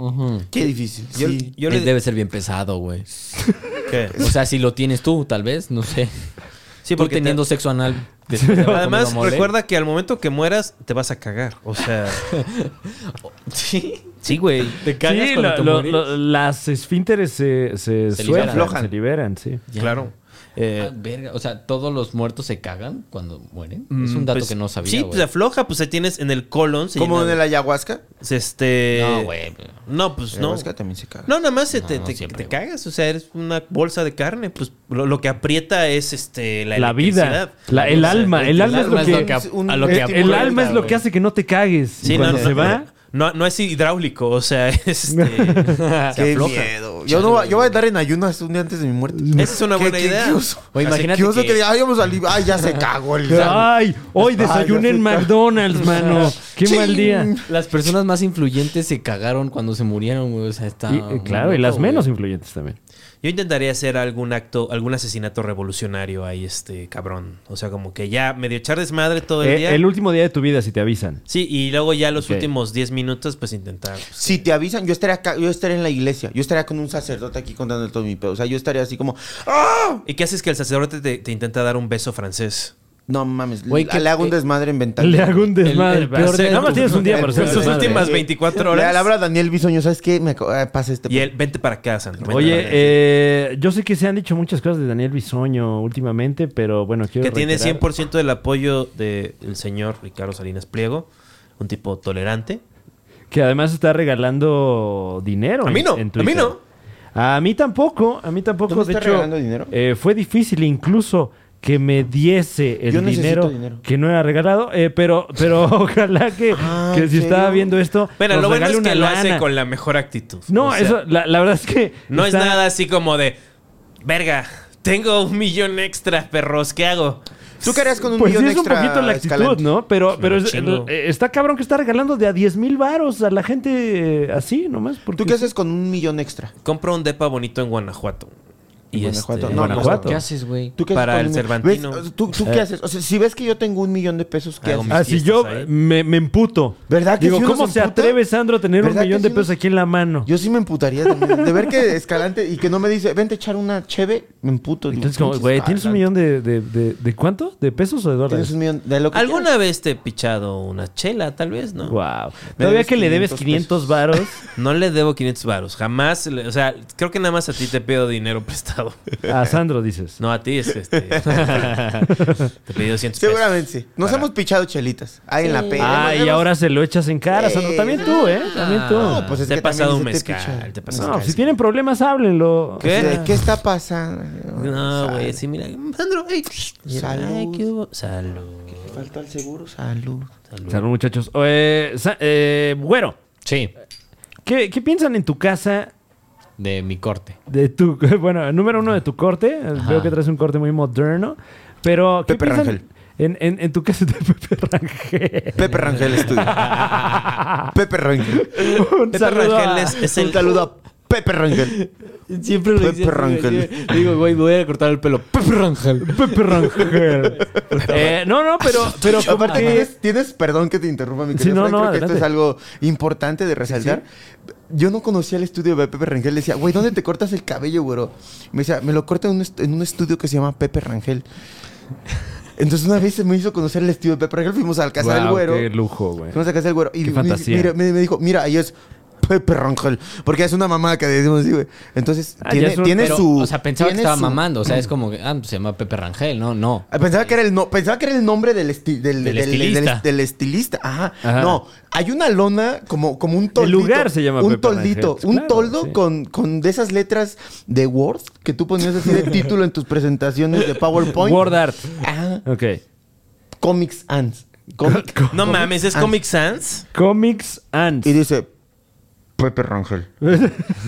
Speaker 3: Qué difícil.
Speaker 2: Yo,
Speaker 3: sí.
Speaker 2: yo
Speaker 5: Eh,
Speaker 2: le
Speaker 5: Debe ser bien pesado, güey.
Speaker 2: ¿Qué?
Speaker 5: O sea, si lo tienes tú, tal vez, no sé.
Speaker 2: Sí,
Speaker 5: tú
Speaker 2: porque te-
Speaker 5: teniendo sexo anal. después de haber
Speaker 2: Además,
Speaker 5: comido mole.
Speaker 2: recuerda que al momento que mueras te vas a cagar, o sea,
Speaker 5: Sí,
Speaker 2: sí, güey.
Speaker 5: te cagas
Speaker 4: Sí,
Speaker 5: cuando
Speaker 4: lo-
Speaker 5: te
Speaker 4: lo-
Speaker 5: morís.
Speaker 4: lo- las esfínteres se, se,
Speaker 5: Se
Speaker 4: sueltan,
Speaker 3: liberan.
Speaker 4: se liberan, sí.
Speaker 5: Ya.
Speaker 2: Claro. Eh,
Speaker 5: Ah, verga. O sea, todos los muertos se cagan cuando mueren. es un dato
Speaker 2: pues,
Speaker 5: que no sabía.
Speaker 2: Sí,
Speaker 5: güey.
Speaker 2: pues afloja, pues ahí tienes en el colon. se
Speaker 3: Como
Speaker 2: llena
Speaker 3: en el ayahuasca.
Speaker 2: de- se, Este.
Speaker 5: No, güey.
Speaker 2: No, pues
Speaker 3: El
Speaker 2: no.
Speaker 3: ayahuasca también se caga.
Speaker 2: No, nada más se te,
Speaker 5: No,
Speaker 2: te-
Speaker 5: siempre,
Speaker 2: te
Speaker 5: güey.
Speaker 2: cagas. O sea, eres una bolsa de carne. Pues lo, lo que aprieta es este la,
Speaker 4: La vida,
Speaker 2: electricidad.
Speaker 4: la- el
Speaker 2: O sea,
Speaker 4: alma, el
Speaker 5: el
Speaker 4: alma es lo que...
Speaker 5: a-
Speaker 3: un-
Speaker 5: a lo que
Speaker 3: un-
Speaker 5: aprieta,
Speaker 4: El alma es lo
Speaker 5: güey.
Speaker 4: que hace que no te cagues. Y
Speaker 2: Sí, no,
Speaker 4: cuando
Speaker 2: no,
Speaker 4: se
Speaker 2: no,
Speaker 4: va...
Speaker 2: No, no es hidráulico, o sea, es este, se
Speaker 3: Qué
Speaker 2: afloja.
Speaker 3: miedo. Yo, no, yo voy a estar en ayunas un día antes de mi muerte.
Speaker 2: Esa es una
Speaker 3: Qué-
Speaker 2: buena
Speaker 3: qué-
Speaker 2: idea.
Speaker 3: Qué oso.
Speaker 5: Güey, imagínate
Speaker 3: Qué oso
Speaker 5: que-
Speaker 3: que diga, ay, vamos a li- Ay, ya se cagó el.
Speaker 4: Ay, hoy desayuné en McDonald's, mano. Qué mal día.
Speaker 5: Las personas más influyentes se cagaron cuando se murieron, güey. O sea, está.
Speaker 4: Y, eh,
Speaker 5: muy
Speaker 4: claro, y
Speaker 5: loco,
Speaker 4: las
Speaker 5: güey.
Speaker 4: menos influyentes también.
Speaker 2: Yo intentaría hacer algún acto, algún asesinato revolucionario ahí, este cabrón. O sea, como que ya medio echar desmadre todo el
Speaker 4: Eh,
Speaker 2: día.
Speaker 4: el último día de tu vida, si te avisan.
Speaker 2: Sí, y luego ya los
Speaker 4: Ok.
Speaker 2: últimos 10 minutos, pues intentar. pues,
Speaker 3: Si te avisan, yo estaría acá, yo estaría en la iglesia, yo estaría con un sacerdote aquí contando todo mi pedo. O sea, yo estaría así como, ¡ah!
Speaker 2: ¿Y qué haces que el sacerdote te, te intenta dar un beso francés?
Speaker 3: No mames.
Speaker 5: Güey,
Speaker 3: le-
Speaker 5: que-
Speaker 3: le hago un desmadre en ventana.
Speaker 4: Le hago un desmadre.
Speaker 5: El- el peor
Speaker 4: para-
Speaker 5: de-
Speaker 4: Nada más tienes un día para
Speaker 3: el
Speaker 4: hacer
Speaker 2: En
Speaker 3: peor
Speaker 4: el
Speaker 3: de-
Speaker 2: sus
Speaker 3: madre.
Speaker 2: últimas 24 horas.
Speaker 3: Le habla Daniel Bisoño, ¿sabes qué? Me ac- ah, pasa este.
Speaker 2: Y él, vente para acá, Sandro. vente
Speaker 4: Oye,
Speaker 2: para acá.
Speaker 4: eh, yo sé que se han dicho muchas cosas de Daniel Bisoño últimamente, pero bueno, quiero
Speaker 2: que tiene
Speaker 4: reiterar-
Speaker 2: 100% del apoyo del señor Ricardo Salinas Pliego. Un tipo tolerante.
Speaker 4: Que además está regalando dinero.
Speaker 2: A mí
Speaker 4: en-
Speaker 2: no,
Speaker 4: en
Speaker 2: a mí
Speaker 4: Twitter.
Speaker 2: no.
Speaker 4: A mí tampoco, a mí tampoco.
Speaker 3: ¿Tú me
Speaker 4: de
Speaker 3: estás
Speaker 4: hecho,
Speaker 3: regalando dinero?
Speaker 4: eh, fue difícil incluso que me diese el
Speaker 3: Yo necesito
Speaker 4: dinero,
Speaker 3: dinero.
Speaker 4: que no era regalado, eh, pero, pero ojalá que,
Speaker 3: Ah,
Speaker 4: que
Speaker 3: ¿en
Speaker 4: si
Speaker 3: serio?
Speaker 4: estaba viendo esto,
Speaker 2: Bueno,
Speaker 4: nos
Speaker 2: lo bueno
Speaker 4: regale
Speaker 2: es
Speaker 4: una
Speaker 2: que lo hace
Speaker 4: lana.
Speaker 2: con la mejor actitud.
Speaker 4: No,
Speaker 2: O sea,
Speaker 4: eso, la, la verdad es que...
Speaker 2: No
Speaker 4: está-
Speaker 2: es nada así como de, verga, tengo un millón extra, perros, ¿qué hago?
Speaker 3: ¿Tú qué harías con un
Speaker 4: Pues sí,
Speaker 3: millón
Speaker 4: es un
Speaker 3: extra,
Speaker 4: poquito la actitud,
Speaker 3: Escalante?
Speaker 4: ¿no? Pero, pero
Speaker 2: un
Speaker 4: es-
Speaker 2: chingo.
Speaker 4: eh, está cabrón que está regalando de a 10 mil varos a la gente eh, así nomás. Porque
Speaker 3: ¿Tú qué haces con un millón extra?
Speaker 2: Compro un depa bonito en Guanajuato. Y
Speaker 3: En
Speaker 2: este,
Speaker 3: Guanajuato.
Speaker 4: en
Speaker 3: No,
Speaker 4: Guanajuato?
Speaker 5: pues, ¿Qué haces, güey?
Speaker 3: ¿Tú qué
Speaker 2: Para
Speaker 3: haces
Speaker 2: el
Speaker 3: con un millón?
Speaker 2: Cervantino. Eh.
Speaker 3: ¿Ves? ¿Tú, tú qué haces? O sea, si ves que yo tengo un millón de pesos, ¿qué
Speaker 2: Hago
Speaker 3: haces?
Speaker 2: mis-
Speaker 4: Ah, si
Speaker 2: fiestas
Speaker 4: yo
Speaker 2: ahí.
Speaker 4: me, me emputo.
Speaker 3: ¿Verdad que
Speaker 4: Digo,
Speaker 3: sí uno
Speaker 4: ¿cómo
Speaker 3: se
Speaker 4: se
Speaker 3: emputa?
Speaker 4: atreve Sandro a tener un
Speaker 3: ¿Verdad que
Speaker 4: millón
Speaker 3: sí
Speaker 4: de
Speaker 3: uno-
Speaker 4: pesos aquí en la mano?
Speaker 3: Yo sí me emputaría de, de ver que Escalante y que no me dice, vente a echar una cheve, me emputo. Digo,
Speaker 4: Entonces, como,
Speaker 3: pinche
Speaker 4: güey, ¿tienes un
Speaker 3: Escalante.
Speaker 4: millón de, de, de, de cuánto? ¿De pesos o de
Speaker 3: Tienes
Speaker 4: dólares?
Speaker 3: un millón de lo que
Speaker 2: ¿Alguna
Speaker 3: quieras.
Speaker 2: vez te he pichado una chela, tal vez, no?
Speaker 4: Wow. Todavía
Speaker 3: debes
Speaker 4: que le debes
Speaker 3: 500
Speaker 4: 500 varos.
Speaker 2: No le debo 500 varos, jamás. le- o sea, creo que nada más a ti te pido dinero prestado.
Speaker 4: A Sandro dices.
Speaker 2: No, a ti es este. te pedí 200 pesos.
Speaker 3: Seguramente sí. Nos hemos pichado chelitas. Ahí en la pena.
Speaker 4: ah, y ahora se lo echas en cara, Sandro.
Speaker 3: Eh,
Speaker 4: También tú, ¿eh? También tú.
Speaker 3: No, pues es
Speaker 2: te
Speaker 3: que
Speaker 2: he pasado un
Speaker 3: también dice, te
Speaker 2: mezcal,
Speaker 3: picha.
Speaker 2: te he pasado
Speaker 4: No,
Speaker 2: un
Speaker 4: si
Speaker 2: mezcal.
Speaker 4: tienen problemas, háblenlo.
Speaker 2: ¿Qué?
Speaker 3: pues, ¿Qué? ¿Qué está pasando?
Speaker 2: No, güey,
Speaker 3: Sal-
Speaker 2: sí, mira. Sandro, ey, mira, ay, ¿qué hubo? Salud.
Speaker 3: Falta el seguro. Salud.
Speaker 4: Salud, muchachos. Eh, Sa- eh, bueno,
Speaker 5: Sí,
Speaker 4: ¿qué, qué piensan en tu casa?
Speaker 5: de mi corte.
Speaker 4: De tu, bueno, número uno de tu corte. Veo que traes un corte muy moderno. Pero, ¿qué
Speaker 3: Pepe
Speaker 4: piensan
Speaker 3: Rangel.
Speaker 4: En, en- en tu casa de Pepe Rangel.
Speaker 3: Pepe Rangel Estudio. Pepe Rangel.
Speaker 4: Un
Speaker 2: Pepe
Speaker 4: saludo a-
Speaker 2: Rangel es, es
Speaker 3: Un
Speaker 2: el.
Speaker 3: saludo a Pepe Rangel.
Speaker 5: Siempre
Speaker 3: Pepe hice así, güey. Rangel.
Speaker 5: Digo, güey, me voy a cortar el pelo. Pepe Rangel.
Speaker 4: Pepe Rangel. Eh, no, no, pero, pero como
Speaker 3: Aparte,
Speaker 4: que-
Speaker 3: tienes, tienes- perdón que te interrumpa, mi
Speaker 4: Sí, no,
Speaker 3: querido Frank,
Speaker 4: no,
Speaker 3: creo que esto
Speaker 4: adelante.
Speaker 3: es algo importante de resaltar. Yo no conocía el estudio de Pepe Rangel. Le decía, güey, ¿dónde te cortas el cabello, güero? Me decía, me lo corta en un, est- en un estudio que se llama Pepe Rangel. Entonces una vez se me hizo conocer el estudio de Pepe Rangel. Fuimos al casa del
Speaker 4: Guau,
Speaker 3: güero.
Speaker 4: Qué lujo, güey.
Speaker 3: Fuimos a casa del güero. Y
Speaker 4: Qué
Speaker 3: me-
Speaker 4: fantasía.
Speaker 3: mira, me, me dijo, mira, ahí es Pepe Rangel. Porque es una mamá que decimos así, güey. Entonces,
Speaker 4: Ah, ya
Speaker 3: tiene,
Speaker 4: es un-
Speaker 3: tiene
Speaker 5: Pero,
Speaker 3: su.
Speaker 5: o sea, pensaba que
Speaker 3: tiene
Speaker 5: estaba
Speaker 3: su-
Speaker 5: mamando. O sea, es como que, ah, se llama Pepe Rangel. No, no.
Speaker 3: Ah, Pensaba que, era el no, pensaba que era el nombre del, esti- del,
Speaker 5: Del
Speaker 3: del-
Speaker 5: estilista.
Speaker 3: del- del estilista. Ajá.
Speaker 4: Ajá.
Speaker 3: No, hay una lona como, como un toldito.
Speaker 4: lugar se llama
Speaker 3: Un
Speaker 4: Pepe
Speaker 3: toldito.
Speaker 4: Rangel.
Speaker 3: Un
Speaker 4: Claro,
Speaker 3: toldo
Speaker 4: sí.
Speaker 3: con, con de esas letras de Word que tú ponías así de título en tus presentaciones de PowerPoint.
Speaker 4: Word Art.
Speaker 3: Ajá.
Speaker 4: Ok.
Speaker 3: Comics Ans. Comic-
Speaker 2: No mames, es
Speaker 3: Ans.
Speaker 2: Comic Sans.
Speaker 4: Comics and.
Speaker 3: Y dice Pepe Rangel.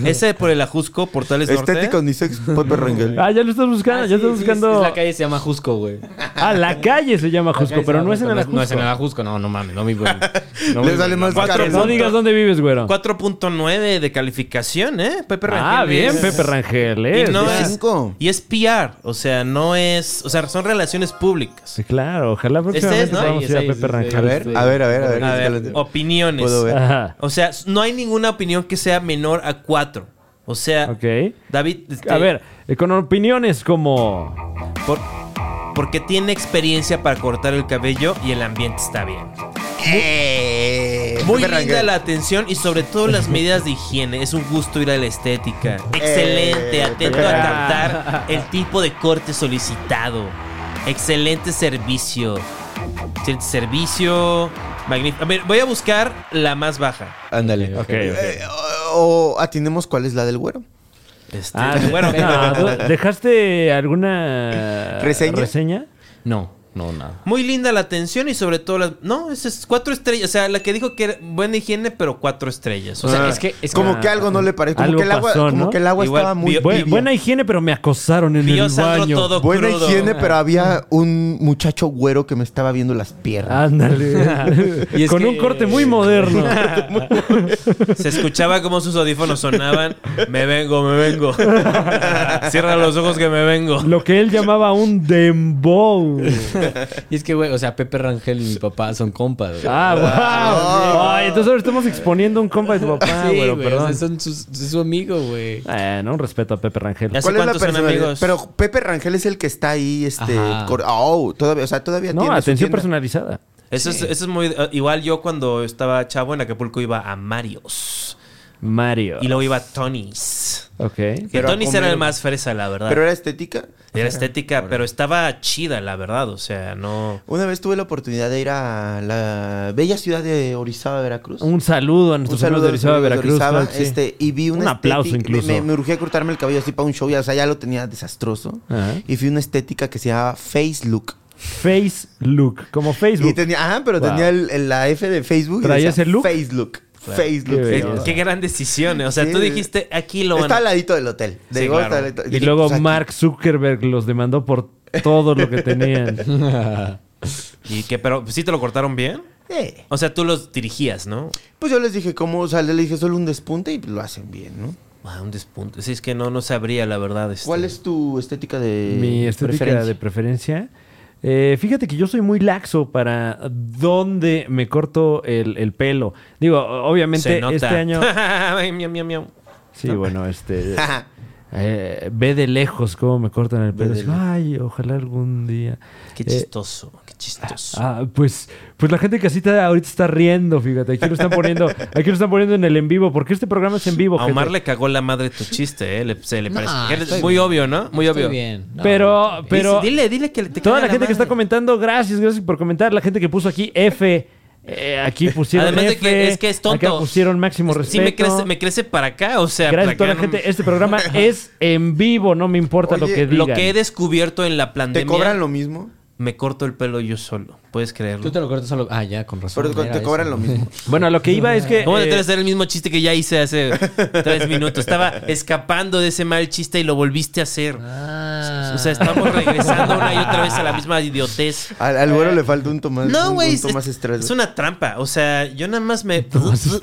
Speaker 2: Ese por el Ajusco, Portales Norte.
Speaker 3: Estética unisex Pepe Rangel.
Speaker 4: Ah, ya lo estás buscando, ya estás buscando.
Speaker 5: Es la calle se llama Jusco, güey.
Speaker 4: Ah, la calle se llama Jusco, pero no es en el Ajusco.
Speaker 5: No es en el Ajusco, no, no mames, no vivo. en- No,
Speaker 3: Le
Speaker 5: vivo
Speaker 3: sale
Speaker 5: en-
Speaker 3: más
Speaker 2: cuatro
Speaker 3: caro.
Speaker 4: No digas dónde vives, güero.
Speaker 2: 4.9 de calificación, ¿eh? Pepe Rangel.
Speaker 4: Ah, bien,
Speaker 2: es-
Speaker 4: Pepe Rangel, eh.
Speaker 2: Y no
Speaker 3: de
Speaker 2: es.
Speaker 3: cinco.
Speaker 2: Y es PR. O sea, no es. O sea, son relaciones públicas.
Speaker 4: Sí, claro, ojalá próximamente
Speaker 2: ¿no?
Speaker 4: podamos
Speaker 5: Ese
Speaker 4: ir a
Speaker 5: es,
Speaker 4: Pepe
Speaker 5: ese es.
Speaker 4: Rangel.
Speaker 3: A ver, a ver, a ver, a ver.
Speaker 2: A ver,
Speaker 3: Escalante.
Speaker 2: opiniones.
Speaker 3: Puedo ver.
Speaker 4: Ajá.
Speaker 2: O sea, no hay ninguna opinión que sea menor a 4. O sea,
Speaker 4: Ok.
Speaker 2: David. este,
Speaker 4: A ver, eh, con opiniones como.
Speaker 2: por- porque tiene experiencia para cortar el cabello y el ambiente está bien.
Speaker 3: Eh,
Speaker 2: Muy
Speaker 3: Pepe
Speaker 2: linda
Speaker 3: Rangel.
Speaker 2: la atención y sobre todo las medidas de higiene. Es un gusto ir a la estética. Excelente,
Speaker 3: Eh,
Speaker 2: atento a captar el tipo de corte solicitado. Excelente servicio. Excelente servicio. Magnífico. A ver, voy a buscar la más baja.
Speaker 3: Ándale.
Speaker 4: Ok, ok.
Speaker 3: Eh, o, o atinemos cuál es la del güero.
Speaker 2: Este,
Speaker 4: Ah,
Speaker 2: bueno,
Speaker 4: no, ¿tú- ¿dejaste alguna
Speaker 3: ¿Reseña?
Speaker 5: No, no, nada.
Speaker 2: Muy linda la atención y sobre todo las... No, esa es cuatro estrellas. O sea, la que dijo que era buena higiene, pero cuatro estrellas. O
Speaker 5: O
Speaker 2: sea,
Speaker 5: sea,
Speaker 3: Ah,
Speaker 5: es que. Es
Speaker 3: como
Speaker 5: que-
Speaker 3: que algo no le parece. Como,
Speaker 4: ah, Algo
Speaker 3: que el, agua,
Speaker 4: pasó,
Speaker 3: como
Speaker 4: ¿no?
Speaker 3: que el agua
Speaker 2: Igual
Speaker 3: estaba muy
Speaker 2: vio-
Speaker 4: Bu-
Speaker 3: tibia.
Speaker 4: buena higiene, pero me acosaron en
Speaker 2: vio
Speaker 4: el
Speaker 2: Sandro
Speaker 4: baño.
Speaker 2: todo
Speaker 3: Buena
Speaker 2: crudo.
Speaker 3: higiene, pero había un muchacho güero que me estaba viendo las
Speaker 4: Ah,
Speaker 3: piernas.
Speaker 4: Ándale.
Speaker 5: Y es
Speaker 4: con
Speaker 5: que-
Speaker 4: un corte muy moderno.
Speaker 2: Se escuchaba como sus audífonos sonaban. Me vengo, me vengo. Cierra los ojos que me vengo.
Speaker 4: lo que él llamaba un dembow.
Speaker 5: y es que, güey, o sea, Pepe Rangel y mi papá son compas, güey.
Speaker 4: Ah, wow. Ay, entonces ahora estamos exponiendo un compa de tu
Speaker 3: Ah,
Speaker 4: papá,
Speaker 5: sí,
Speaker 4: güero,
Speaker 5: güey, o
Speaker 4: perdón.
Speaker 5: sea, son sus- es su amigo, güey.
Speaker 4: Bueno, un respeto a Pepe Rangel.
Speaker 2: ¿Hace
Speaker 3: ¿Cuál es la
Speaker 2: cuántos son
Speaker 3: personalidad?
Speaker 2: amigos?
Speaker 3: Pero Pepe Rangel es el que está ahí, este.
Speaker 5: Ajá.
Speaker 3: cor- Oh, todavía, o sea, todavía
Speaker 4: No,
Speaker 3: tiene. su
Speaker 4: atención
Speaker 3: tienda.
Speaker 4: personalizada.
Speaker 2: Eso, es, eso es muy. eh, Igual yo cuando estaba chavo en Acapulco iba a Marios.
Speaker 4: Mario.
Speaker 2: Y luego iba a Tony's.
Speaker 4: Ok.
Speaker 2: Que
Speaker 3: Pero a
Speaker 2: Tony's
Speaker 3: comer-
Speaker 2: era el más fresa, la verdad.
Speaker 3: Pero era estética.
Speaker 2: era estética, pero estaba chida, la verdad. O sea, no.
Speaker 3: Una vez tuve la oportunidad de ir a la bella ciudad de Orizaba, Veracruz.
Speaker 4: Un saludo a
Speaker 3: Un
Speaker 4: nuestros
Speaker 3: saludo
Speaker 4: amigos de Orizaba,
Speaker 3: a los amigos de
Speaker 4: Veracruz.
Speaker 3: Orizaba,
Speaker 4: claro que sí.
Speaker 3: este, y vi una
Speaker 4: Un aplauso
Speaker 3: estética-
Speaker 4: incluso.
Speaker 3: Me, me urgía cortarme el cabello así para un show, ya, o sea, ya lo tenía desastroso.
Speaker 4: Ajá.
Speaker 3: Y fui a una estética que se llamaba Face Look.
Speaker 4: Face Look, como Facebook.
Speaker 3: Y tenía, ajá, pero
Speaker 4: Wow.
Speaker 3: tenía el- el- la F de Facebook. y
Speaker 4: ¿Traías
Speaker 3: decía
Speaker 4: el look?
Speaker 3: Face Look. Face Look.
Speaker 4: Qué
Speaker 2: Eh,
Speaker 4: belleza.
Speaker 2: Qué gran decisión. eh. O sea,
Speaker 3: Sí,
Speaker 2: tú
Speaker 3: sí.
Speaker 2: dijiste, aquí lo van
Speaker 3: Está
Speaker 2: a...
Speaker 3: al ladito del hotel.
Speaker 2: Sí,
Speaker 3: De igual,
Speaker 2: claro.
Speaker 3: está al ladito.
Speaker 4: y
Speaker 3: Dije,
Speaker 4: luego
Speaker 3: pues, aquí.
Speaker 4: Mark Zuckerberg los demandó por todo lo que tenían.
Speaker 2: Y que, pero pues, sí te lo cortaron bien.
Speaker 3: Eh,
Speaker 2: O sea, tú los dirigías, ¿no?
Speaker 3: Pues yo les dije cómo, o sea, les dije solo un despunte y lo hacen bien, ¿no?
Speaker 2: Ah, un despunte. Sí, es que no, no sabría, la verdad. este.
Speaker 3: ¿Cuál es tu estética de
Speaker 4: Mi estética de preferencia. Eh, fíjate que yo soy muy laxo para dónde me corto el, el pelo. Digo,
Speaker 2: Se
Speaker 4: obviamente
Speaker 2: nota.
Speaker 4: este año.
Speaker 2: Ay, miau, miau, miau.
Speaker 4: Sí, bueno, este. eh, ve de lejos cómo me cortan el pelo. Ay, ojalá algún día.
Speaker 2: Qué
Speaker 4: Eh,
Speaker 2: chistoso, qué chistoso.
Speaker 4: Ah, pues, pues la gente en casita ahorita está riendo, fíjate. Aquí lo están poniendo, aquí lo están poniendo en el en vivo, porque este programa es en vivo,
Speaker 2: A Omar
Speaker 4: gente.
Speaker 2: le cagó la madre tu chiste, ¿eh? Le, se le
Speaker 5: No,
Speaker 2: parece.
Speaker 5: estoy
Speaker 2: Es muy
Speaker 5: bien.
Speaker 2: obvio, ¿no? Muy
Speaker 5: Estoy
Speaker 2: obvio.
Speaker 5: bien. No,
Speaker 4: Pero, pero
Speaker 2: Dile, dile que le te
Speaker 4: toda
Speaker 2: cague
Speaker 4: la gente que está
Speaker 2: madre.
Speaker 4: comentando, gracias, gracias por comentar. La gente que puso aquí F, eh, aquí pusieron
Speaker 2: Además de
Speaker 4: F,
Speaker 2: que es que es tonto.
Speaker 4: acá pusieron máximo
Speaker 2: Es-
Speaker 4: respeto.
Speaker 2: Sí, me crece, me crece para acá, o sea.
Speaker 4: Gracias
Speaker 2: para
Speaker 4: a toda la
Speaker 2: acá, no-
Speaker 4: gente. Este programa es en vivo, no me importa lo
Speaker 3: Oye,
Speaker 4: que
Speaker 2: Lo
Speaker 4: digan.
Speaker 2: que he descubierto en la pandemia.
Speaker 3: ¿Te cobran lo mismo?
Speaker 2: Me corto el pelo yo solo, puedes creerlo.
Speaker 5: Tú te lo cortas solo. Ah, ya, con razón.
Speaker 3: Pero te-
Speaker 5: era
Speaker 3: te
Speaker 5: eso.
Speaker 3: cobran lo mismo.
Speaker 4: Bueno, a lo que iba es que...
Speaker 2: ¿Cómo te
Speaker 4: eh,
Speaker 2: atreves a hacer el mismo chiste que ya hice hace tres minutos? Estaba escapando de ese mal chiste y lo volviste a hacer.
Speaker 5: Ah.
Speaker 2: O sea, estamos regresando una y otra vez a la misma idiotez.
Speaker 3: Al, al güero le falta un tomás.
Speaker 2: Eh, No, güey.
Speaker 3: Un
Speaker 2: Es,
Speaker 3: tomás estrés.
Speaker 2: es una trampa. O sea, yo nada más me,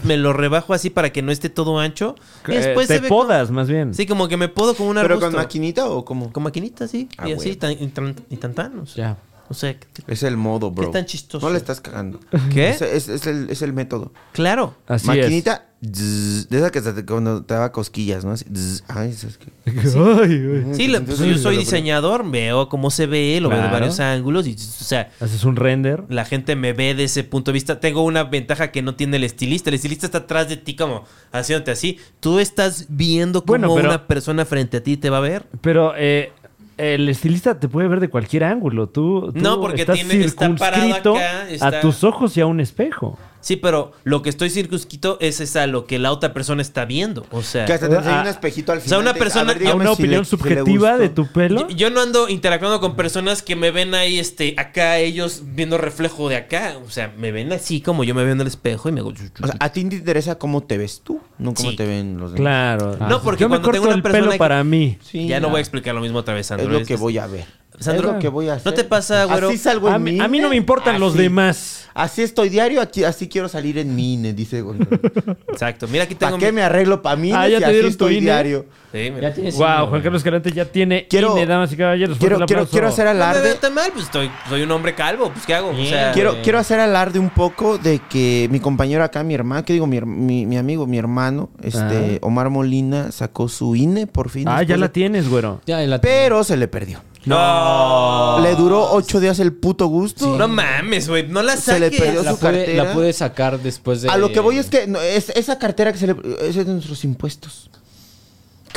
Speaker 2: me lo rebajo así para que no esté todo ancho. Y
Speaker 4: eh,
Speaker 2: después
Speaker 4: te
Speaker 2: se ve
Speaker 4: podas, más bien.
Speaker 2: como- sí, como que me podo como un
Speaker 3: ¿Pero
Speaker 2: arbusto.
Speaker 3: con maquinita o cómo?
Speaker 2: Con maquinita, sí.
Speaker 3: Ah,
Speaker 2: y
Speaker 3: güey.
Speaker 2: así, tan- y, tan- y tantan. O sea,
Speaker 5: Ya.
Speaker 2: o sea, que-
Speaker 3: Es el modo, bro.
Speaker 2: ¿Qué tan chistoso?
Speaker 3: No le estás cagando.
Speaker 2: ¿Qué?
Speaker 3: Es, es- es el, es el método.
Speaker 2: claro.
Speaker 4: Así es.
Speaker 3: maquinita. zzz, de esa que te, cuando te daba cosquillas, ¿no? Así, zzz, ay, esas que-
Speaker 4: Ay, güey.
Speaker 2: Sí, le- pues, yo soy diseñador, veo cómo se ve, lo veo de
Speaker 4: Claro.
Speaker 2: varios ángulos. Y, o sea,
Speaker 4: Haces un render.
Speaker 2: la gente me ve de ese punto de vista. Tengo una ventaja que no tiene el estilista. El estilista está atrás de ti como haciéndote así. Tú estás viendo cómo
Speaker 4: Bueno, pero-
Speaker 2: una persona frente a ti te va a ver.
Speaker 4: Pero eh, el estilista te puede ver de cualquier ángulo. Tú, tú
Speaker 2: No, porque
Speaker 4: estás
Speaker 2: tiene- está parado
Speaker 4: circunscrito
Speaker 2: acá, está-
Speaker 4: a tus ojos y a un espejo.
Speaker 2: Sí, pero lo que estoy circunscrito es es a lo que la otra persona está viendo. O sea,
Speaker 3: Que hasta te enseña
Speaker 4: Ah,
Speaker 3: un espejito al final.
Speaker 2: sea, una
Speaker 3: te-
Speaker 2: persona-
Speaker 3: ver, dígame
Speaker 4: a una
Speaker 3: si le-
Speaker 4: opinión
Speaker 3: si le
Speaker 4: subjetiva
Speaker 3: gustó.
Speaker 4: de tu pelo.
Speaker 2: yo, yo no ando interactuando con personas que me ven ahí, este, acá, ellos viendo reflejo de acá. O sea, me ven así como yo me veo en el espejo y me hago.
Speaker 3: O sea, a ti te interesa cómo te ves tú, no cómo
Speaker 2: Sí.
Speaker 3: te ven los demás.
Speaker 4: Claro.
Speaker 5: Ah,
Speaker 2: No, porque
Speaker 4: yo me
Speaker 2: cuando
Speaker 4: corto
Speaker 2: tengo una
Speaker 4: el
Speaker 2: persona
Speaker 4: pelo
Speaker 2: que-
Speaker 4: para mí.
Speaker 3: Sí,
Speaker 2: ya no
Speaker 3: ya.
Speaker 2: voy a explicar lo mismo otra vez,
Speaker 3: Es
Speaker 2: Sandro.
Speaker 3: lo que voy a ver.
Speaker 2: Sandro,
Speaker 3: es lo que voy a
Speaker 2: ¿no
Speaker 3: hacer.
Speaker 2: te pasa, güero?
Speaker 3: Así salgo en
Speaker 4: A mí, a mí no me importan
Speaker 2: Ah,
Speaker 4: los
Speaker 3: Así.
Speaker 4: demás.
Speaker 3: Así estoy diario, aquí, así quiero salir en mi INE, dice Gonzalo.
Speaker 2: Exacto. Mira, aquí tengo.
Speaker 3: ¿Para qué
Speaker 2: mi-
Speaker 3: me arreglo para mí?
Speaker 4: Ah, ¿ya
Speaker 3: si
Speaker 4: te
Speaker 3: así
Speaker 4: dieron tu
Speaker 3: estoy
Speaker 4: INE?
Speaker 3: diario.
Speaker 2: Sí, mira.
Speaker 5: Ya tienes.
Speaker 4: Wow, Juan Carlos Escalante ya tiene
Speaker 3: Quiero-
Speaker 4: INE, damas y caballeros.
Speaker 3: Quiero,
Speaker 4: Fuerte el
Speaker 3: quiero,
Speaker 4: aplauso.
Speaker 3: quiero hacer
Speaker 2: No me
Speaker 3: alarde.
Speaker 2: veo tan mal, pues estoy, soy un hombre calvo, pues ¿qué hago? O sea,
Speaker 4: Eh.
Speaker 3: Quiero, quiero hacer alarde un poco de que mi compañero acá, mi hermano, que digo, mi, her- mi, mi amigo, mi hermano, este Omar Molina sacó su INE por fin.
Speaker 4: Ah,
Speaker 3: después
Speaker 4: ya
Speaker 3: de-
Speaker 4: la tienes, güero.
Speaker 5: Ya, y la
Speaker 3: Pero se le perdió.
Speaker 2: No.
Speaker 4: Ah,
Speaker 3: Le duró ocho días el puto gusto.
Speaker 2: No mames, güey. No la
Speaker 3: Se le
Speaker 2: saques.
Speaker 3: perdió
Speaker 5: la
Speaker 3: su
Speaker 5: pude,
Speaker 3: cartera.
Speaker 5: la pude sacar después de.
Speaker 3: A lo que voy es que no, es- esa cartera que se le. Es de nuestros impuestos.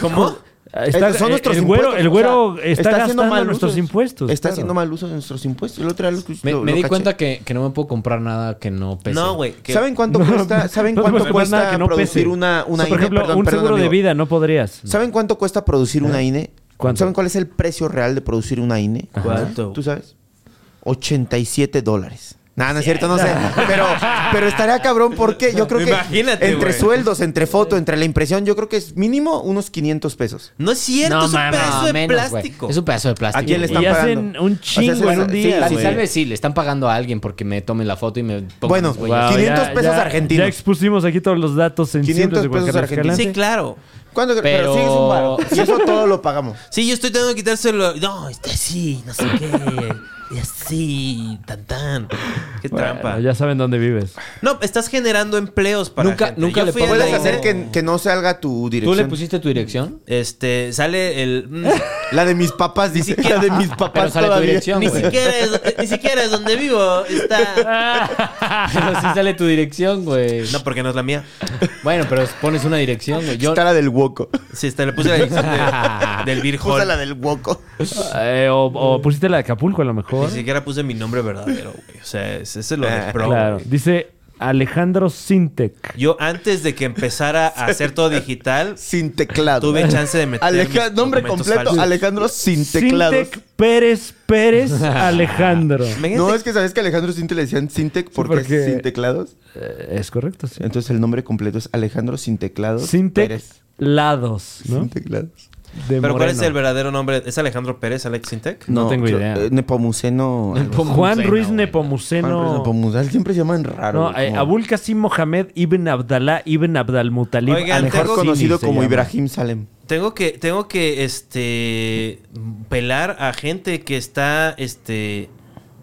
Speaker 2: ¿Cómo?
Speaker 4: Ah, Está,
Speaker 3: Eh, son nuestros
Speaker 4: el güero,
Speaker 3: impuestos,
Speaker 4: el
Speaker 3: o
Speaker 4: güero
Speaker 3: sea,
Speaker 4: está, gastando nuestros
Speaker 3: uso.
Speaker 4: impuestos.
Speaker 3: Está
Speaker 4: claro.
Speaker 3: haciendo mal uso de nuestros impuestos. El otro día lo-
Speaker 5: Me,
Speaker 3: lo-
Speaker 5: me
Speaker 3: lo
Speaker 5: di
Speaker 3: caché.
Speaker 5: cuenta que, que no me puedo comprar nada que no pese.
Speaker 2: No, güey. que-
Speaker 3: ¿Saben cuánto cuesta, ¿saben
Speaker 4: No te
Speaker 3: cuánto
Speaker 4: puedes comprar nada
Speaker 3: cuesta
Speaker 4: que no
Speaker 3: producir
Speaker 4: pese.
Speaker 3: una,
Speaker 4: O
Speaker 3: una
Speaker 4: sea, por
Speaker 3: INE?
Speaker 4: ejemplo,
Speaker 3: Perdón,
Speaker 4: un
Speaker 3: perdón,
Speaker 4: seguro de
Speaker 3: amigo.
Speaker 4: vida no podrías.
Speaker 3: ¿Saben cuánto cuesta producir una INE?
Speaker 4: ¿Cuánto?
Speaker 3: ¿Saben cuál es el precio real de producir una INE?
Speaker 2: ¿Cuánto?
Speaker 3: ¿Tú sabes? 87 dólares. Nada, no es cierto, no sé. Pero, pero estaría cabrón porque yo creo que
Speaker 2: Imagínate,
Speaker 3: entre
Speaker 2: güey.
Speaker 3: sueldos, entre foto, entre la impresión, yo creo que es mínimo unos 500 pesos.
Speaker 2: No es cierto,
Speaker 5: No,
Speaker 2: es un
Speaker 5: mames.
Speaker 2: pedazo
Speaker 5: No,
Speaker 2: de
Speaker 5: menos, güey.
Speaker 2: plástico.
Speaker 5: Es un pedazo de plástico.
Speaker 3: ¿A quién le
Speaker 5: güey.
Speaker 3: están
Speaker 4: Y hacen
Speaker 3: pagando?
Speaker 4: un chingo
Speaker 3: se las-
Speaker 4: en un día,
Speaker 3: sí,
Speaker 5: Tal-
Speaker 3: sí,
Speaker 5: Tal
Speaker 3: sí.
Speaker 5: vez sí, le están pagando a alguien porque me tomen la foto y me pongan
Speaker 3: Bueno,
Speaker 5: los güeyes.
Speaker 3: Guau, 500
Speaker 4: ya-
Speaker 3: pesos
Speaker 4: ya-
Speaker 3: argentinos.
Speaker 4: Ya expusimos aquí todos los datos sensibles
Speaker 3: 500
Speaker 4: de Juan
Speaker 3: pesos
Speaker 4: Carlos
Speaker 3: argentinos.
Speaker 2: Sí,
Speaker 4: Escalante.
Speaker 2: claro.
Speaker 3: ¿Cuánto? Pero,
Speaker 5: Pero-
Speaker 3: sí es un varo. Y eso todo lo pagamos.
Speaker 2: Sí, yo estoy tratando de quitárselo. No, este sí, no sé qué. Y así, tan tan. Qué
Speaker 4: Bueno,
Speaker 2: trampa.
Speaker 4: ya saben dónde vives.
Speaker 2: No, estás generando empleos para
Speaker 5: Nunca-
Speaker 2: gente.
Speaker 5: nunca
Speaker 2: Yo
Speaker 5: le
Speaker 2: fui a
Speaker 5: pongo-
Speaker 3: Puedes
Speaker 2: la-
Speaker 3: hacer que, que no salga tu
Speaker 5: ¿Tú
Speaker 3: dirección.
Speaker 5: le pusiste tu dirección?
Speaker 2: Este, sale el... mm,
Speaker 3: La de mis papás, dice. La de mis papás
Speaker 5: Pero sale tu
Speaker 3: todavía.
Speaker 5: dirección,
Speaker 2: ni,
Speaker 5: güey.
Speaker 2: siquiera es, ni siquiera es donde vivo. Está...
Speaker 5: Pero sí sale tu dirección, güey.
Speaker 2: No, porque no es la mía.
Speaker 5: Bueno, pero pones una dirección, güey. Yo...
Speaker 3: Está la del hueco.
Speaker 2: Sí, está, le puse la dirección de- del Beer Hall.
Speaker 3: Usa la del hueco.
Speaker 4: Eh, o,
Speaker 3: Pues,
Speaker 4: o pusiste la de Acapulco a lo mejor.
Speaker 2: Ni siquiera puse mi nombre verdadero, güey. O sea, ese es lo de pro.
Speaker 4: claro.
Speaker 2: güey.
Speaker 4: Dice Alejandro Sintec.
Speaker 2: Yo antes de que empezara a hacer todo digital,
Speaker 3: Sin teclado.
Speaker 2: tuve chance de meter
Speaker 3: Aleja-
Speaker 2: mis
Speaker 3: nombre
Speaker 2: documentos
Speaker 3: completo,
Speaker 2: falsos.
Speaker 3: Alejandro sin teclados.
Speaker 4: Sintec Pérez Pérez Alejandro.
Speaker 2: Imagínate-
Speaker 3: No, es que sabes que Alejandro Sinte le decían Sintec porque, es
Speaker 4: este porque-
Speaker 3: sin teclados.
Speaker 4: Eh, es correcto, sí.
Speaker 3: Entonces el nombre completo es Alejandro sin teclados.
Speaker 4: Sintec
Speaker 3: Pérez.
Speaker 4: Lados, ¿no?
Speaker 3: Sin teclados.
Speaker 4: De
Speaker 2: Pero ¿cuál es
Speaker 4: Moreno.
Speaker 2: el verdadero nombre? ¿Es Alejandro Pérez, Alex Sintec?
Speaker 4: No tengo idea.
Speaker 3: eh, Nepomuceno. algo así.
Speaker 4: Juan
Speaker 5: Nepomuceno,
Speaker 4: Ruiz
Speaker 5: güey.
Speaker 3: Juan Ruiz
Speaker 4: Nepomuceno.
Speaker 3: Nepomuceno. Siempre se llaman raro.
Speaker 4: No,
Speaker 3: güey,
Speaker 4: eh,
Speaker 3: como-
Speaker 4: Abul Qasim Mohamed Ibn Abdalá Ibn Abdalmutalib.
Speaker 2: Oigan,
Speaker 4: al
Speaker 2: tengo-
Speaker 3: Mejor
Speaker 4: Hassini
Speaker 3: conocido
Speaker 4: se
Speaker 3: como
Speaker 4: llama.
Speaker 3: Ibrahim Salem.
Speaker 2: Tengo que, tengo que, este, pelar a gente que está, este,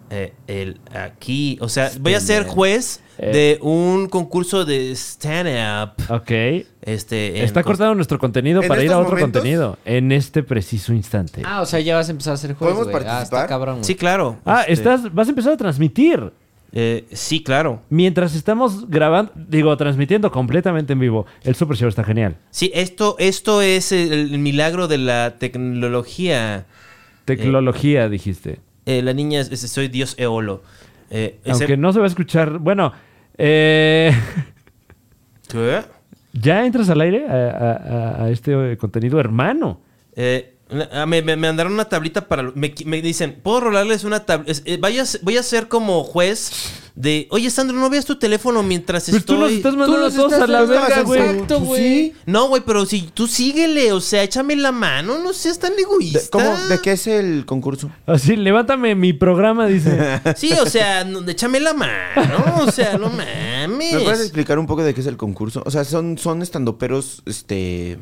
Speaker 2: eh, el, aquí. O sea, voy a ser juez
Speaker 4: Eh.
Speaker 2: de un concurso de stand-up.
Speaker 4: Ok.
Speaker 2: Este, en-
Speaker 4: Está cortado nuestro contenido
Speaker 3: ¿En
Speaker 4: para ir a
Speaker 3: estos
Speaker 4: otro
Speaker 3: momentos?
Speaker 4: contenido. En este preciso instante. Ah,
Speaker 5: Ah, o sea, ya vas a empezar a hacer juegos.
Speaker 3: ¿Podemos
Speaker 5: güey. Ah, está
Speaker 3: participar?
Speaker 5: cabrón, güey.
Speaker 2: Sí, claro.
Speaker 4: Ah.
Speaker 2: Este,
Speaker 4: estás, vas a empezar a transmitir.
Speaker 2: eh, sí, claro.
Speaker 4: Mientras estamos grabando, digo, transmitiendo completamente en vivo. El Super Show está genial.
Speaker 2: Sí, esto, esto es el, el milagro de la tecnología.
Speaker 4: Tecnología, dijiste.
Speaker 2: Eh, la niña, es- es- soy Dios Eolo. Eh, ese-
Speaker 4: Aunque no se va a escuchar. Bueno, eh,
Speaker 2: ¿Qué?
Speaker 4: ya entras al aire a, a- a- a este eh, contenido hermano.
Speaker 2: Eh, na- ah, me, me- me mandaron una tablita para... Me, qui- me dicen, ¿puedo rolarles una tablita? voy a ser como juez de... Oye, Sandro, ¿no veas tu teléfono mientras
Speaker 4: Pero
Speaker 2: estoy...?
Speaker 4: Pues tú nos estás
Speaker 5: Tú
Speaker 4: mandando
Speaker 5: los
Speaker 4: todos
Speaker 5: estás
Speaker 4: a la
Speaker 5: haciendo
Speaker 4: verga, güey.
Speaker 5: Exacto,
Speaker 3: Pues
Speaker 5: güey.
Speaker 3: sí.
Speaker 2: No, güey, pero si tú síguele, o sea, échame la mano, no seas tan egoísta.
Speaker 3: ¿De, ¿Cómo? ¿De qué es el concurso?
Speaker 4: Así, levántame mi programa, dice.
Speaker 2: Sí, o sea, no- échame la mano, o sea, no mames.
Speaker 3: ¿Me puedes explicar un poco de qué es el concurso? O sea, son, son estandoperos, este.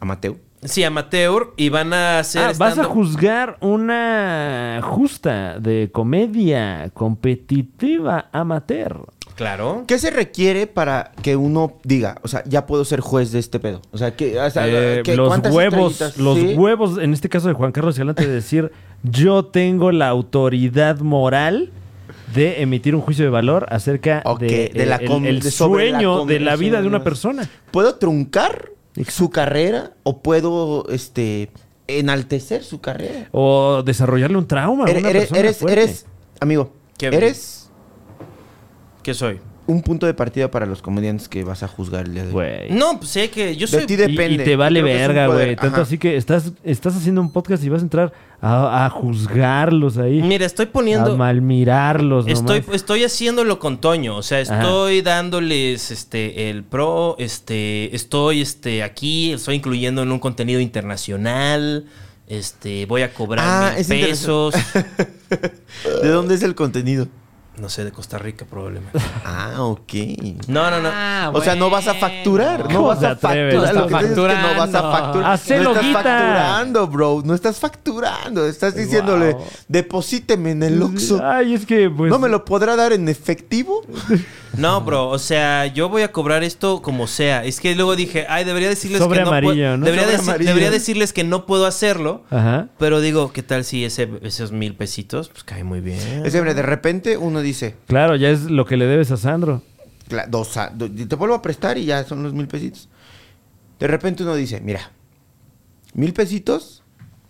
Speaker 3: Amateo.
Speaker 2: Sí, amateur, y van a hacer...
Speaker 4: Ah, vas a
Speaker 2: stand-up.
Speaker 4: juzgar una justa de comedia competitiva amateur.
Speaker 2: Claro.
Speaker 3: ¿Qué se requiere para que uno diga, o sea, ya puedo ser juez de este pedo? O sea, que. o sea,
Speaker 4: Eh,
Speaker 3: ¿qué-
Speaker 4: los
Speaker 3: cuántas
Speaker 4: huevos,
Speaker 3: estrellitas?
Speaker 4: los
Speaker 3: Sí.
Speaker 4: huevos, en este caso de Juan Carlos Escalante, de decir yo tengo la autoridad moral de emitir un juicio de valor acerca
Speaker 3: Ok,
Speaker 4: de, eh,
Speaker 3: de la
Speaker 4: el-
Speaker 3: com-
Speaker 4: el,
Speaker 3: de- sobre la
Speaker 4: sueño de la vida de una
Speaker 3: conversión.
Speaker 4: persona.
Speaker 3: ¿Puedo truncar su carrera o puedo, este. enaltecer su carrera?
Speaker 4: O desarrollarle un trauma a
Speaker 3: Eres,
Speaker 4: una
Speaker 3: eres,
Speaker 4: persona
Speaker 3: eres,
Speaker 4: fuerte.
Speaker 3: eres- amigo,
Speaker 2: Qué
Speaker 3: eres
Speaker 2: ¿Qué soy?
Speaker 3: un punto de partida para los comediantes que vas a juzgar el día de hoy.
Speaker 4: Güey.
Speaker 2: No, pues sé que yo
Speaker 3: De
Speaker 2: soy...
Speaker 3: ti
Speaker 4: Y-
Speaker 3: depende.
Speaker 4: Y, te vale
Speaker 3: Creo que es un
Speaker 4: verga,
Speaker 3: poder.
Speaker 4: güey. Tanto
Speaker 3: Ajá.
Speaker 4: así que estás, estás haciendo un podcast y vas a entrar a, a juzgarlos ahí.
Speaker 2: Mira, estoy
Speaker 4: A
Speaker 2: poniendo...
Speaker 4: malmirarlos, nomás.
Speaker 2: Estoy, estoy haciéndolo con Toño, o sea, estoy dándoles este el pro, este, estoy este aquí, estoy incluyendo en un contenido internacional, este, voy a cobrar
Speaker 3: Ah,
Speaker 2: mil
Speaker 3: es
Speaker 2: pesos,
Speaker 3: ¿De dónde es el contenido?
Speaker 2: no sé, de Costa Rica probablemente.
Speaker 3: Ah, ok.
Speaker 2: No, no, no.
Speaker 5: Ah,
Speaker 3: o sea, no vas a facturar. No
Speaker 4: ¿Cómo
Speaker 3: vas
Speaker 4: te
Speaker 3: a
Speaker 4: atreves?
Speaker 3: facturar.
Speaker 5: No
Speaker 3: Lo que
Speaker 5: estás
Speaker 3: dices es que no vas a
Speaker 5: facturando.
Speaker 3: facturar.
Speaker 4: Hacelo,
Speaker 3: no estás
Speaker 4: guita.
Speaker 3: facturando, bro. No estás facturando. Estás diciéndole,
Speaker 4: Wow.
Speaker 3: deposíteme en el Oxxo.
Speaker 4: Ay, es que pues.
Speaker 3: ¿No me lo podrá dar en efectivo?
Speaker 4: Ah.
Speaker 2: No, bro, o sea, yo voy a cobrar esto como sea. Es que luego dije, ay, debería decirles
Speaker 4: Sobre
Speaker 2: que no
Speaker 4: amarillo,
Speaker 2: puedo-
Speaker 4: ¿no?
Speaker 2: Debería,
Speaker 3: Sobre
Speaker 2: deci-
Speaker 3: amarillo.
Speaker 2: debería decirles que no puedo hacerlo.
Speaker 4: Ajá.
Speaker 2: Pero digo, ¿qué tal si ese, esos mil pesitos? Pues cae muy bien.
Speaker 3: Es que, mira, de repente uno dice,
Speaker 4: Claro, ya es lo que le debes a Sandro.
Speaker 3: cla- dos, a- do- te vuelvo a prestar y ya son los mil pesitos. De repente uno dice, mira, mil pesitos,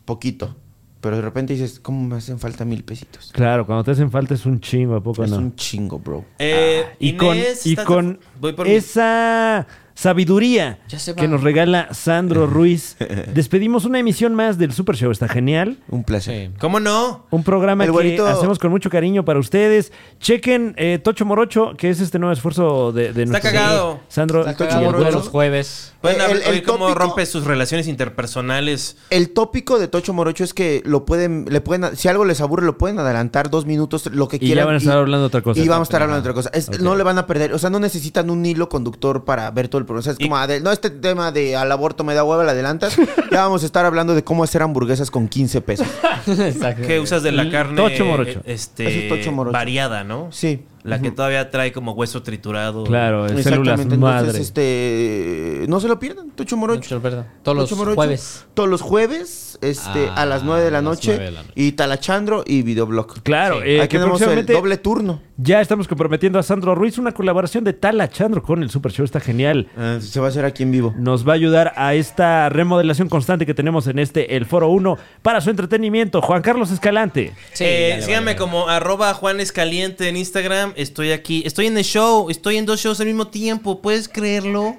Speaker 3: poquito. Pero de repente dices, ¿cómo me hacen falta mil pesitos?
Speaker 4: Claro, cuando te hacen falta es un chingo, ¿a poco
Speaker 3: Es
Speaker 4: no? Ah,
Speaker 3: un chingo, bro.
Speaker 2: Eh,
Speaker 4: y con,
Speaker 2: Inés,
Speaker 4: y
Speaker 2: ¿estás de-
Speaker 4: con
Speaker 2: voy por mi-
Speaker 4: esa sabiduría
Speaker 5: Ya se va.
Speaker 4: que nos regala Sandro Ruiz, despedimos una emisión más del Super Show. Está genial.
Speaker 3: Un placer.
Speaker 5: Sí.
Speaker 2: ¿Cómo no?
Speaker 4: Un programa
Speaker 3: El
Speaker 4: que
Speaker 3: güerito-
Speaker 4: hacemos con mucho cariño para ustedes. Chequen eh, Tocho Morocho, que es este nuevo esfuerzo de, de
Speaker 2: Está
Speaker 4: nuestro
Speaker 2: cagado.
Speaker 4: Sandro.
Speaker 3: Está
Speaker 5: Y
Speaker 3: cagado.
Speaker 5: el
Speaker 3: Chimorro.
Speaker 5: los jueves.
Speaker 2: Pueden
Speaker 3: Eh, el-
Speaker 2: hablar-
Speaker 3: el
Speaker 2: oír cómo
Speaker 3: tópico-
Speaker 2: rompe sus relaciones interpersonales.
Speaker 3: El tópico de Tocho Morocho es que lo pueden, le pueden, si algo les aburre, lo pueden adelantar dos minutos, lo que
Speaker 4: Y
Speaker 3: quieran.
Speaker 4: ya van a estar hablando de otra cosa.
Speaker 3: Y vamos a estar hablando de otra cosa. Es-
Speaker 4: Ok.
Speaker 3: No le van a perder, o sea, no necesitan un hilo conductor para ver todo el proceso. Es como, Adel, no, este tema de al aborto me da hueva, la adelantas. ya vamos a estar hablando de cómo hacer hamburguesas con 15 pesos.
Speaker 5: Exacto.
Speaker 6: Que usas de la carne
Speaker 4: Eh, Tocho morocho.
Speaker 6: eh,
Speaker 3: Eso
Speaker 6: Este,
Speaker 3: es tocho morocho.
Speaker 6: variada, ¿no?
Speaker 3: Sí.
Speaker 6: La que todavía trae como hueso triturado.
Speaker 4: Claro, Pues, células
Speaker 3: Exactamente.
Speaker 4: madre.
Speaker 3: Entonces, este, no se lo pierdan, Tocho Morocho.
Speaker 5: Todos los
Speaker 3: Tocho Morocho.
Speaker 5: jueves.
Speaker 3: Todos los jueves, este, a las 9 de
Speaker 5: A
Speaker 4: Ah,
Speaker 3: la
Speaker 5: las
Speaker 3: noche.
Speaker 5: nueve de la noche.
Speaker 3: Y Talachandro y Videoblog.
Speaker 4: Claro, eh,
Speaker 3: Ahí
Speaker 4: que
Speaker 3: tenemos el
Speaker 4: próximamente
Speaker 3: doble turno.
Speaker 4: ya estamos comprometiendo a Sandro Ruiz. Una colaboración de Tala Chandro con el Super Show está genial.
Speaker 3: Ah, se va a hacer aquí en vivo.
Speaker 4: Nos va a ayudar a esta remodelación constante que tenemos en este El Foro 1 para su entretenimiento. Juan Carlos Escalante.
Speaker 5: Sí,
Speaker 6: Eh,
Speaker 5: ya le
Speaker 6: síganme
Speaker 5: vale.
Speaker 6: como arroba juanescaliente en Instagram. Estoy aquí. Estoy en el show. Estoy en dos shows al mismo tiempo. ¿Puedes creerlo?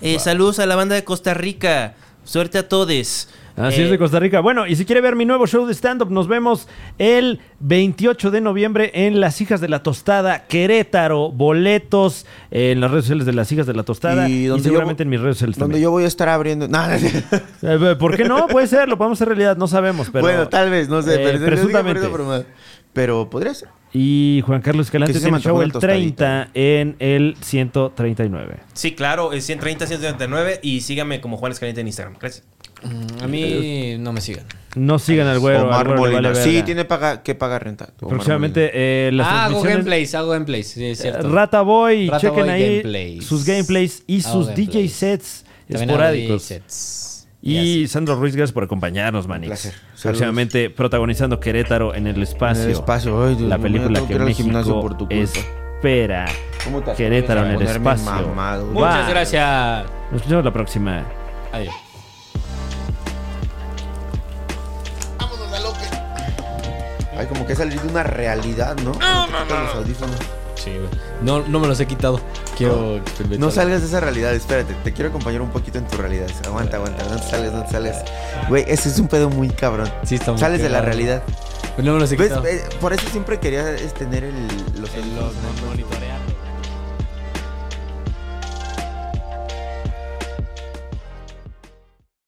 Speaker 6: Eh, Saludos a la banda de Costa Rica. Suerte a todos.
Speaker 4: Así Ah, es
Speaker 6: Eh,
Speaker 4: de Costa Rica. Bueno, y si quiere ver mi nuevo show de stand-up, nos vemos el 28 de noviembre en Las Hijas de la Tostada, Querétaro. Boletos eh, en las redes sociales de Las Hijas de la Tostada y,
Speaker 3: donde yo-
Speaker 4: seguramente en mis redes sociales
Speaker 3: Donde
Speaker 4: también.
Speaker 3: yo voy a estar abriendo. No, no sé.
Speaker 4: Eh, ¿Por qué no? Puede ser, lo podemos hacer realidad, no sabemos. Pero,
Speaker 3: bueno, tal vez, no sé.
Speaker 4: eh,
Speaker 3: pero,
Speaker 4: presuntamente.
Speaker 3: Pero, pero podría ser.
Speaker 4: Y Juan Carlos Escalante
Speaker 3: Que sí se
Speaker 4: tiene
Speaker 3: me
Speaker 4: show
Speaker 3: antojó
Speaker 4: el
Speaker 3: la
Speaker 4: 30
Speaker 3: tostadita.
Speaker 4: en el 139.
Speaker 6: Sí, claro, es 130, 139 y síganme como Juan Escaliente en Instagram. Gracias.
Speaker 5: Mm, A mí no me sigan.
Speaker 4: No sigan al güero. al
Speaker 3: Omar
Speaker 4: güero le
Speaker 3: Molina.
Speaker 4: vale
Speaker 3: sí,
Speaker 4: verga.
Speaker 3: tiene paga- que pagar renta. Omar
Speaker 4: Próximamente eh, las
Speaker 5: ah, hago
Speaker 4: transmisiones-
Speaker 5: gameplays, hago gameplays. Sí,
Speaker 3: Eh,
Speaker 5: es cierto.
Speaker 4: Rata Boy,
Speaker 5: Rata
Speaker 4: chequen
Speaker 5: Boy
Speaker 4: ahí
Speaker 5: gameplays.
Speaker 4: sus gameplays y
Speaker 5: Hago
Speaker 4: sus DJ
Speaker 5: gameplays.
Speaker 4: sets
Speaker 5: También hago
Speaker 4: esporádicos.
Speaker 5: sets.
Speaker 4: Y
Speaker 5: así.
Speaker 4: Sandro Ruiz, gracias por acompañarnos, Manix.
Speaker 3: placer. Saludos.
Speaker 4: Próximamente protagonizando Querétaro en el
Speaker 3: Molina.
Speaker 4: espacio.
Speaker 3: En el espacio. Ay, Dios
Speaker 4: la
Speaker 3: mío,
Speaker 4: película
Speaker 3: tengo
Speaker 4: que
Speaker 3: ir al
Speaker 4: México
Speaker 3: gimnasio por tu culpa.
Speaker 4: espera.
Speaker 3: ¿Cómo te atreves
Speaker 4: Querétaro
Speaker 3: a
Speaker 4: en el
Speaker 3: ponerme
Speaker 4: espacio.
Speaker 3: mamado?
Speaker 4: Muy-
Speaker 5: Muchas
Speaker 4: Bye.
Speaker 5: gracias.
Speaker 4: Nos vemos la próxima.
Speaker 5: Adiós.
Speaker 3: Ay, como que salir de una realidad, ¿no? No, no, Los audífonos.
Speaker 5: Sí, güey. No, no me los he quitado. Quiero
Speaker 3: No salgas de esa realidad, espérate, te quiero acompañar un poquito en tu realidad. Aguanta, aguanta, no te salgas, no te salgas. Güey, ese es un pedo muy cabrón.
Speaker 5: Sí, está muy
Speaker 3: Sales de la
Speaker 5: cagado.
Speaker 3: realidad.
Speaker 5: No me los he
Speaker 3: ¿Ves?
Speaker 5: quitado.
Speaker 3: Eh, Por eso siempre quería es tener el, los
Speaker 5: Los monitorear.